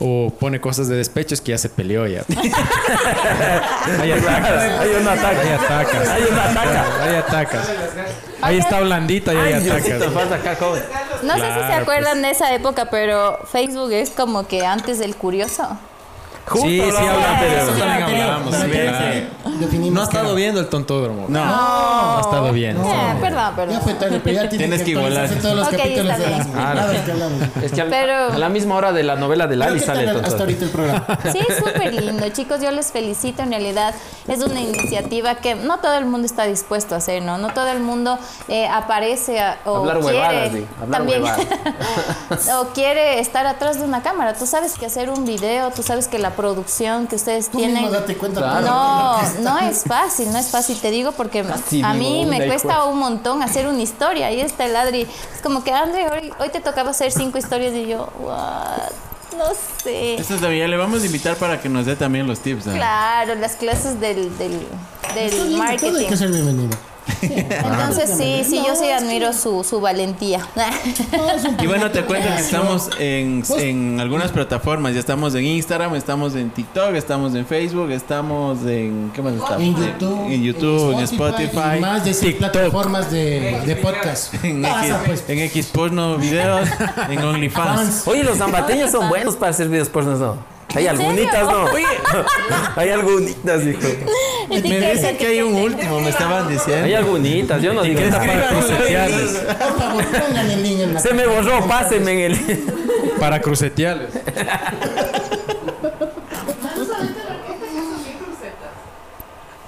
E: O pone cosas de despecho, es que ya se
D: *laughs*
E: peleó ya. ahí atacas.
C: *laughs* Hay un ataque.
E: Ahí atacas.
C: Hay un ataque.
E: Ahí atacas. Ahí está blandita y ahí
C: Ay, Diosito,
E: atacas.
C: falta acá, joven.
D: No sé si se
E: Claro, pues.
D: acuerdan de esa época, pero Facebook es como que antes del curioso.
C: Justo
E: Sí, sí,
C: hablamos
E: hablamos
C: de
E: de
C: eso.
E: eso. También hablamos.
A: Pero
E: sí,
A: tiene
E: claro.
A: que-
B: Definimos
E: No ha
B: que era-
E: estado viendo el tontódromo.
A: No.
E: No ha estado viendo.
D: Eh, perdón,
B: Ya
D: perdón.
B: fue tarde, pero ya
A: Tienes
B: tienes
A: que
B: que actualizarse
A: igualar.
B: todos los
D: Ok, está
B: capítulos de
D: bien.
B: las mamadas que hablamos.
C: Es que al-
D: Pero-
C: a la misma hora de la novela de
B: Pero
C: Lali
B: ¿qué
C: sale
B: tal
C: el
B: hasta
C: tontódromo.
B: ahorita el *laughs* programa?
D: Sí, es súper lindo, chicos. Yo les felicito. En realidad es una iniciativa que no todo el mundo está dispuesto a hacer, ¿no? No todo el mundo eh, aparece a- o
C: Hablar
D: quiere
C: huevadas, sí, hablar
D: también
C: huevadas.
D: *laughs* o quiere estar atrás de una cámara. Tú sabes que hacer un video, tú sabes que la producción que ustedes
B: Tú
D: tienen
B: mismo date cuenta.
C: Claro.
D: no, no es fácil, no es fácil, te digo,
C: *laughs*
D: porque a mí
C: mismo,
D: me
C: de
D: cuesta
C: acuerdo.
D: un montón hacer una historia. Ahí está el Adri. Es como que, André, hoy, hoy te tocaba hacer cinco historias y yo, what? No sé.
A: Esta es la vida. Le vamos a invitar para que nos dé también los tips. ¿ah? ¿no?
D: Claro, las clases del, del, del
B: Todo bien, todo hay que
D: marketing.
B: ser bienvenido.
D: Entonces sí, sí, yo sí
B: No,
D: admiro su, su valentía. *laughs*
B: No, es un *laughs*
A: Y bueno, te cuento
B: programa
A: que
B: de
A: estamos en, en algunas plataformas. Ya estamos en Instagram, estamos en TikTok, estamos en Facebook, estamos en. ¿Qué más estamos?
B: En YouTube,
A: En YouTube, en Spotify.
B: y más de seis plataformas de, de podcast.
A: En, X,
B: Pasa, pues.
A: en X Porno
B: *laughs*
A: videos, en OnlyFans.
C: Oye, los zambateños son buenos para hacer videos pornos, ¿no? Hay algunitas, ¿no? *laughs* Hay algunitas, hijo.
A: Me dicen que hay un último, me estaban
C: Hay
A: diciendo.
C: algunitas, yo no digo nada para crucetearles.
B: Por favor, pónganle el link en la
C: Se me borró, pásenme en el...
E: Para crucetearles.
G: *laughs*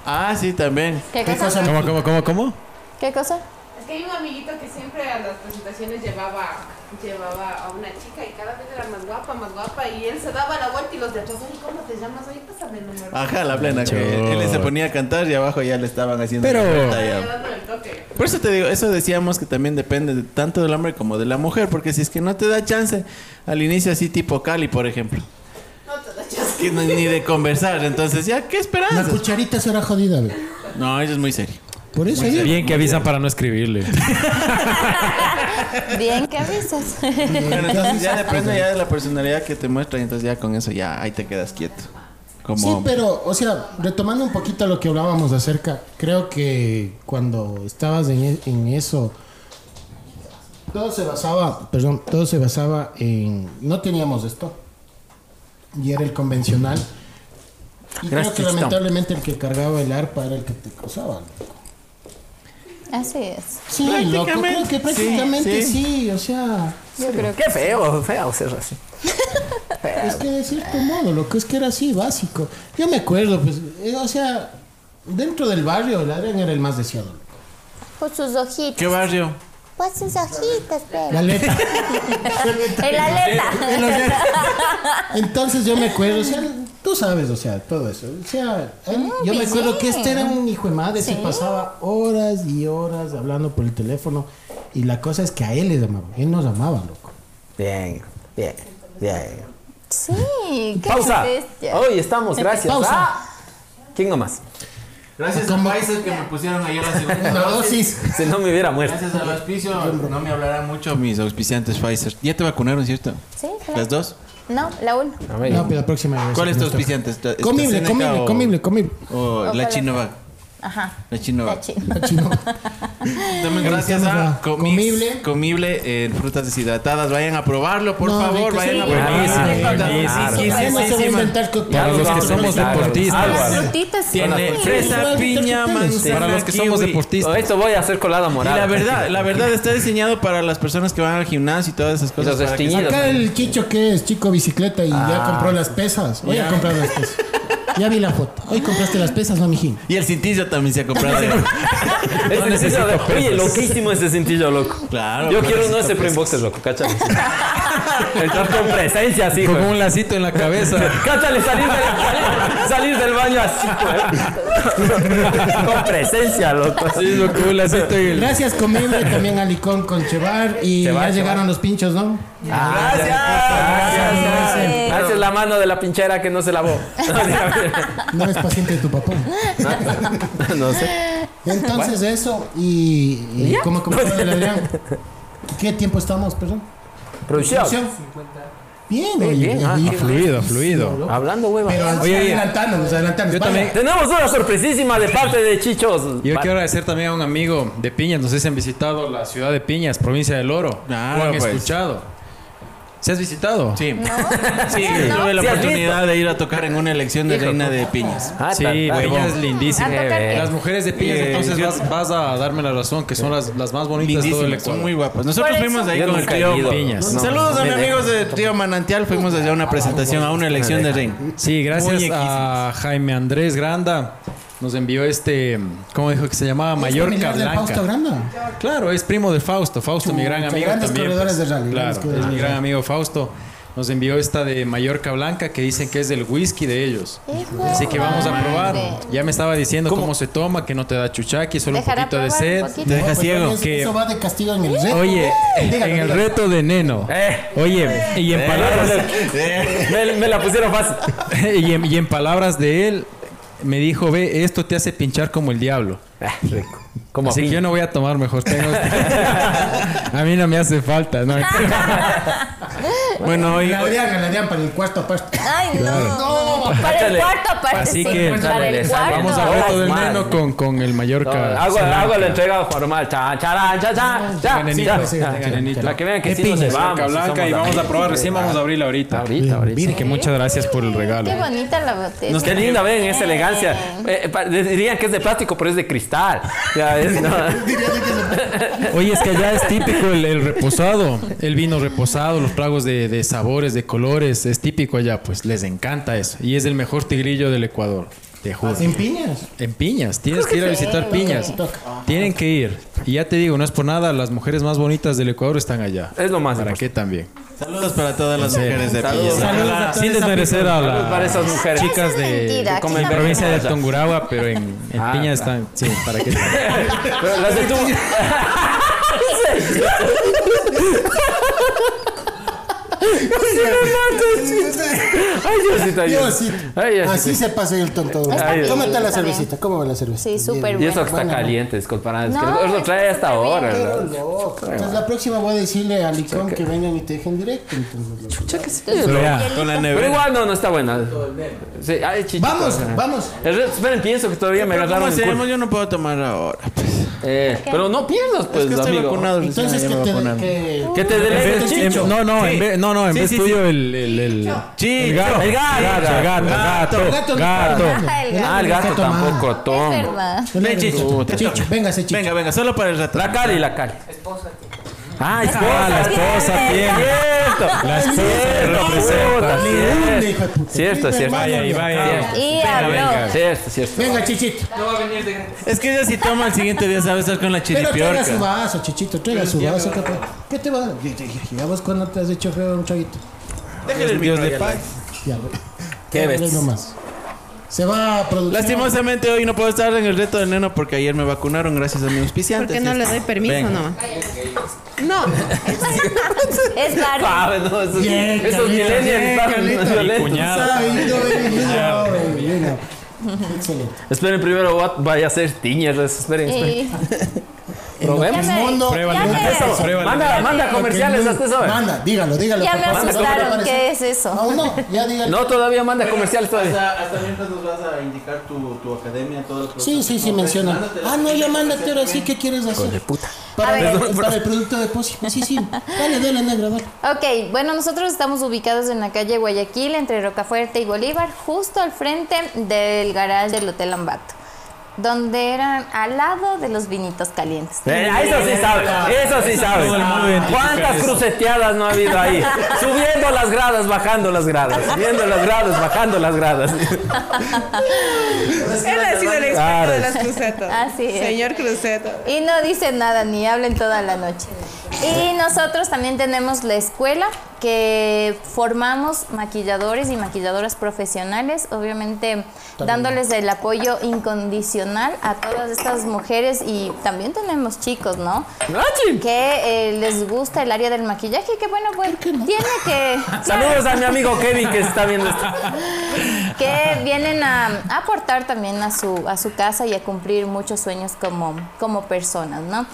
A: Ah, sí, también.
D: ¿Qué
B: ¿Qué
D: cosa?
B: cosa?
E: ¿Cómo, cómo, cómo, cómo?
D: ¿Qué cosa?
I: Es que hay un amiguito que siempre a las presentaciones llevaba, llevaba a una chica y cada vez era más guapa, más guapa y él se daba la vuelta y los de atrás, "Oye, ¿cómo te llamas? Oye, pásame el número.
A: Ajá, la plena. Que él se ponía a cantar y abajo ya le estaban haciendo.
E: Pero-
A: la vuelta ya.
I: Ya dándole el toque.
A: Por eso te digo, eso decíamos que también depende de- tanto del hombre como de la mujer, porque si es que no te da chance al inicio así tipo Cali, por ejemplo. Que no- ni de conversar, entonces ya, ¿qué
B: La
A: esperanzas?
B: cucharita será jodida, ve.
A: No, eso es muy serio.
B: Por eso digo.
E: Bien que avisan para no escribirle.
D: Bien, ¿qué avisas?
A: Bueno, entonces ya depende ya de la personalidad que te muestra, entonces ya con eso ya ahí te quedas quieto. Como
B: Sí,
A: hombre.
B: pero, o sea, retomando un poquito lo que hablábamos acerca, creo que cuando estabas en, e- en eso, todo se basaba, perdón, todo se basaba en, no teníamos esto, y era el convencional. Y
A: Gracias,
B: creo que
A: Tom.
B: lamentablemente el que cargaba el arpa era el que te cruzaba.
D: Así es.
B: Sí, loco, creo que prácticamente
A: sí.
B: sí, o sea,
D: Yo creo que
C: Qué feo, feo ser así.
B: es que de cierto modo, lo que es que era así, básico. Yo me acuerdo, pues, eh, o sea, dentro del barrio, el Adrián era el más deseado.
D: por sus ojitos.
A: ¿Qué barrio?
J: Pues sus ojitos, pero.
B: La aleta.
D: El aleta.
B: El aleta. Entonces yo me acuerdo, o sea, tú sabes, o sea, todo eso. O sea, él-
D: Mm,
B: yo me
D: bien.
B: acuerdo que este era un hijo de madre, se
D: Sí.
B: pasaba horas y horas hablando por el teléfono. Y la cosa es que a él les amaban, él nos amaba, loco.
C: Bien, bien, bien.
D: Sí, qué
C: Pausa.
D: bestia.
C: Hoy estamos, gracias.
B: Pausa.
C: Ah, ¿Quién nomás?
A: Gracias a países que me pusieron ayer la segunda
B: La
A: dosis.
B: dosis.
C: Si no me hubiera muerto.
A: Gracias al auspicio, no me hablarán mucho mis auspiciantes Pfizer. ¿Ya te vacunaron, cierto?
D: Sí, claro.
A: ¿Las dos?
D: No, la uno.
B: No, pero la próxima vez.
A: ¿Cuál es tu Este,
B: nuestra-
A: auspiciante? ¿Esta- esta
B: Comible,
A: Seneca
B: comible,
A: o-
B: comible, comible.
A: O la
D: Ojalá.
A: Chinovac.
D: Ajá.
A: La Chinovac.
D: La chino.
B: Chino.
A: También
B: Ahí
A: gracias
B: estamos,
A: a
B: va.
A: Comible.
B: Comible.
A: Comible eh, frutas deshidratadas. Vayan a probarlo, por
B: No,
A: favor.
B: rico,
A: Vayan
B: sí.
A: a
C: Buenísimo,
A: probarlo.
C: buenísimo.
B: Además, se va a
A: Riquísimo.
B: inventar cócteles.
C: Ya los
E: los que
C: vamos a
E: somos
C: invitar.
E: deportistas.
D: Las
C: Álvaro.
D: frutitas sí.
E: Tiene fresa, piña, manzana,
A: Para los
E: que somos
A: kiwi.
E: deportistas.
C: Oh, Esto voy a hacer colada
A: Y
C: morada.
A: la verdad, la verdad está diseñado para las personas que van al gimnasio y todas esas cosas.
C: los
A: para que-
C: destiñidos.
B: Acá el Quicho que es chico bicicleta y
A: Ah.
B: ya compró las pesas. Voy a comprar las pesas. Ya vi la foto. Hoy compraste las pesas, no, mijín.
A: Y el cintillo también se ha comprado.
C: Este cintillo de- Oye, loquísimo ese cintillo, loco.
A: Claro,
C: Yo
A: pero
C: quiero uno de ese
A: necesito
C: Prime Boxer, loco, cáchale. *laughs* Entrar con presencia así,
E: Con
C: güey.
E: un lacito en la cabeza.
C: Cáchale, salir del, salir, salir del baño así, güey. *laughs* Con presencia, loco.
E: Sí, loco, un lacito y el...
B: Gracias,
E: *laughs*
B: comible, también a Licón con Chevar. Y
C: Chevar, Chevar.
B: ya llegaron los pinchos, ¿no?
C: Gracias. Ah, Gracias. Gracias. Gracias la mano de la pinchera que no se *laughs* lavó.
B: No eres paciente de tu papá.
C: no sé.
B: Entonces, eso. Y, y como
E: *laughs*
B: compró el Adrián. ¿Qué tiempo estamos, perdón?
C: Producción.
B: Bien,
C: Bien,
B: oye,
C: bien, ah,
B: y-
C: qué
E: Fluido, fluido.
C: Hablando, hueva.
B: Pero
E: Oye, oye.
B: adelantando, nos adelantando.
E: Yo
B: Vaya.
E: también-
C: Tenemos una sorpresísima de parte de Chichos.
E: Yo
C: Va-
E: quiero agradecer también a un amigo de Piñas. No sé si han visitado la ciudad de Piñas, provincia del Oro.
B: Ah,
A: Claro,
E: o han
A: pues.
E: escuchado. ¿Se has visitado?
A: Sí. Sí, tuve la
C: ¿Sí has
A: oportunidad de ir a tocar en una elección de Reina de Piñas.
C: Ah,
E: Sí,
C: tan- tan-
E: Piñas es lindísima.
D: ¿A tocar qué?
E: Las mujeres de Piñas,
A: Eh,
E: entonces
A: yo-
E: vas, vas a darme la razón, que son las, las más bonitas de todo
A: Lindísimas,
E: el
A: son
E: Ecuador.
A: muy guapas. Nosotros
D: Por eso-
A: fuimos ahí
C: Yo
A: con el
C: nunca he
A: trío
C: ido.
E: Piñas.
A: No, Saludos a mis amigos de Trío Manantial. Fuimos allá a una presentación, a una elección de Reina.
E: Sí, gracias
A: Muy
E: a Jaime Andrés Granda. Nos envió este, ¿cómo dijo que se llamaba? Mallorca
B: Familiar de Fausto
E: Blanca.
B: Granda.
E: Claro, es primo de Fausto. Fausto, mi gran
B: Chuta,
E: amigo.
B: grandes
E: también,
B: corredores
E: pues.
B: de rally,
E: Claro,
B: grandes corredores
E: es mi
B: de
E: gran
B: rally.
E: amigo Fausto. Nos envió esta de Mallorca Blanca que dicen que es del whisky de ellos.
D: Hijo
E: Así que vamos a
D: madre.
E: probar. Ya me estaba diciendo cómo, se toma, que no te da chuchaqui, solo un
D: Dejará
E: poquito de
D: probar un
E: sed.
D: poquito.
A: Te deja
B: Pues
A: ciego.
B: también
E: que-
B: Eso va de castigo en el reto.
E: Oye, en el reto de Neno.
C: Eh.
E: Oye, y en palabras *laughs*
C: *laughs* Eh, me, me la pusieron fácil.
E: y, en, y en palabras de él, me dijo, ve, esto te hace pinchar como el diablo.
C: Ah, rico. Como
E: Así que
C: piña.
E: yo no voy a tomar mejor. Tengo...
C: *laughs*
E: este. a mí no me hace falta. No,
A: Bueno, hoy,
B: La Adrián, la Adrián para el cuarto parte.
D: Ay, no. Para el
C: Cáchale.
D: cuarto aparte. sí,
E: Así que
D: para el cuarto.
E: vamos al
C: Ahora
E: reto del
C: mal.
E: neno con, con el Mallorca.
C: Hago, hago la
E: Salamanca.
C: entrega formal. Cha, cha, cha, cha, cha.
E: Venenito,
C: Sí, ya.
E: sí, venenito.
C: Para que vean que
E: Qué
C: sí nos
E: piña,
C: llevamos.
E: Blanca,
C: sí
E: Blanca,
C: somos
E: y vamos a
C: amigos.
E: probar. Recién vamos a abrirla ahorita.
C: Ahorita, ahorita.
E: Así que muchas gracias por el regalo.
D: Qué bonita la botella.
C: Qué linda, ven, esa elegancia. Eh, pa- dirían que es de plástico, pero es de cristal. Ya es, no.
E: Oye, es que allá es típico el, el reposado, el vino reposado, los tragos de, de sabores, de colores, es típico allá, pues les encanta eso. Y es el mejor tigrillo del Ecuador, te juro.
B: En piñas.
E: En Piñas, tienes Ah, que ir a visitar Piñas. Tienen que ir. Y ya te digo, no es por nada, las mujeres más bonitas del Ecuador están allá.
C: Es lo más
E: ¿Para
C: importante.
E: qué también?
A: saludos para todas las mujeres de Piñas.
E: Sin desmerecer a
C: Saludos para
E: las
C: esas mujeres.
E: chicas de
D: Mentira,
C: como
D: aquí
C: el
D: no-
E: provincia de
C: Ah,
E: Tungurahua, pero en, en
C: Ah,
E: Piñas están... Sí, ¿para *laughs* qué?
C: Pero las de tu- Ay, Diosito, ay,
B: Diosito.
C: Ay, Diosito.
B: Así se pasa el tonto.
D: Está bien,
B: Tómate la
D: está bien.
B: cervecita. ¿Cómo va la cervecita?
D: Sí, súper
C: Y
D: bien.
C: eso que está
B: Bueno.
C: caliente, disculpa. Es que
D: No,
C: lo trae hasta
D: está bien.
C: ahora.
B: Pero
C: ¿verdad?
B: loco. Entonces la próxima voy a decirle a Licón que vengan y te dejen directo. entonces, loco.
E: Pero ya,
A: Con la
C: Pero
A: nevera.
C: igual no, no está buena. Sí, ay, chichito.
B: Vamos,
C: Ajá.
B: vamos.
C: El resto- esperen, pienso que todavía me
A: Pero ¿Cómo
C: agarraron el
A: hacemos?
C: culo.
A: Yo no puedo tomar ahora. pues.
C: Eh, Pero no pierdas, pues,
A: Es que estoy
C: amigo.
A: vacunado. recién
B: Entonces
A: ayer
B: que
A: me
B: te...
A: vacunaron.
B: que-
C: Que te
E: En
C: deleite el
E: vez-
C: chicho.
E: en- no, no, en vez, no, no, en
A: Sí,
E: vez
A: sí,
E: tuyo el, el, el-
A: Chicho.
E: el gato,
C: El gato.
E: gato, gato, gato,
B: Gato,
E: gato.
D: Ah, el gato.
C: Ah, el gato
B: Toma.
C: tampoco,
D: Es
C: Tom.
D: verdad.
B: Ven,
A: Ven, Chicho.
B: Chicho, véngase, Chicho.
A: Venga, venga, solo para el rato.
C: La Cali, la Cali. Ah, esposa,
E: Ah, la esposa tiene.
C: Cierto.
E: La esposa
C: Cierto,
E: representa.
C: puta,
E: Ni
C: cierto.
A: una, hijo de puta.
C: Cierto, cierto.
E: Vaya y vaya.
D: Y
E: Venga,
D: habló.
E: venga.
C: Cierto, cierto.
B: Venga, Chichito.
A: Es que ella si toma el siguiente día sabe estar con la
B: Pero traiga su
A: chiripiorca.
B: vaso, Chichito. Traiga su vaso. capaz. ¿Qué te va a dar? Ya, ya, ya, Ya vos cuando te has hecho feo un chavito.
A: Déjale el
E: Dios
A: micro
E: le
A: ahí al
E: pague.
A: lado.
B: Ya, güey.
C: ¿Qué
B: Ya,
C: ves?
B: güey, nomás. Se va a producir.
A: Lastimosamente hoy no puedo estar en el reto del neno porque ayer me vacunaron gracias a mi
G: ¿Por
A: auspiciante.
G: qué no
A: así
G: le
A: es.
G: doy permiso
A: Venga.
G: nomás? No,
D: Es Barbie.
C: Ah, no, esos,
B: Bien,
C: esos
B: Carlita, bien,
C: millennials estaban
B: Carlita.
C: violentos.
E: Cuñado.
B: Sabido, Ah, venido, venido. Excelente.
C: Esperen primero, what- vaya a ser tiñas. Esperen, esperen.
D: Y-
C: Probemos.
D: Eh, ya me-
B: mundo-
D: ya
E: Pruébale,
D: me-
E: eso, pruébale.
C: Manda, manda comerciales hasta eso.
B: Manda, dígalo, dígalo.
D: Ya
B: por
D: me
B: favor.
D: asustaron. ¿Qué es eso?
B: Aún no, ya dígalo.
C: No, todavía manda comerciales todavía.
A: Hasta, hasta mientras nos vas a indicar tu, tu academia, todo el proceso.
B: Sí, sí, sí, menciona. Ah, no, ya mándate ahora sí, ¿qué quieres hacer? Para,
D: A ver.
B: el, para el producto de Posi. Sí, sí, dale, dale, negro, dale.
D: Ok, bueno, nosotros estamos ubicados en la calle Guayaquil, entre Rocafuerte y Bolívar, justo al frente del garage del Hotel Ambato, donde eran al lado de los vinitos calientes.
C: Eh, eso sí sabe, eso sí sabe.
E: Todo el mundo identifica
C: ¿Cuántas
E: eso.
C: cruceteadas no ha habido
E: *laughs*
C: ahí? Subiendo las gradas, bajando las gradas, subiendo las gradas, bajando las gradas.
G: él ha sido el experto
C: Claro.
G: de las crucetas.
I: Ah,
D: Así es.
G: Señor crucetas.
D: Y no dicen nada ni hablan toda la noche. Y nosotros también tenemos la escuela que formamos maquilladores y maquilladoras profesionales, obviamente dándoles el apoyo incondicional a todas estas mujeres y también tenemos chicos, ¿no?
C: Nachi.
D: Que eh, les gusta el área del maquillaje, que bueno, pues tiene que...
C: Saludos a mi amigo Kevin que está viendo esto.
D: *laughs* que vienen a, a aportar también a su, a su casa y a cumplir muchos sueños como, como personas, ¿no?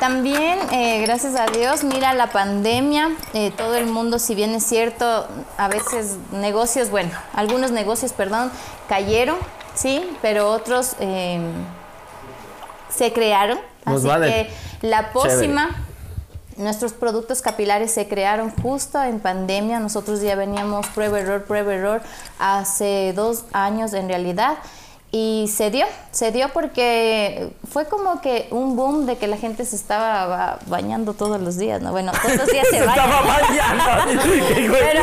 D: También, eh, gracias a Dios, mira la pandemia, eh, todo el mundo, si bien es cierto, a veces negocios, bueno, algunos negocios, perdón, cayeron, sí, pero otros eh, se crearon.
C: Nos
D: así
C: va de-
D: que la pócima...
C: Chévere.
D: Nuestros productos capilares se crearon justo en pandemia. Nosotros ya veníamos prueba, error, prueba, error hace dos años en realidad. Y se dio, se dio porque fue como que un boom de que la gente se estaba ba- bañando todos los días, ¿no? Bueno, todos los días
C: *laughs*
D: se
C: Estaba
D: bañan. *laughs*
C: bañando. Qué hijo de-
D: Pero,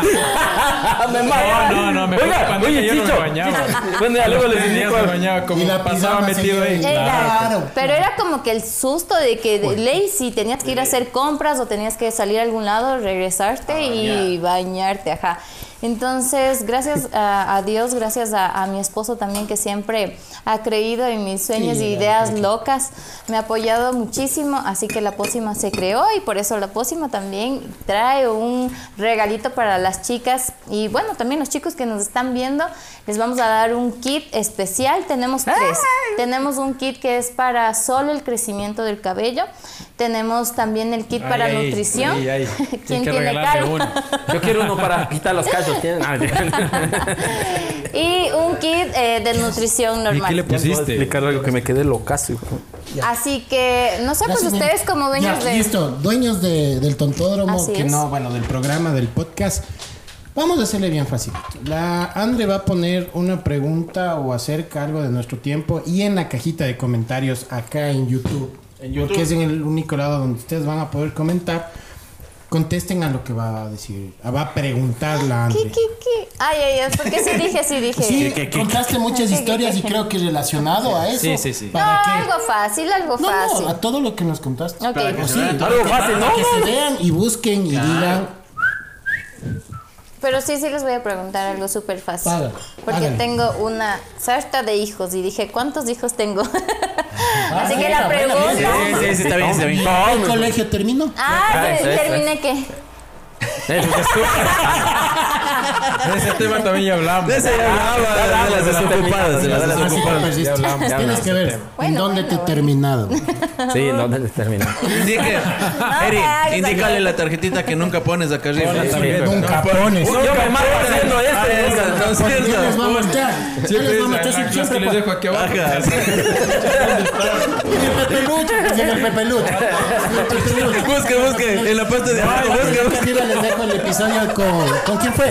C: *laughs* Me mata.
E: No, no, no, me fui a
C: Oiga,
E: pandemia,
C: oye,
E: yo no me
C: Chicho.
E: bañaba.
C: Chicho, Bueno, ya luego les
E: Tenía
C: indico.
E: se bañaba como
B: Y la
E: pasaba
B: pijama seguía
E: metido ahí.
B: ahí.
D: era-
B: Claro.
D: pero era como que el susto de que de ley si tenías que ir a hacer compras o tenías que salir a algún lado, regresarte
B: Ah,
D: y bañarte, ajá. Entonces, gracias a, a Dios, gracias a, a mi esposo también que siempre ha creído en mis sueños
B: Sí,
D: y ideas locas, me ha apoyado muchísimo, así que la pócima se creó y por eso la pócima también trae un regalito para las chicas y bueno, también los chicos que nos están viendo, les vamos a dar un kit especial, tenemos tres. Tenemos un kit que es para solo el crecimiento del cabello, tenemos también el kit
E: Ay,
D: para
E: ay,
D: nutrición.
E: ay, ay.
D: *laughs* ¿Quién
E: Tienes que
D: tiene
E: regalarme
D: cara?
E: uno.
C: Yo quiero uno para quitar los cachos. ¿tienen? Ah,
D: *laughs*
C: *laughs*
D: Y un kit eh, de nutrición
E: ¿Y qué le
D: normal.
E: pusiste?
C: explicar algo que me quedé locazo. hijo.
D: Así que, no sé, pues
B: Gracias,
D: ustedes
B: nene.
D: como dueños
B: Ya,
D: de...
B: Listo, dueños de- del tontódromo,
D: Así
B: que
D: es.
B: no, bueno, del programa, del podcast. Vamos a hacerle bien fácil. La Andre va a poner una pregunta o hacer cargo de nuestro tiempo y en la cajita de comentarios acá en YouTube, porque es en el único lado donde ustedes van a poder comentar. Contesten a lo que va a decir, a- va a preguntar la Andre.
D: ¿Qué, qué, qué? Ay, ay, ay, porque sí dije, sí dije.
B: Sí, contaste muchas historias y creo que relacionado a eso.
E: Sí, sí, sí.
D: No,
B: ¿Para qué?
D: algo fácil, algo
B: No,
D: fácil.
B: no, a todo lo que nos contaste.
D: Ok. Para que
B: O
D: se
B: sí,
C: Algo fácil, ¿no?
B: que se vean y busquen y digan.
D: Pero sí, sí les voy a preguntar algo súper fácil.
B: Hágalo,
D: porque
B: hágalo.
D: tengo una sarta de hijos y dije, ¿cuántos hijos tengo? *laughs* Así que
B: buena,
D: la
B: buena,
D: pregunta...
A: Sí, sí, sí, está bien, está bien.
B: ¿El colegio terminó?
D: Ah,
C: Eso,
D: te-
C: eso,
D: terminé que...
E: De ese tema también ya hablamos.
A: De ese ya hablaba, de las desocupadas, de las
B: Así que
A: desocupadas.
B: perdiste. pues, Tienes
C: hablamos
B: que ver en
D: Bueno,
B: dónde
D: bueno,
B: te he
D: bueno.
C: *laughs*
B: terminado.
C: Sí, ¿en ¿dónde les terminó?
A: Indique,
C: Ah,
A: Eri,
D: hagas,
A: indícale la tarjetita que nunca pones acá arriba.
E: Ponla
A: Sí,
E: también.
A: pero-
B: Nunca
A: pon-
B: pones.
C: pues, Yo pues, me mato haciendo este.
A: Nunca,
C: esa.
A: no es
B: Porque
A: cierto.
B: yo les va a mostrar. Yo
E: Siempre
B: les va a
E: es
B: mostrar
E: la- las que
B: siempre
E: les dejo aquí abajo.
A: Ajá.
B: En el pepelucho. En el
C: *laughs*
B: pepelucho. En el pepelucho.
A: Busque, busque, en la parte de abajo, busque, busque.
B: Arriba les dejo el episodio con... ¿Con quién fue?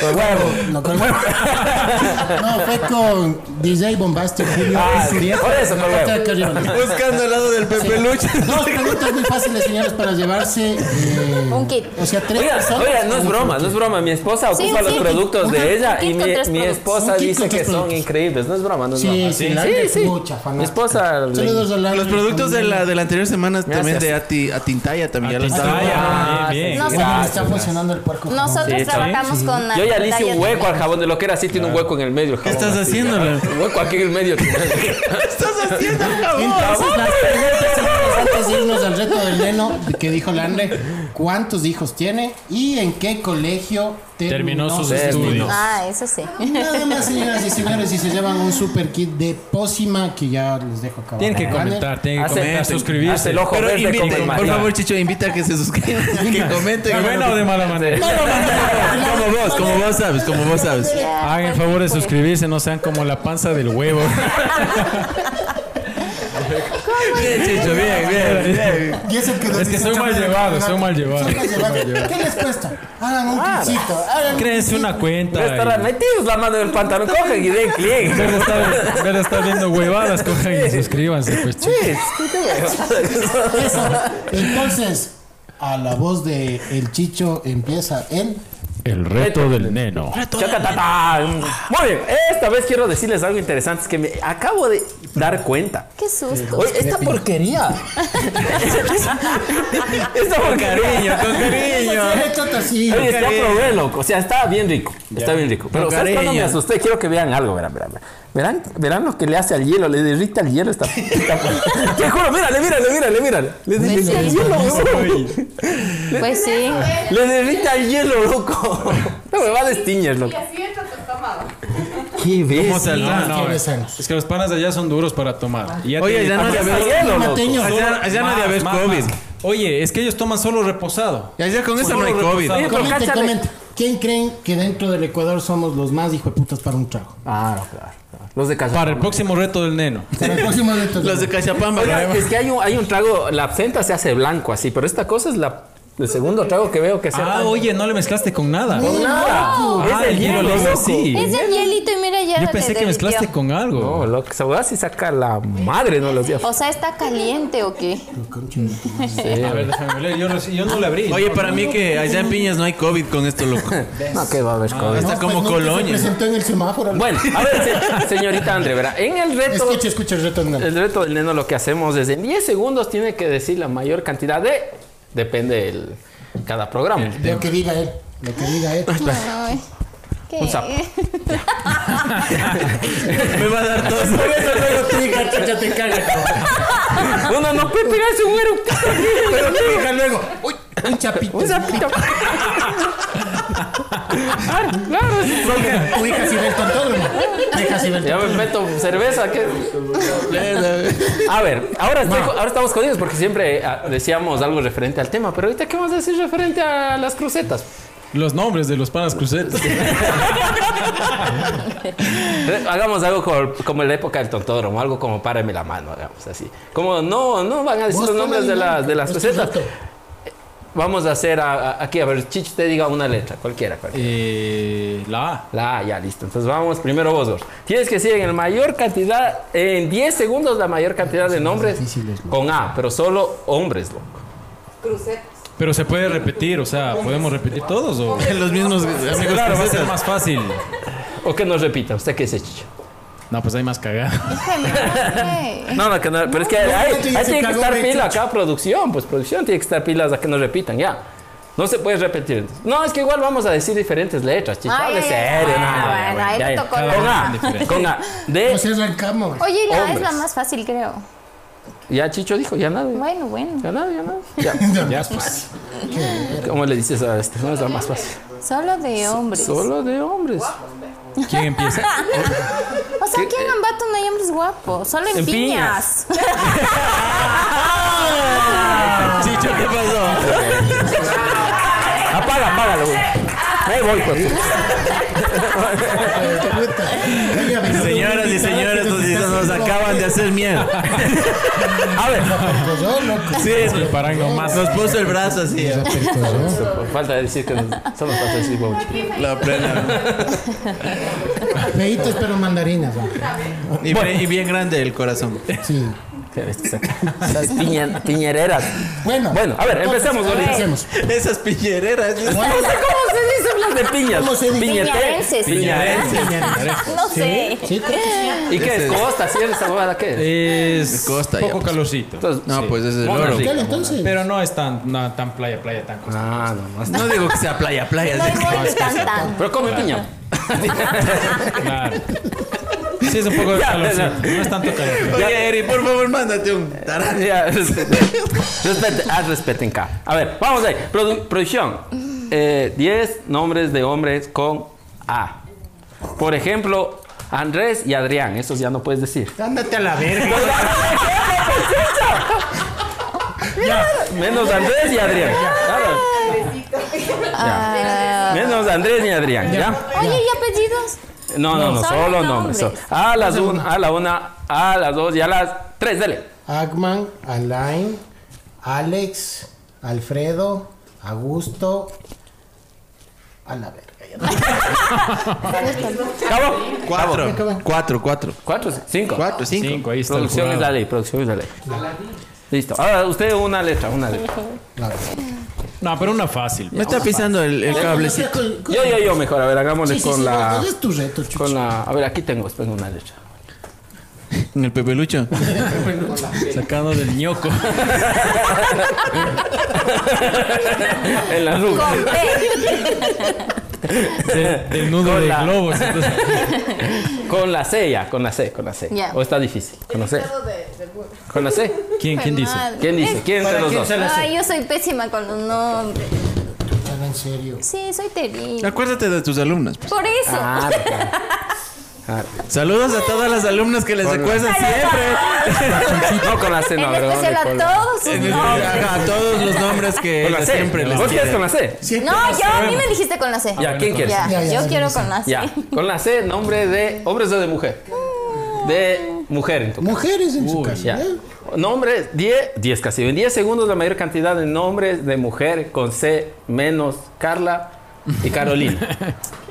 C: Con huevo.
B: No, con- No, fue con DJ Bombastic Julio
C: Ah,
B: Julieta,
C: por eso,
B: la
C: con
B: carta
C: huevo.
B: de Carrión.
A: Buscando al lado del Pepe Lucho.
B: Dos preguntas muy fáciles, señores, para llevarse. eh,
D: Un kit.
B: O sea, tres
C: Oiga,
B: personas.
C: oiga, no es broma, no es broma. Mi esposa
D: Sí,
C: ocupa
D: sí,
C: los
D: un
C: productos
D: kit,
C: de
D: un
C: ella
D: kit
C: y
D: con
C: mi,
D: tres
C: mi
D: productos.
C: esposa
B: Un kit
C: dice
B: con
C: que
B: tres
C: son
B: productos.
C: increíbles. No es broma, no es
B: Sí,
C: broma.
B: sí, la gente es mucha
C: Mi
B: fanática.
C: esposa. le-
B: Saludos a Lalo.
A: Los productos de la, de la anterior semana
C: Gracias.
A: también de Ati, Atintaya también ya lo
B: Atintaya.
A: estaba.
E: Ah,
C: Ah,
E: bien, bien.
D: No sé.
B: Oye, me está
E: Gracias.
B: funcionando el puerco.
D: Nosotros
C: Sí, está bien.
D: trabajamos con
C: Yo ya le hice
D: Atintaya
C: un hueco al
D: también.
C: jabón de lo que era, sí tiene un hueco en el medio. El
A: ¿Qué
C: jabón,
A: estás
C: así.
A: haciendo?
C: Un hueco aquí en el medio.
A: ¿Qué estás haciendo, cabrón?
B: Entonces, las preguntas señores, antes de irnos al reto del neno que dijo Landre, ¿cuántos hijos tiene y en qué colegio
E: Terminó sus
C: Terminó.
E: estudios.
D: Ah, eso sí.
B: Nada más, señoras y señores, y se llevan un super kit de pócima que ya les dejo acabar.
E: Tienen que
B: ¿Vale?
E: comentar, tienen que
C: Hace- hace-
E: comentar,
C: hace
E: suscribirse.
C: el ojo
A: Pero
C: verde como el
A: inviten, por
C: María.
A: favor, Chicho, invita a que se *laughs* suscriban, que comenten.
E: ¿De buena o de mala manera?
A: Ah, Como vos, como vos sabes, como vos sabes.
E: Hagan favor de
D: Pues,
E: suscribirse, no sean como la panza del huevo.
A: Bien, Chicho, *laughs* bien, bien, bien.
B: Y eso que
E: Es que soy mal llevado, soy mal llevado.
B: Soy mal llevado. ¿Qué les cuesta? Hagan un kitcito. hagan un
E: Créense
B: kitcito.
E: una cuenta. y-
C: Estarán metidos la mano en el pantalón, cogen y den clic.
E: En vez de estar, en vez de estar viendo huevadas, cojan y suscríbanse, pues chicos.
B: Eso. Entonces, a la voz de El Chicho empieza en.
E: El reto del neno.
C: Chacatatán. Mm. Muy bien, esta vez quiero decirles algo interesante, es que me acabo de dar cuenta.
D: Qué susto.
C: Oye, esta
A: *laughs*
C: porquería. *laughs* esta porquería.
A: Con cariño.
B: Échate así.
C: Oye, está probé, loco. O sea, está bien rico. Está bien rico. Pero
A: Con
C: ¿sabes cuándo me
A: cariño.
C: asusté? Quiero que vean algo. Verán, verán. Verán, verán lo que le hace al hielo. Le derrita el hielo esta.
A: *laughs*
C: esta te juro, mírale, mírale, mírale, mírale. Le derrita el hielo, huevón.
D: Pues sí.
C: Le derrita el hielo, loco. *laughs* No me va a destiñes,
I: Y
C: loco.
I: así entra tu estómago.
C: ¿Qué ves?
E: ¿Cómo saldrá?
B: no,
E: No,
B: eh.
E: es que los panas de allá son duros para tomar. Y
A: Oye,
E: te-
A: ya no
E: Ah,
A: le
C: Está
A: veo-
C: hielo, loco.
B: Mateño,
A: Allá, allá no
E: más,
A: debe haber
E: más,
A: COVID.
E: más. Oye, es que ellos toman solo reposado.
A: Allá con eso no hay COVID.
C: Oye, pero
B: comente,
C: cáchale.
B: comente. ¿Quién creen que dentro del Ecuador somos los más hijo de putas para un trago?
C: Claro, claro. claro. Los de casa.
E: Para el próximo reto del neno.
B: Para el próximo reto.
A: Los de Cachapamba.
C: Oiga, es que hay un, hay un trago, la absenta se hace blanco así, pero esta cosa es la, el segundo trago que veo que se
E: Ah, oye, no le mezclaste con nada.
C: nada.
E: Ah,
C: es el
E: el hielo
C: hielo,
E: le hizo
C: loco.
E: así.
D: Es el hielito y mira ya.
E: Yo
D: te
E: pensé que
D: derritió.
E: mezclaste con
C: No,
E: algo.
C: lo que se va así saca la madre, no los días.
D: O sea, ¿está caliente o qué?
E: A ver, déjame leer. Yo, reci- yo no le abrí.
A: Oye, para mí que allá en Piñas no hay COVID con esto, loco.
C: No, que va a haber COVID.
A: Está como
B: Se
A: Colonia.
B: presentó en el semáforo.
C: Bueno, a ver, se- señorita André, verá, en el reto,
B: Escucha, escucha el reto. Hernán.
C: el reto del neno lo que hacemos es en 10 segundos tiene que decir la mayor cantidad de, depende el, cada programa.
B: Lo que diga él. Lo que diga él.
D: Ay, eh. ¿Qué?
C: Un sapo.
A: Me va a dar
E: *laughs*
A: tos.
C: *laughs* Uno no puede pegarse un eructito. Pero
B: Deja luego. Uy, un chapito.
C: Un sapito. claro, claro, sí.
B: Tu hija si ve el tontódromo. Tu hija si ve el
C: Ya me meto
B: tontódromo.
C: cerveza. ¿qué? A ver, ahora, estoy- ahora estamos jodidos porque siempre ah, decíamos algo referente al tema, pero ahorita ¿qué vamos a decir referente a las crucetas?
E: Los nombres de los panas
A: *laughs*
E: crucetas.
C: Re- Hagamos algo como, como la época del tontódromo, algo como páreme la mano, hagamos así. Como no, no van a decir
B: Vos
C: los
B: pon
C: nombres
B: la
C: de las, de las
B: dinámica, es tu
C: crucetas. Eh,
B: reto.
C: Vamos a hacer a- a- aquí, a ver, Chicho te diga una letra, cualquiera, cualquiera.
E: Eh, la A.
C: La, ya, listo. Entonces vamos, primero vos, Dor. Tienes que decir en el mayor cantidad, en 10 segundos, la mayor cantidad de nombres
B: difíciles, ¿no?
C: con A, pero solo hombres, loco.
I: Crucetas.
E: Pero se puede repetir, o sea, ¿podemos repetir todos o...?
A: *laughs* Los mismos amigos
E: Claro, va a ser
A: crucetas.
E: más fácil.
C: O que nos repita, ¿usted qué dice, Chicho?
E: No, pues hay
A: *laughs*
E: más cagada.
D: Híjole, ¿qué?
C: No, no, que no, pero es que hay,
B: no,
C: hay-
B: ya se
C: tiene que
B: cagó,
C: estar
B: ve,
C: pila
B: Chicho.
C: acá, producción, pues producción tiene que estar pilas a que nos repitan, ya. No se puede repetir. No, es que igual vamos a decir diferentes letras, Chicho.
D: Ay,
C: Hable
D: ay,
C: serio,
D: ay,
C: no,
D: bueno,
C: no, no,
D: ahí
C: ya,
D: le
C: ya.
D: tocó
E: la
C: Con A,
E: diferente.
C: con A. De,
B: Pues arrancamos.
D: Oye, la es
C: Hombres.
D: la más fácil, creo.
C: ya Chicho dijo, ya nada.
D: Bueno, bueno.
C: Ya nada, ya nada. Ya.
E: Ya, pues.
C: ¿Cómo le dices a este? No es la más fácil.
D: Solo de hombres.
C: Solo de hombres.
E: ¿Quién empieza?
D: O sea, aquí en Ambato no hay hombres guapos. Solo en,
C: En
D: piñas.
B: Ah.
A: Chicho, ¿qué pasó?
C: Apaga, apágalo, güey. Me voy, pues.
B: Venga, venga.
A: Señoras y señores, nos, nos acaban de hacer el miedo.
C: A ver.
B: Yo, loco.
C: Sí,
E: Y paran nomás.
A: Nos puso el brazo así.
B: Ya
A: ¿eh?
B: percolló.
C: Falta decir que solo falta decir guau.
A: La plena.
B: Feitos pero mandarinas. va.
A: Y, bien- y bien grande el corazón.
B: Sí.
C: Las piña- piñereras.
B: Bueno.
C: Bueno, a ver, empecemos,
B: entonces,
C: Lolita.
B: empecemos.
A: Esas piñereras.
B: Bueno,
C: ¿Cómo se dicen las de piñas?
B: ¿Cómo se dice?
C: Piñeteras.
D: Piñarenses.
C: Piñarenses.
D: *laughs* No sé.
B: sí, creo que sí.
C: ¿Y qué es? ¿Costa? ¿Sí es esa huevada qué es?
E: Es
A: Costa, ya,
E: poco
A: pues.
E: calorcito.
C: Entonces,
A: No,
C: sí.
A: pues es el
C: Mona
A: oro.
C: rica,
B: Dale,
C: mona.
B: entonces.
E: Pero no es tan, no, tan playa, playa, tan costa.
C: Ah, no,
A: No digo que sea playa, playa.
D: No hay
A: sí.
D: muy tan tan.
C: Pero come piña.
E: Claro. Sí, es un poco de
C: Ya,
E: calor.
C: ya.
E: No es tanto calor.
A: Oye, Eri, por favor, mándate un tarán.
C: *laughs* Ya, respete. Respete, haz respeten K. A ver, vamos ahí. Produ- producción. Eh, 10 nombres de hombres con A. Por ejemplo, Andrés y Adrián. Esos ya no puedes decir.
B: Ándate a la verga.
C: Menos Andrés y Adrián. Claro. Ya. Menos Andrés y Adrián, ¿ya?
D: Oye, ¿y apellidos?
C: No, no, no,
D: Solo
C: solo nombres.
D: nombres.
C: solo. A las una, a la una, a las dos y a las tres, dele.
B: Agman, Alain, Alex, Alfredo, Augusto. A la verga.
C: *laughs*
B: ya no.
C: ¿Cabo?
A: Cuatro.
B: acabó.
A: Cuatro, cuatro.
C: ¿Cuatro? ¿Cinco?
A: Cuatro, cinco.
E: Cinco, ahí está. el
C: Producción es la
E: jurado.
C: ley, producción es la ley. Listo. Ahora usted una letra, una letra.
B: Claro.
E: No, pero una fácil. pues.
A: Me está pisando el, el cablecito.
B: Con- con-
C: Yo, yo, yo mejor. A ver, hagámosle
B: Sí, sí,
C: con
B: sí,
C: la.
B: no, es tu reto, chucho.
C: Con la. A ver, aquí tengo, tengo una letra.
A: En el pepelucho.
E: Sacando del
C: *laughs* *laughs*
E: ñoco.
C: en la ruga.
D: Con P.
E: de- del nudo
C: Con
E: de
C: la-
E: globos. Entonces,
C: Con la C ya, con la C, con la C.
D: Ya.
C: O está difícil. Con la C. Con la C.
E: ¿Quién,
C: *laughs*
E: quién dice?
D: Mal.
C: ¿Quién dice? ¿Quién de los dos?
D: Ay, yo soy pésima con los nombres.
B: Chucha, en serio.
D: Sí, soy terrible.
A: Acuérdate de tus alumnas.
D: Por eso.
C: Ah, claro.
A: Saludos a todas las alumnas que les recuerdan siempre.
C: *laughs* No, con la C,
D: en
C: no, pero
D: especial
C: ¿dónde?
D: a
C: Con la-
D: todos sus nombres.
A: Ajá, todos los nombres que
C: Con la
A: ellas
C: C.
A: siempre les
C: ¿Vos quieres
A: quieren.
C: con la C?
D: No, yo a mí me dijiste con la C.
C: Ya, ¿quién quieres?
D: Ya,
B: Ya, ya,
D: yo
B: ya,
D: quiero
B: ya.
D: con la C.
C: Ya. Con la C, nombre de hombres o de mujer. De mujer en tu
B: Mujeres en su casa.
C: Ya.
B: ¿eh?
C: Nombres, 10, 10 casi. En 10 segundos la mayor cantidad de nombres de mujer con C menos Carla y Carolina.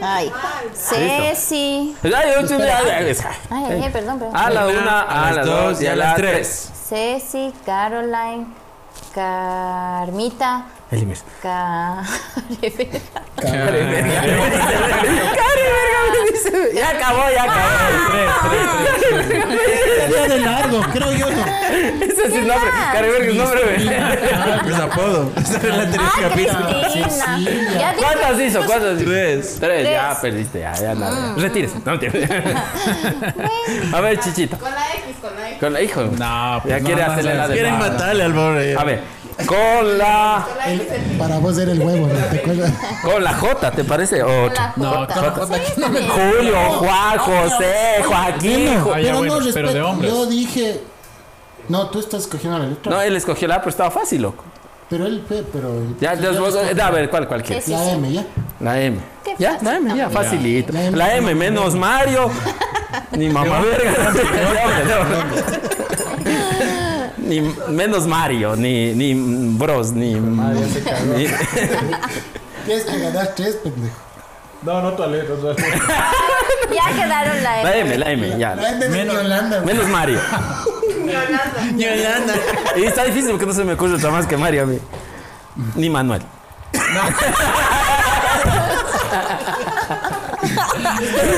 D: Ay, Ceci.
C: Ay, yo te- ay, ay, esa.
D: Ay, ay, ay, perdón, perdón.
C: A la una, a las dos y a las tres.
D: Ceci, Caroline, Carmita, Ca... *laughs*
C: Ya acabó, ya acabó.
B: Sería de largo, creo yo. no.
C: *laughs* Ese es el nombre. Cariberga es nombre.
A: *laughs*
C: güey.
A: Es *laughs* apodo. Esa es la
D: Ah,
A: tres capítulos.
D: Cristina. Ya
C: *laughs*
D: dije-
C: ¿Cuántas hizo? ¿Cuántas hizo?
A: Tres.
C: Tres, ya
D: Tres.
C: perdiste, ya, ya nada. Retírese, no entiendo. A ver, Chichito.
I: Con la X, con la X.
C: Con la hijo.
E: No, pues,
C: Ya quiere
E: no,
C: hacerle
E: no,
C: la de
A: Quieren
C: Barbie.
A: matarle al pobre.
C: A ver, con la
I: Con la X, el
B: Para vos era el huevo, ¿no? ¿Te acuerdas?
C: con la J, ¿te parece? O
D: La Jota. Sí, está bien.
C: Julio, Juan, José, Joaquín. Ju-
E: Ah, ya, bueno, pero
B: respeto,
E: de hombres.
B: Yo dije. No, tú estás cogiendo la letra.
C: No, él escogió la A, pero estaba fácil, loco.
B: Pero él, pe- pero.
C: Ya, ya, vos- eh, a ver, ¿cuál, cuál quieres?
D: Sí, sí,
B: La
D: sí.
B: M, ya.
C: La M.
D: Qué
C: Ya,
D: fácil,
C: la M, ya, facilito.
B: La M.
C: La M menos Mario. Ni mamá *laughs* verga. Ya, hombre, ya, hombre. Ni menos Mario, ni, ni Bros, ni. ni-
B: Tienes que ganar tres, pendejo.
H: No, no tu letra, tu letra.
D: Ya quedaron la
C: La M, la M,
B: La
C: ya.
B: M de Yolanda, güey.
C: Menos Mario.
A: Yolanda.
C: Y está difícil porque no se me ocurre otra más que Mario a mí. Ni Manuel.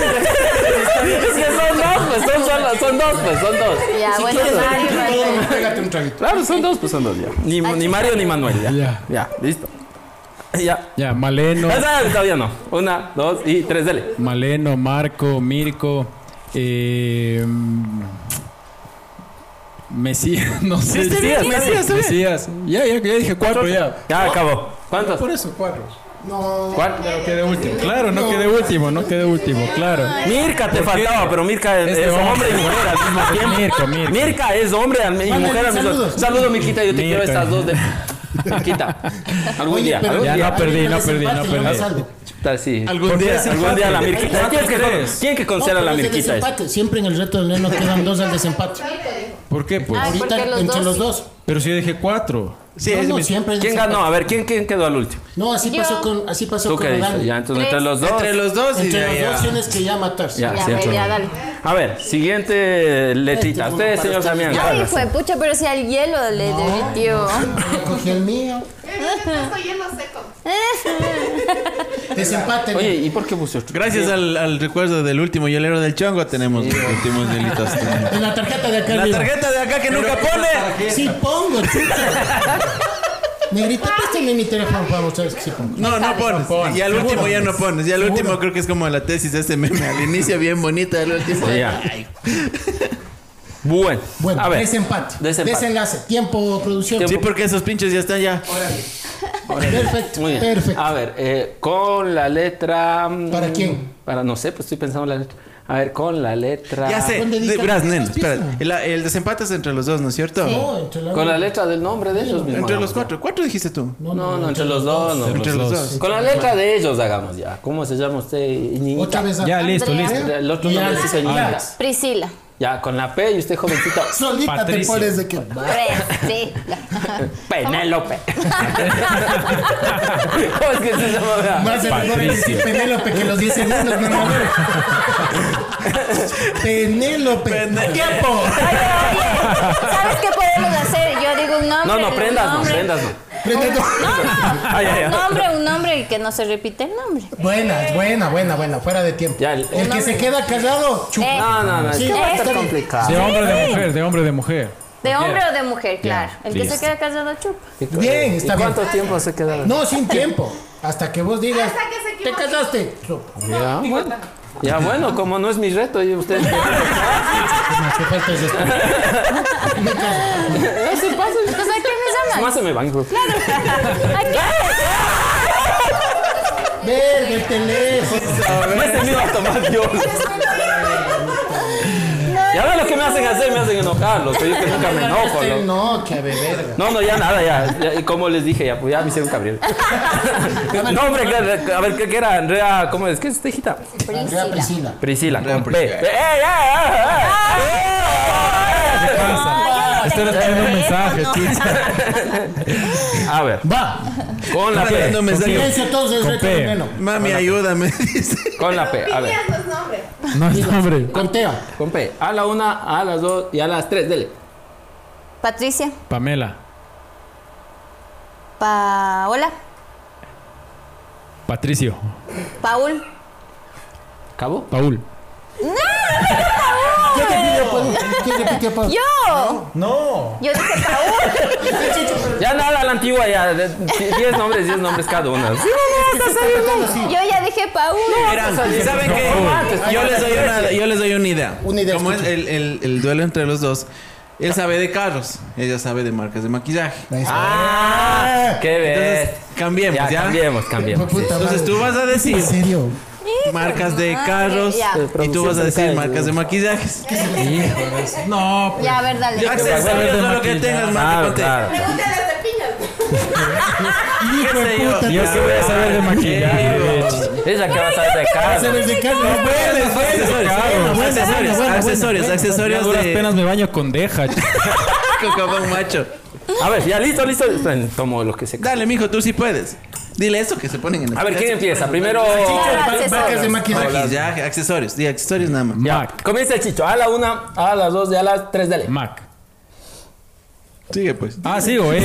C: es que son dos, pues son, solo- son dos, pues son dos.
D: Ya, bueno, Mario, Ah, Mario.
B: Pégate un traguito.
C: Claro, son dos, pues son dos, ya. Ni, ni Mario ni Manuel, ya. Ya,
E: Ya.
C: listo. Ya.
E: Ya, Maleno,
C: Ah, no, todavía no. Una, dos y tres, dele.
E: Maleno, Marco, Mirko, eh, Mesías, *laughs* no sé.
C: Mesías, Mesías, ¿sabes?
E: Mesías. Ya, ya, ya dije cuatro ya.
C: Ya acabó. ¿Cuántos?
E: Por eso, cuatro.
B: No.
C: ¿Cuál?
E: No quedé último. Claro, no quedé último, no quedé último, claro.
C: Mirka te faltaba, pero Mirka es,
E: Este
C: es
E: hombre.
C: hombre y mujer al mismo tiempo.
E: Mirko, Mirko.
C: Mirka es hombre al- y
B: Mándale
C: mujer al mismo tiempo.
B: saludos.
C: Saludos, Miquita, yo te
E: Mirka.
C: quiero estas dos de. Miquita, algún
B: Oye,
C: día.
B: pero
C: algún
E: ya
C: día.
E: no perdí, no
B: Dale
E: perdí, no
B: desempate, yo
E: perdí.
B: me salvo.
C: Tal, sí.
A: Algún día.
C: Algún día la Mirquita.
E: empate
C: ¿Quién es que,
E: tres.
C: ¿quién que
B: No, pues,
C: considera
B: pero
C: la
B: es el
C: Mirquita? esa?
B: desempate. Siempre en el reto del neno quedan dos al desempate.
I: X.
E: ¿Por qué? Pues.
D: Ay,
B: Ahorita
D: porque los
B: entre
D: dos
B: los
D: sí.
B: dos.
E: Pero si yo dejé cuatro.
B: No,
C: es
B: no,
C: mi-
B: siempre es
C: ¿Quién
B: esa
C: ganó?
B: parte.
C: A ver, ¿quién, quién quedó al último?
B: No, así
D: Yo-
B: pasó con, así pasó
C: ¿Tú
B: con
C: qué dices?
B: Adán.
C: Ya, entonces entre
D: Tres.
C: los dos.
E: Entre los dos y
B: Entre
E: de
B: los
E: ahí
B: dos
E: a-
B: tienes que ya matarse.
C: Ya,
D: Ya,
C: sí,
D: ve,
C: otro.
D: ya, dale.
C: A ver, siguiente letrita.
B: Este,
C: Ustedes,
B: para
C: señor
B: ustedes.
C: Damián.
D: Ay, fue pucha, pero si al hielo le derritió. *laughs*
B: Yo cogí
C: *laughs*
B: el mío.
I: Pero yo te estoy hielo seco.
B: Desempate.
C: Oye, ¿y por qué pusiste?
A: Gracias al, al recuerdo del último hielero del chongo tenemos los últimos hielitos. *laughs*
B: En la tarjeta de acá.
A: La
B: arriba.
A: tarjeta de acá que nunca pone.
B: Sí
C: *laughs*
B: pongo, chucha. Negrita, préstame mi teléfono para mostrarles que sí pongo.
A: No, no pones. Y al último ya no pones. Y al último creo que es como la tesis de ese meme. Al inicio bien bonita, al último.
C: Sí, ya. Bueno,
B: Bueno,
C: a ver.
B: desempate.
C: Desenlace.
B: Desenlace. Tiempo, producción.
A: Sí, porque esos pinches ya están ya.
B: Perfecto,
C: Muy bien.
B: perfecto.
C: A ver, eh, con la letra. mm,
B: ¿Para quién?
C: Para, no sé, pues estoy pensando en la letra. A ver, con la letra.
A: Ya sé.
B: Ah, ¿Dónde dice?
A: Verás, nena,
B: Empieza.
A: espera. El, el desempate es entre los dos, ¿no es cierto?
B: No, entre la-
C: Con la letra del nombre de ellos mismos.
A: Entre los
C: hagamos
A: cuatro. ¿Cuatro dijiste
B: *laughs*
A: tú?
C: ya. No, no, entre los dos. no.
A: Entre los dos.
C: Con la letra de ellos hagamos ya. ¿Cómo se llama usted, niñita?
B: Otra vez. a-
E: Ya, listo,
D: Andrea.
E: listo.
C: El otro nombre sí, señorita. *laughs*
D: Priscila.
C: Ya, con la P y usted jovencita.
B: Solita te
E: Patricia.
B: pones de que.
D: Priscila.
C: Penélope. *laughs* ¿Cómo es que se llama? verdad?
B: Más de rigor es decir Penélope que los 10 segundos, mi amor. Penélope. ¡Tiempo!
D: ¿Sabes qué podemos hacer? Yo digo un nombre.
C: No, no,
D: un
C: prendas, no,
D: nombre.
C: prendas, no.
B: Penélope.
C: Ay, ay,
D: Un
C: ay.
D: nombre, un nombre y que no se repite el nombre.
B: Buena, buena, buena, buena. Fuera de tiempo.
C: Ya, el-
B: el, que se queda callado, chupa.
D: Eh,
C: No, no, no.
B: Sí,
C: es que va a
D: es-
C: estar complicado.
E: De hombre de mujer, de hombre de mujer.
D: De hombre o de mujer, claro. El que se
E: listo.
D: queda callado chupa.
B: Bien, está
C: ¿Y
B: bien.
C: ¿Cuánto tiempo se queda?
B: No, sin tiempo. Hasta que vos digas.
I: Hasta que se
B: Te
I: equivoque.
B: callaste. chupa.
C: Ya, bueno. ¿Ah? Ya, bueno, como no es mi reto, y *laughs* usted.
B: No, qué falta es esto. Me callo.
D: Entonces,
C: Pues
D: ¿a quién me llaman?
C: Más se me van. bro.
D: ¿A quién?
B: Verga, el teléfono.
C: No se me iba a tomar *laughs* yo. Ya ve lo que me hacen hacer, me hacen enojar. Los *laughs* yo que nunca me enojo.
B: Este
C: loco.
B: No, que a verga.
C: No, no, ya nada, ya. ya, y como les dije, ya, pues ya me hicieron *laughs* cabrón. no, hombre, que- a ver, ¿qué, qué era? Andrea, ¿cómo es? ¿Qué es esta hijita?
B: Andrea Priscila.
C: Priscila, con P. ¡Eh, eh, Ah. eh, eh, eh!
D: No, yo no tengo
E: Este un mensaje,
D: teléfono.
C: A ver,
B: Va.
C: con la P.
A: Dando mensajes.
B: Silencio todos el reto
E: P.
B: veneno.
A: Mami, ayúdame. *laughs* dice.
C: Con la P, a ver.
I: Piñas los nombres.
E: *laughs* No es hombre.
B: Contea.
C: Con P. A la una, a las dos y a las tres, dele.
D: Patricia.
E: Pamela.
D: Paola.
E: Patricio.
D: Paul.
C: ¿Cabo?
E: Paul.
B: ¿Quién repitió, Pablo? ¿Quién repitió, Pablo?
D: Yo.
H: No.
D: Yo dije Paul.
C: Ya nada, la antigua, ya. de- die- Diez nombres, diez nombres cada una.
D: Yo ya dije Paul.
A: Verán, ¿saben qué? Yo les doy una, yo les doy una idea.
B: Una idea,
A: Como es
B: escucha.
A: el, el- el duelo entre los dos, él sabe de carros, ella sabe de marcas de maquillaje.
B: Ahí está.
C: ¡Ah! ¡Qué
A: Entonces,
C: ves!
A: cambiemos,
C: Ya,
A: ¿ya?
C: cambiemos, cambiemos.
B: Puta
A: Entonces
B: madre.
A: tú vas a decir
B: ¿En serio?
A: marcas de
D: madre,
A: carros
D: Ah, ya.
A: y tú vas a decir
C: Producción
A: marcas de maquillajes.
E: No,
D: Ya, a ver, dale.
A: Accesorios, todo lo que tengas, marca
C: Claro,
A: ponte.
C: Ah, claro.
I: Pregúntale a las de piñas.
A: ¿Qué sé yo?
E: Yo qué voy a saber de maquillaje.
C: Es la que va a salir de
B: Se
C: cara.
B: les encarga.
A: Accesorios, accesorios,
B: buena,
A: accesorios,
E: Yo a
A: accesorios
E: duras
A: de *laughs*
E: penas me baño con deja. ch-
A: cocabón macho.
C: A ver, ya listo, listo. Esperen, Tomo los que se.
A: Dale, mijo, tú sí puedes. Dile eso que se ponen en el
C: A ver, ¿quién empieza? Primero.
B: Va- vacas de maquillaje.
A: Maquillaje, accesorios, di accesorios nada más.
E: Mac.
C: Comienza el chicho. A la una, a las dos y a las tres, dale.
E: Mac.
A: Sigue pues.
E: Ah, sí, o Avon.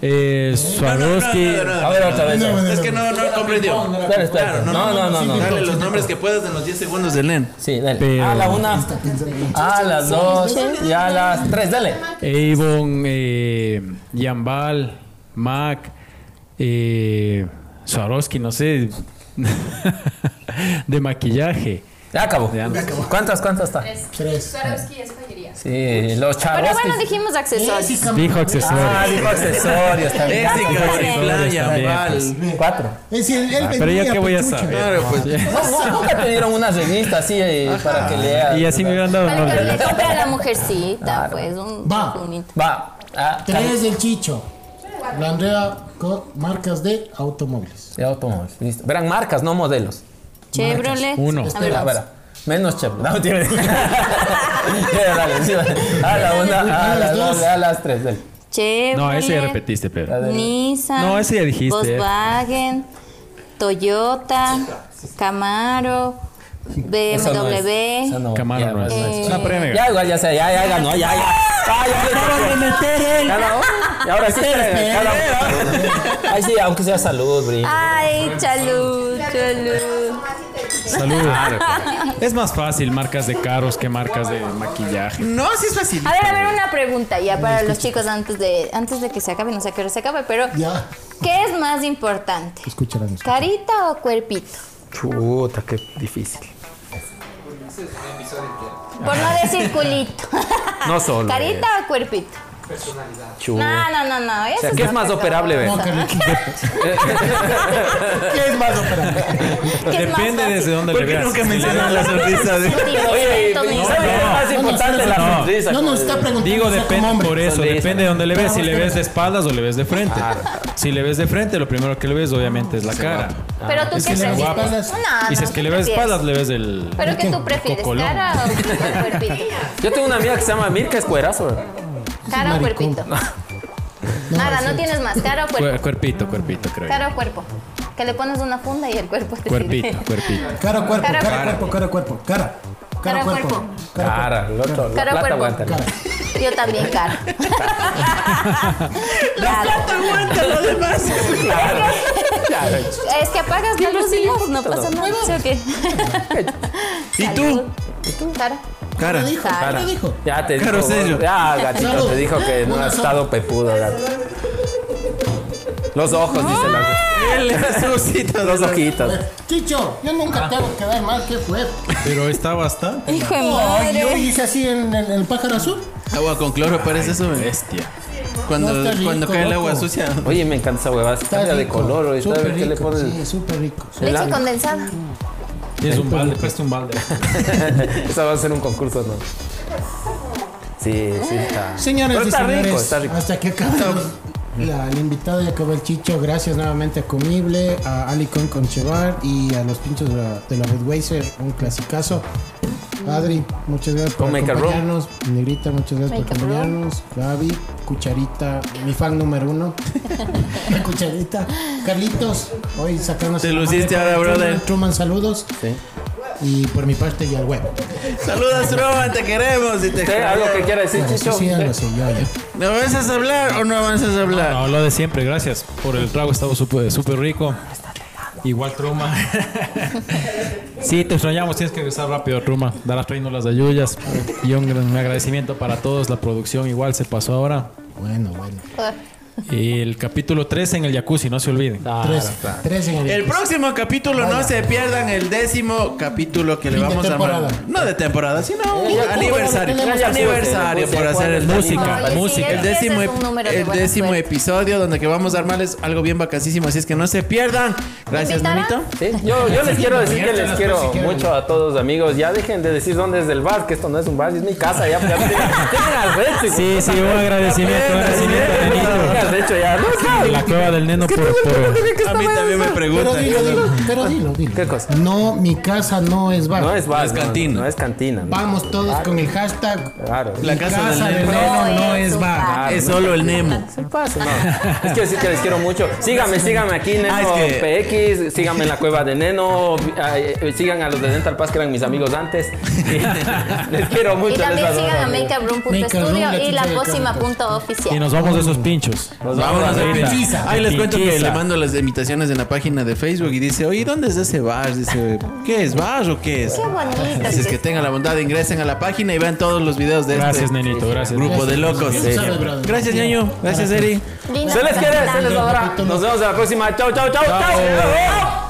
E: Eh, Swarovski.
A: No, no, no, no,
C: A ver, otra vez.
A: no. Es que no, no comprendió.
C: Espera, espera.
A: Claro, no,
C: No, no, no, no.
A: Dale los nombres que puedas en los 10 segundos de Len.
C: Sí, dale.
E: Pero-
C: A la una, a las dos y a las tres, dale.
E: Avon, eh, Yambal, Mac, eh, Swarovski, no sé. *laughs* de maquillaje.
C: Ya acabó. ¿Cuántas, cuántas está?
B: Tres.
I: Swarovski es joyería.
C: Sí, los
D: Bueno,
C: charros.
D: bueno, dijimos accesorios.
B: Sí, cabrón.
E: Dijo
C: Ah,
E: accesorios.
C: dijo accesorios también.
A: Ese cabrón, ya,
E: también,
A: vale.
C: Cuatro.
B: Es decir, él
E: Ah, pero yo
B: vendía,
E: qué voy a
B: pechucha.
E: saber.
A: Claro, pues.
C: Nunca te dieron unas revistas así eh, para que leas.
E: Y así me hubieran dado
D: Para que
E: nombre.
D: le compre a la mujercita, pues, un
B: Va.
D: bonito.
C: Va. Ah,
B: Tres del Chicho. La Andrea con marcas de automóviles.
C: de automóvil. Listo. Verán marcas, no modelos. Ah,
D: Chevrolet.
E: Uno.
D: A ver,
C: A ver,
D: vamos.
C: *laughs* menos Chevrolet. No, tiene- Dale, sí, dale. A la una, a las dos, a las tres. dale.
D: Chevrolet.
E: No, ese ya repetiste, Pedro.
D: Nissan.
E: No, ese ya dijiste.
D: Volkswagen, Toyota, Camaro, BMW.
C: Esa no es, esa no.
E: Camaro
C: Ya,
E: no es.
D: eh,
E: Una premia.
C: Ya, igual, ya sé, ya, ya ganó, ya, ya. Ah, ya le acaban de meter él. Y ahora sí, cada uno. Ay, sí, aunque sea salud, Bri.
D: Ay, chalú, chalú.
E: Salud. Es más fácil marcas de carros que marcas de maquillaje.
A: No, sí es fácil.
D: A ver, a ver, una pregunta ya para los chicos antes de, antes de que se acabe, no sé a qué hora se acabe, pero
B: Ya.
D: ¿qué es más importante?
B: Escucharán eso.
D: ¿Carita o cuerpito?
C: Chuta, qué difícil.
D: Por no decir culito.
C: No solo.
D: ¿Carita o cuerpito?
C: Chuta.
D: No, no, no, no.
C: O
D: eso
C: sea, ¿qué es
D: no
C: más
D: pecado.
C: operable, ver?
B: No, Carlitos. ¿Qué es más operable?
D: ¿Qué es más
E: Depende
D: fácil?
E: desde dónde le veas.
A: mencionaron la sonrisa de.
C: Oye,
D: Sentimiento, mi
C: no,
D: amor.
C: es más importante la
E: no.
C: sonrisa.
B: No nos está preguntando.
E: Digo,
B: o sea, como
E: depende
B: hombre.
E: por eso,
C: Sonrisa,
E: depende de dónde le ves, si le ves de espaldas o le ves de frente. Si le ves de frente, lo primero que le ves obviamente es la cara.
D: Pero tú
E: Es
D: qué
E: que le
D: prefieres.
E: ves
B: espaldas.
D: No,
E: Y si
D: Ah, no,
E: es que
D: ¿qué
E: le ves de
D: prefieres?
E: espaldas, le ves el
D: ¿Pero qué tú prefieres?
E: Cocolón.
D: ¿Cara
E: *laughs*
D: o cuerpito?
C: Yo tengo una amiga que se llama Mirka Escuerazo. ¿verdad?
D: ¿Cara o cuerpito? Nada, no tienes más. ¿Cara o
E: cuer-
D: cuerpo?
E: cuerpito, cuerpito, creo. yo.
D: Cara o cuerpo. Que le pones una funda y el cuerpo te
E: Cuerpito,
D: sirve.
E: cuerpito.
B: Cara o cuerpo,
D: Cara,
B: cara
D: cara.
B: cuerpo, cara cuerpo, cara. Cara
D: Cara,
B: cuerpo.
D: cuerpo.
C: Cara, el otro, la
D: Cara,
C: plata
D: cuerpo.
C: aguanta.
B: Cara.
D: Yo también
E: *laughs*
D: cara. Claro.
G: aguanta lo demás.
D: Es que apagas la luz y ya, no pasa nada. ¿Sí o qué?
A: ¿Y tú?
D: Cara.
A: Cara.
D: Cara.
B: ¿Qué dijo?
C: Ya te
A: Caro
C: dijo. vos-
A: sello.
C: Ya, gatito,
B: Salud.
C: te dijo que no
B: Una
C: has
B: sola.
C: estado pepudo, gato. Los ojos, dice la. *laughs* Los ojitos.
B: Chicho, yo nunca te hago quedar mal, ¿qué fue?
H: Pero está bastante.
D: Hijo de
B: Oh, yo
D: madre.
B: hice así en el, el pájaro azul.
A: Agua con cloro, parece eso. ¿eh?
E: Bestia.
A: Cuando,
B: No, está rico,
A: cuando cae el agua
B: loco.
A: sucia.
C: Oye, me encanta esa huevada. se Cambia de
B: rico,
C: color, ahorita a
B: súper
C: ver qué le
B: rico,
C: pones.
B: Sí, súper rico.
D: Leche condensada.
E: Es un balde, cuesta un balde. *laughs*
C: *laughs* Esa va a ser un concurso, ¿no? Sí, sí está.
B: Señores
C: Pero
B: y
C: está rico,
B: señores,
C: está rico.
B: hasta que acabamos la, el invitado y acabó el chicho. Gracias nuevamente a Comible, a Alicón Conchevar y a los pinchos de la, de la Budweiser, un clasicazo. Adri, muchas gracias por
C: Con Make a Room.
B: acompañarnos. Negrita, muchas gracias por
D: Make a Room.
B: acompañarnos. Gaby, Cucharita, mi fan número
D: *laughs*
B: uno. La Cucharita. Carlitos, hoy sacamos.
A: Te luciste ahora, brother.
B: Truman, Truman, saludos. Y por mi parte, y al huevo.
A: Saludas, Roman, te queremos y te
C: ¿Usted algo que quiera decir,
B: Bueno, sí,
C: Chicho?
B: sí, algo así, ya, ya.
A: ¿Me avanzas a hablar o no avanzas a hablar?
E: No, lo de siempre, gracias por el trago, estaba súper súper rico. Igual Truma. *laughs* sí, te extrañamos, tienes que regresar rápido, Truma. Darás trayendo las ayuyas. Y un gran agradecimiento para todos, la producción igual se pasó ahora.
B: Bueno, bueno.
E: Y el capítulo 3 en el jacuzzi, no se olviden.
B: Tres, tres en Ah, el
A: El próximo capítulo, no se pierdan el décimo capítulo que le
B: Fin de
A: vamos a
B: temporada.
A: mandar. No de temporada, sino un
C: Ya, ya,
A: aniversario.
C: ya, ya,
A: Aniversario
C: ya,
A: por
C: ya,
A: hacer el
C: ya,
E: música,
D: Oye, sí,
E: música.
A: El
D: ese es
A: décimo,
D: un
A: ep-
D: número de
A: el
D: buena
A: décimo
D: suerte.
A: episodio donde que vamos a armarles algo bien vacasísimo, así es que no se pierdan. Gracias,
D: ¿Invitarán?
A: Nanito.
C: Sí, Yo, yo les quiero decir que les quiero mucho a todos amigos. Ya dejen de decir dónde es el bar, que esto no es un bar, es mi casa. Ya, ya dejen al resto.
E: Sí, sí, un agradecimiento, un agradecimiento a
C: ¿Qué
E: Nenito.
C: has hecho ya? No,
E: De la cueva del neno por, por-
A: A mí también me
B: Pero
A: preguntan.
B: dilo, dilo, pero dilo, dilo. *laughs*
C: ¿Qué cosa?
B: No, mi casa no es bar.
C: no es bar.
A: No es cantina.
C: No, es cantina. no.
B: Vamos todos con el hashtag.
C: Claro.
A: La
B: mi
A: casa del
B: del
A: Neno
B: Neno
D: no
B: no
D: es
B: es
D: un
B: bar.
D: bar.
C: Ah,
A: Es
C: no.
A: solo el Nemo.
C: Se pasa, no. Es quiero decir que les quiero mucho. Síganme, síganme aquí, Neno
A: Ah, es
C: PX. Síganme en la cueva de Neno. eh, eh, Sigan a los de Dental Paz, que eran mis amigos antes. *laughs* les quiero mucho.
D: Y también
C: les adoro.
D: sigan a makeuproom.studio
B: Makeuproom,
D: y la
B: la chicha de
E: Y nos vamos de esos pinchos.
C: Nos vamos
A: Vámonos de
E: ahorita.
A: pinchiza. Ahí les cuento que
E: Pinchiza.
A: le mando las invitaciones en la página de Facebook y dice, oye, ¿dónde es ese bar? Dice, ¿qué es bar o qué es?
D: Qué bonito.
A: Así es que tengan la bondad, ingresen a la página y vean todos los videos de
E: Gracias,
A: este
E: Nenito, gracias.
A: grupo de locos.
B: Sí.
A: Gracias, ñaño. Gracias, Eri.
D: Linda
C: Se les quiere, se
D: casita.
C: les adora. Nos vemos en la próxima. Chau, chau, chau, chau.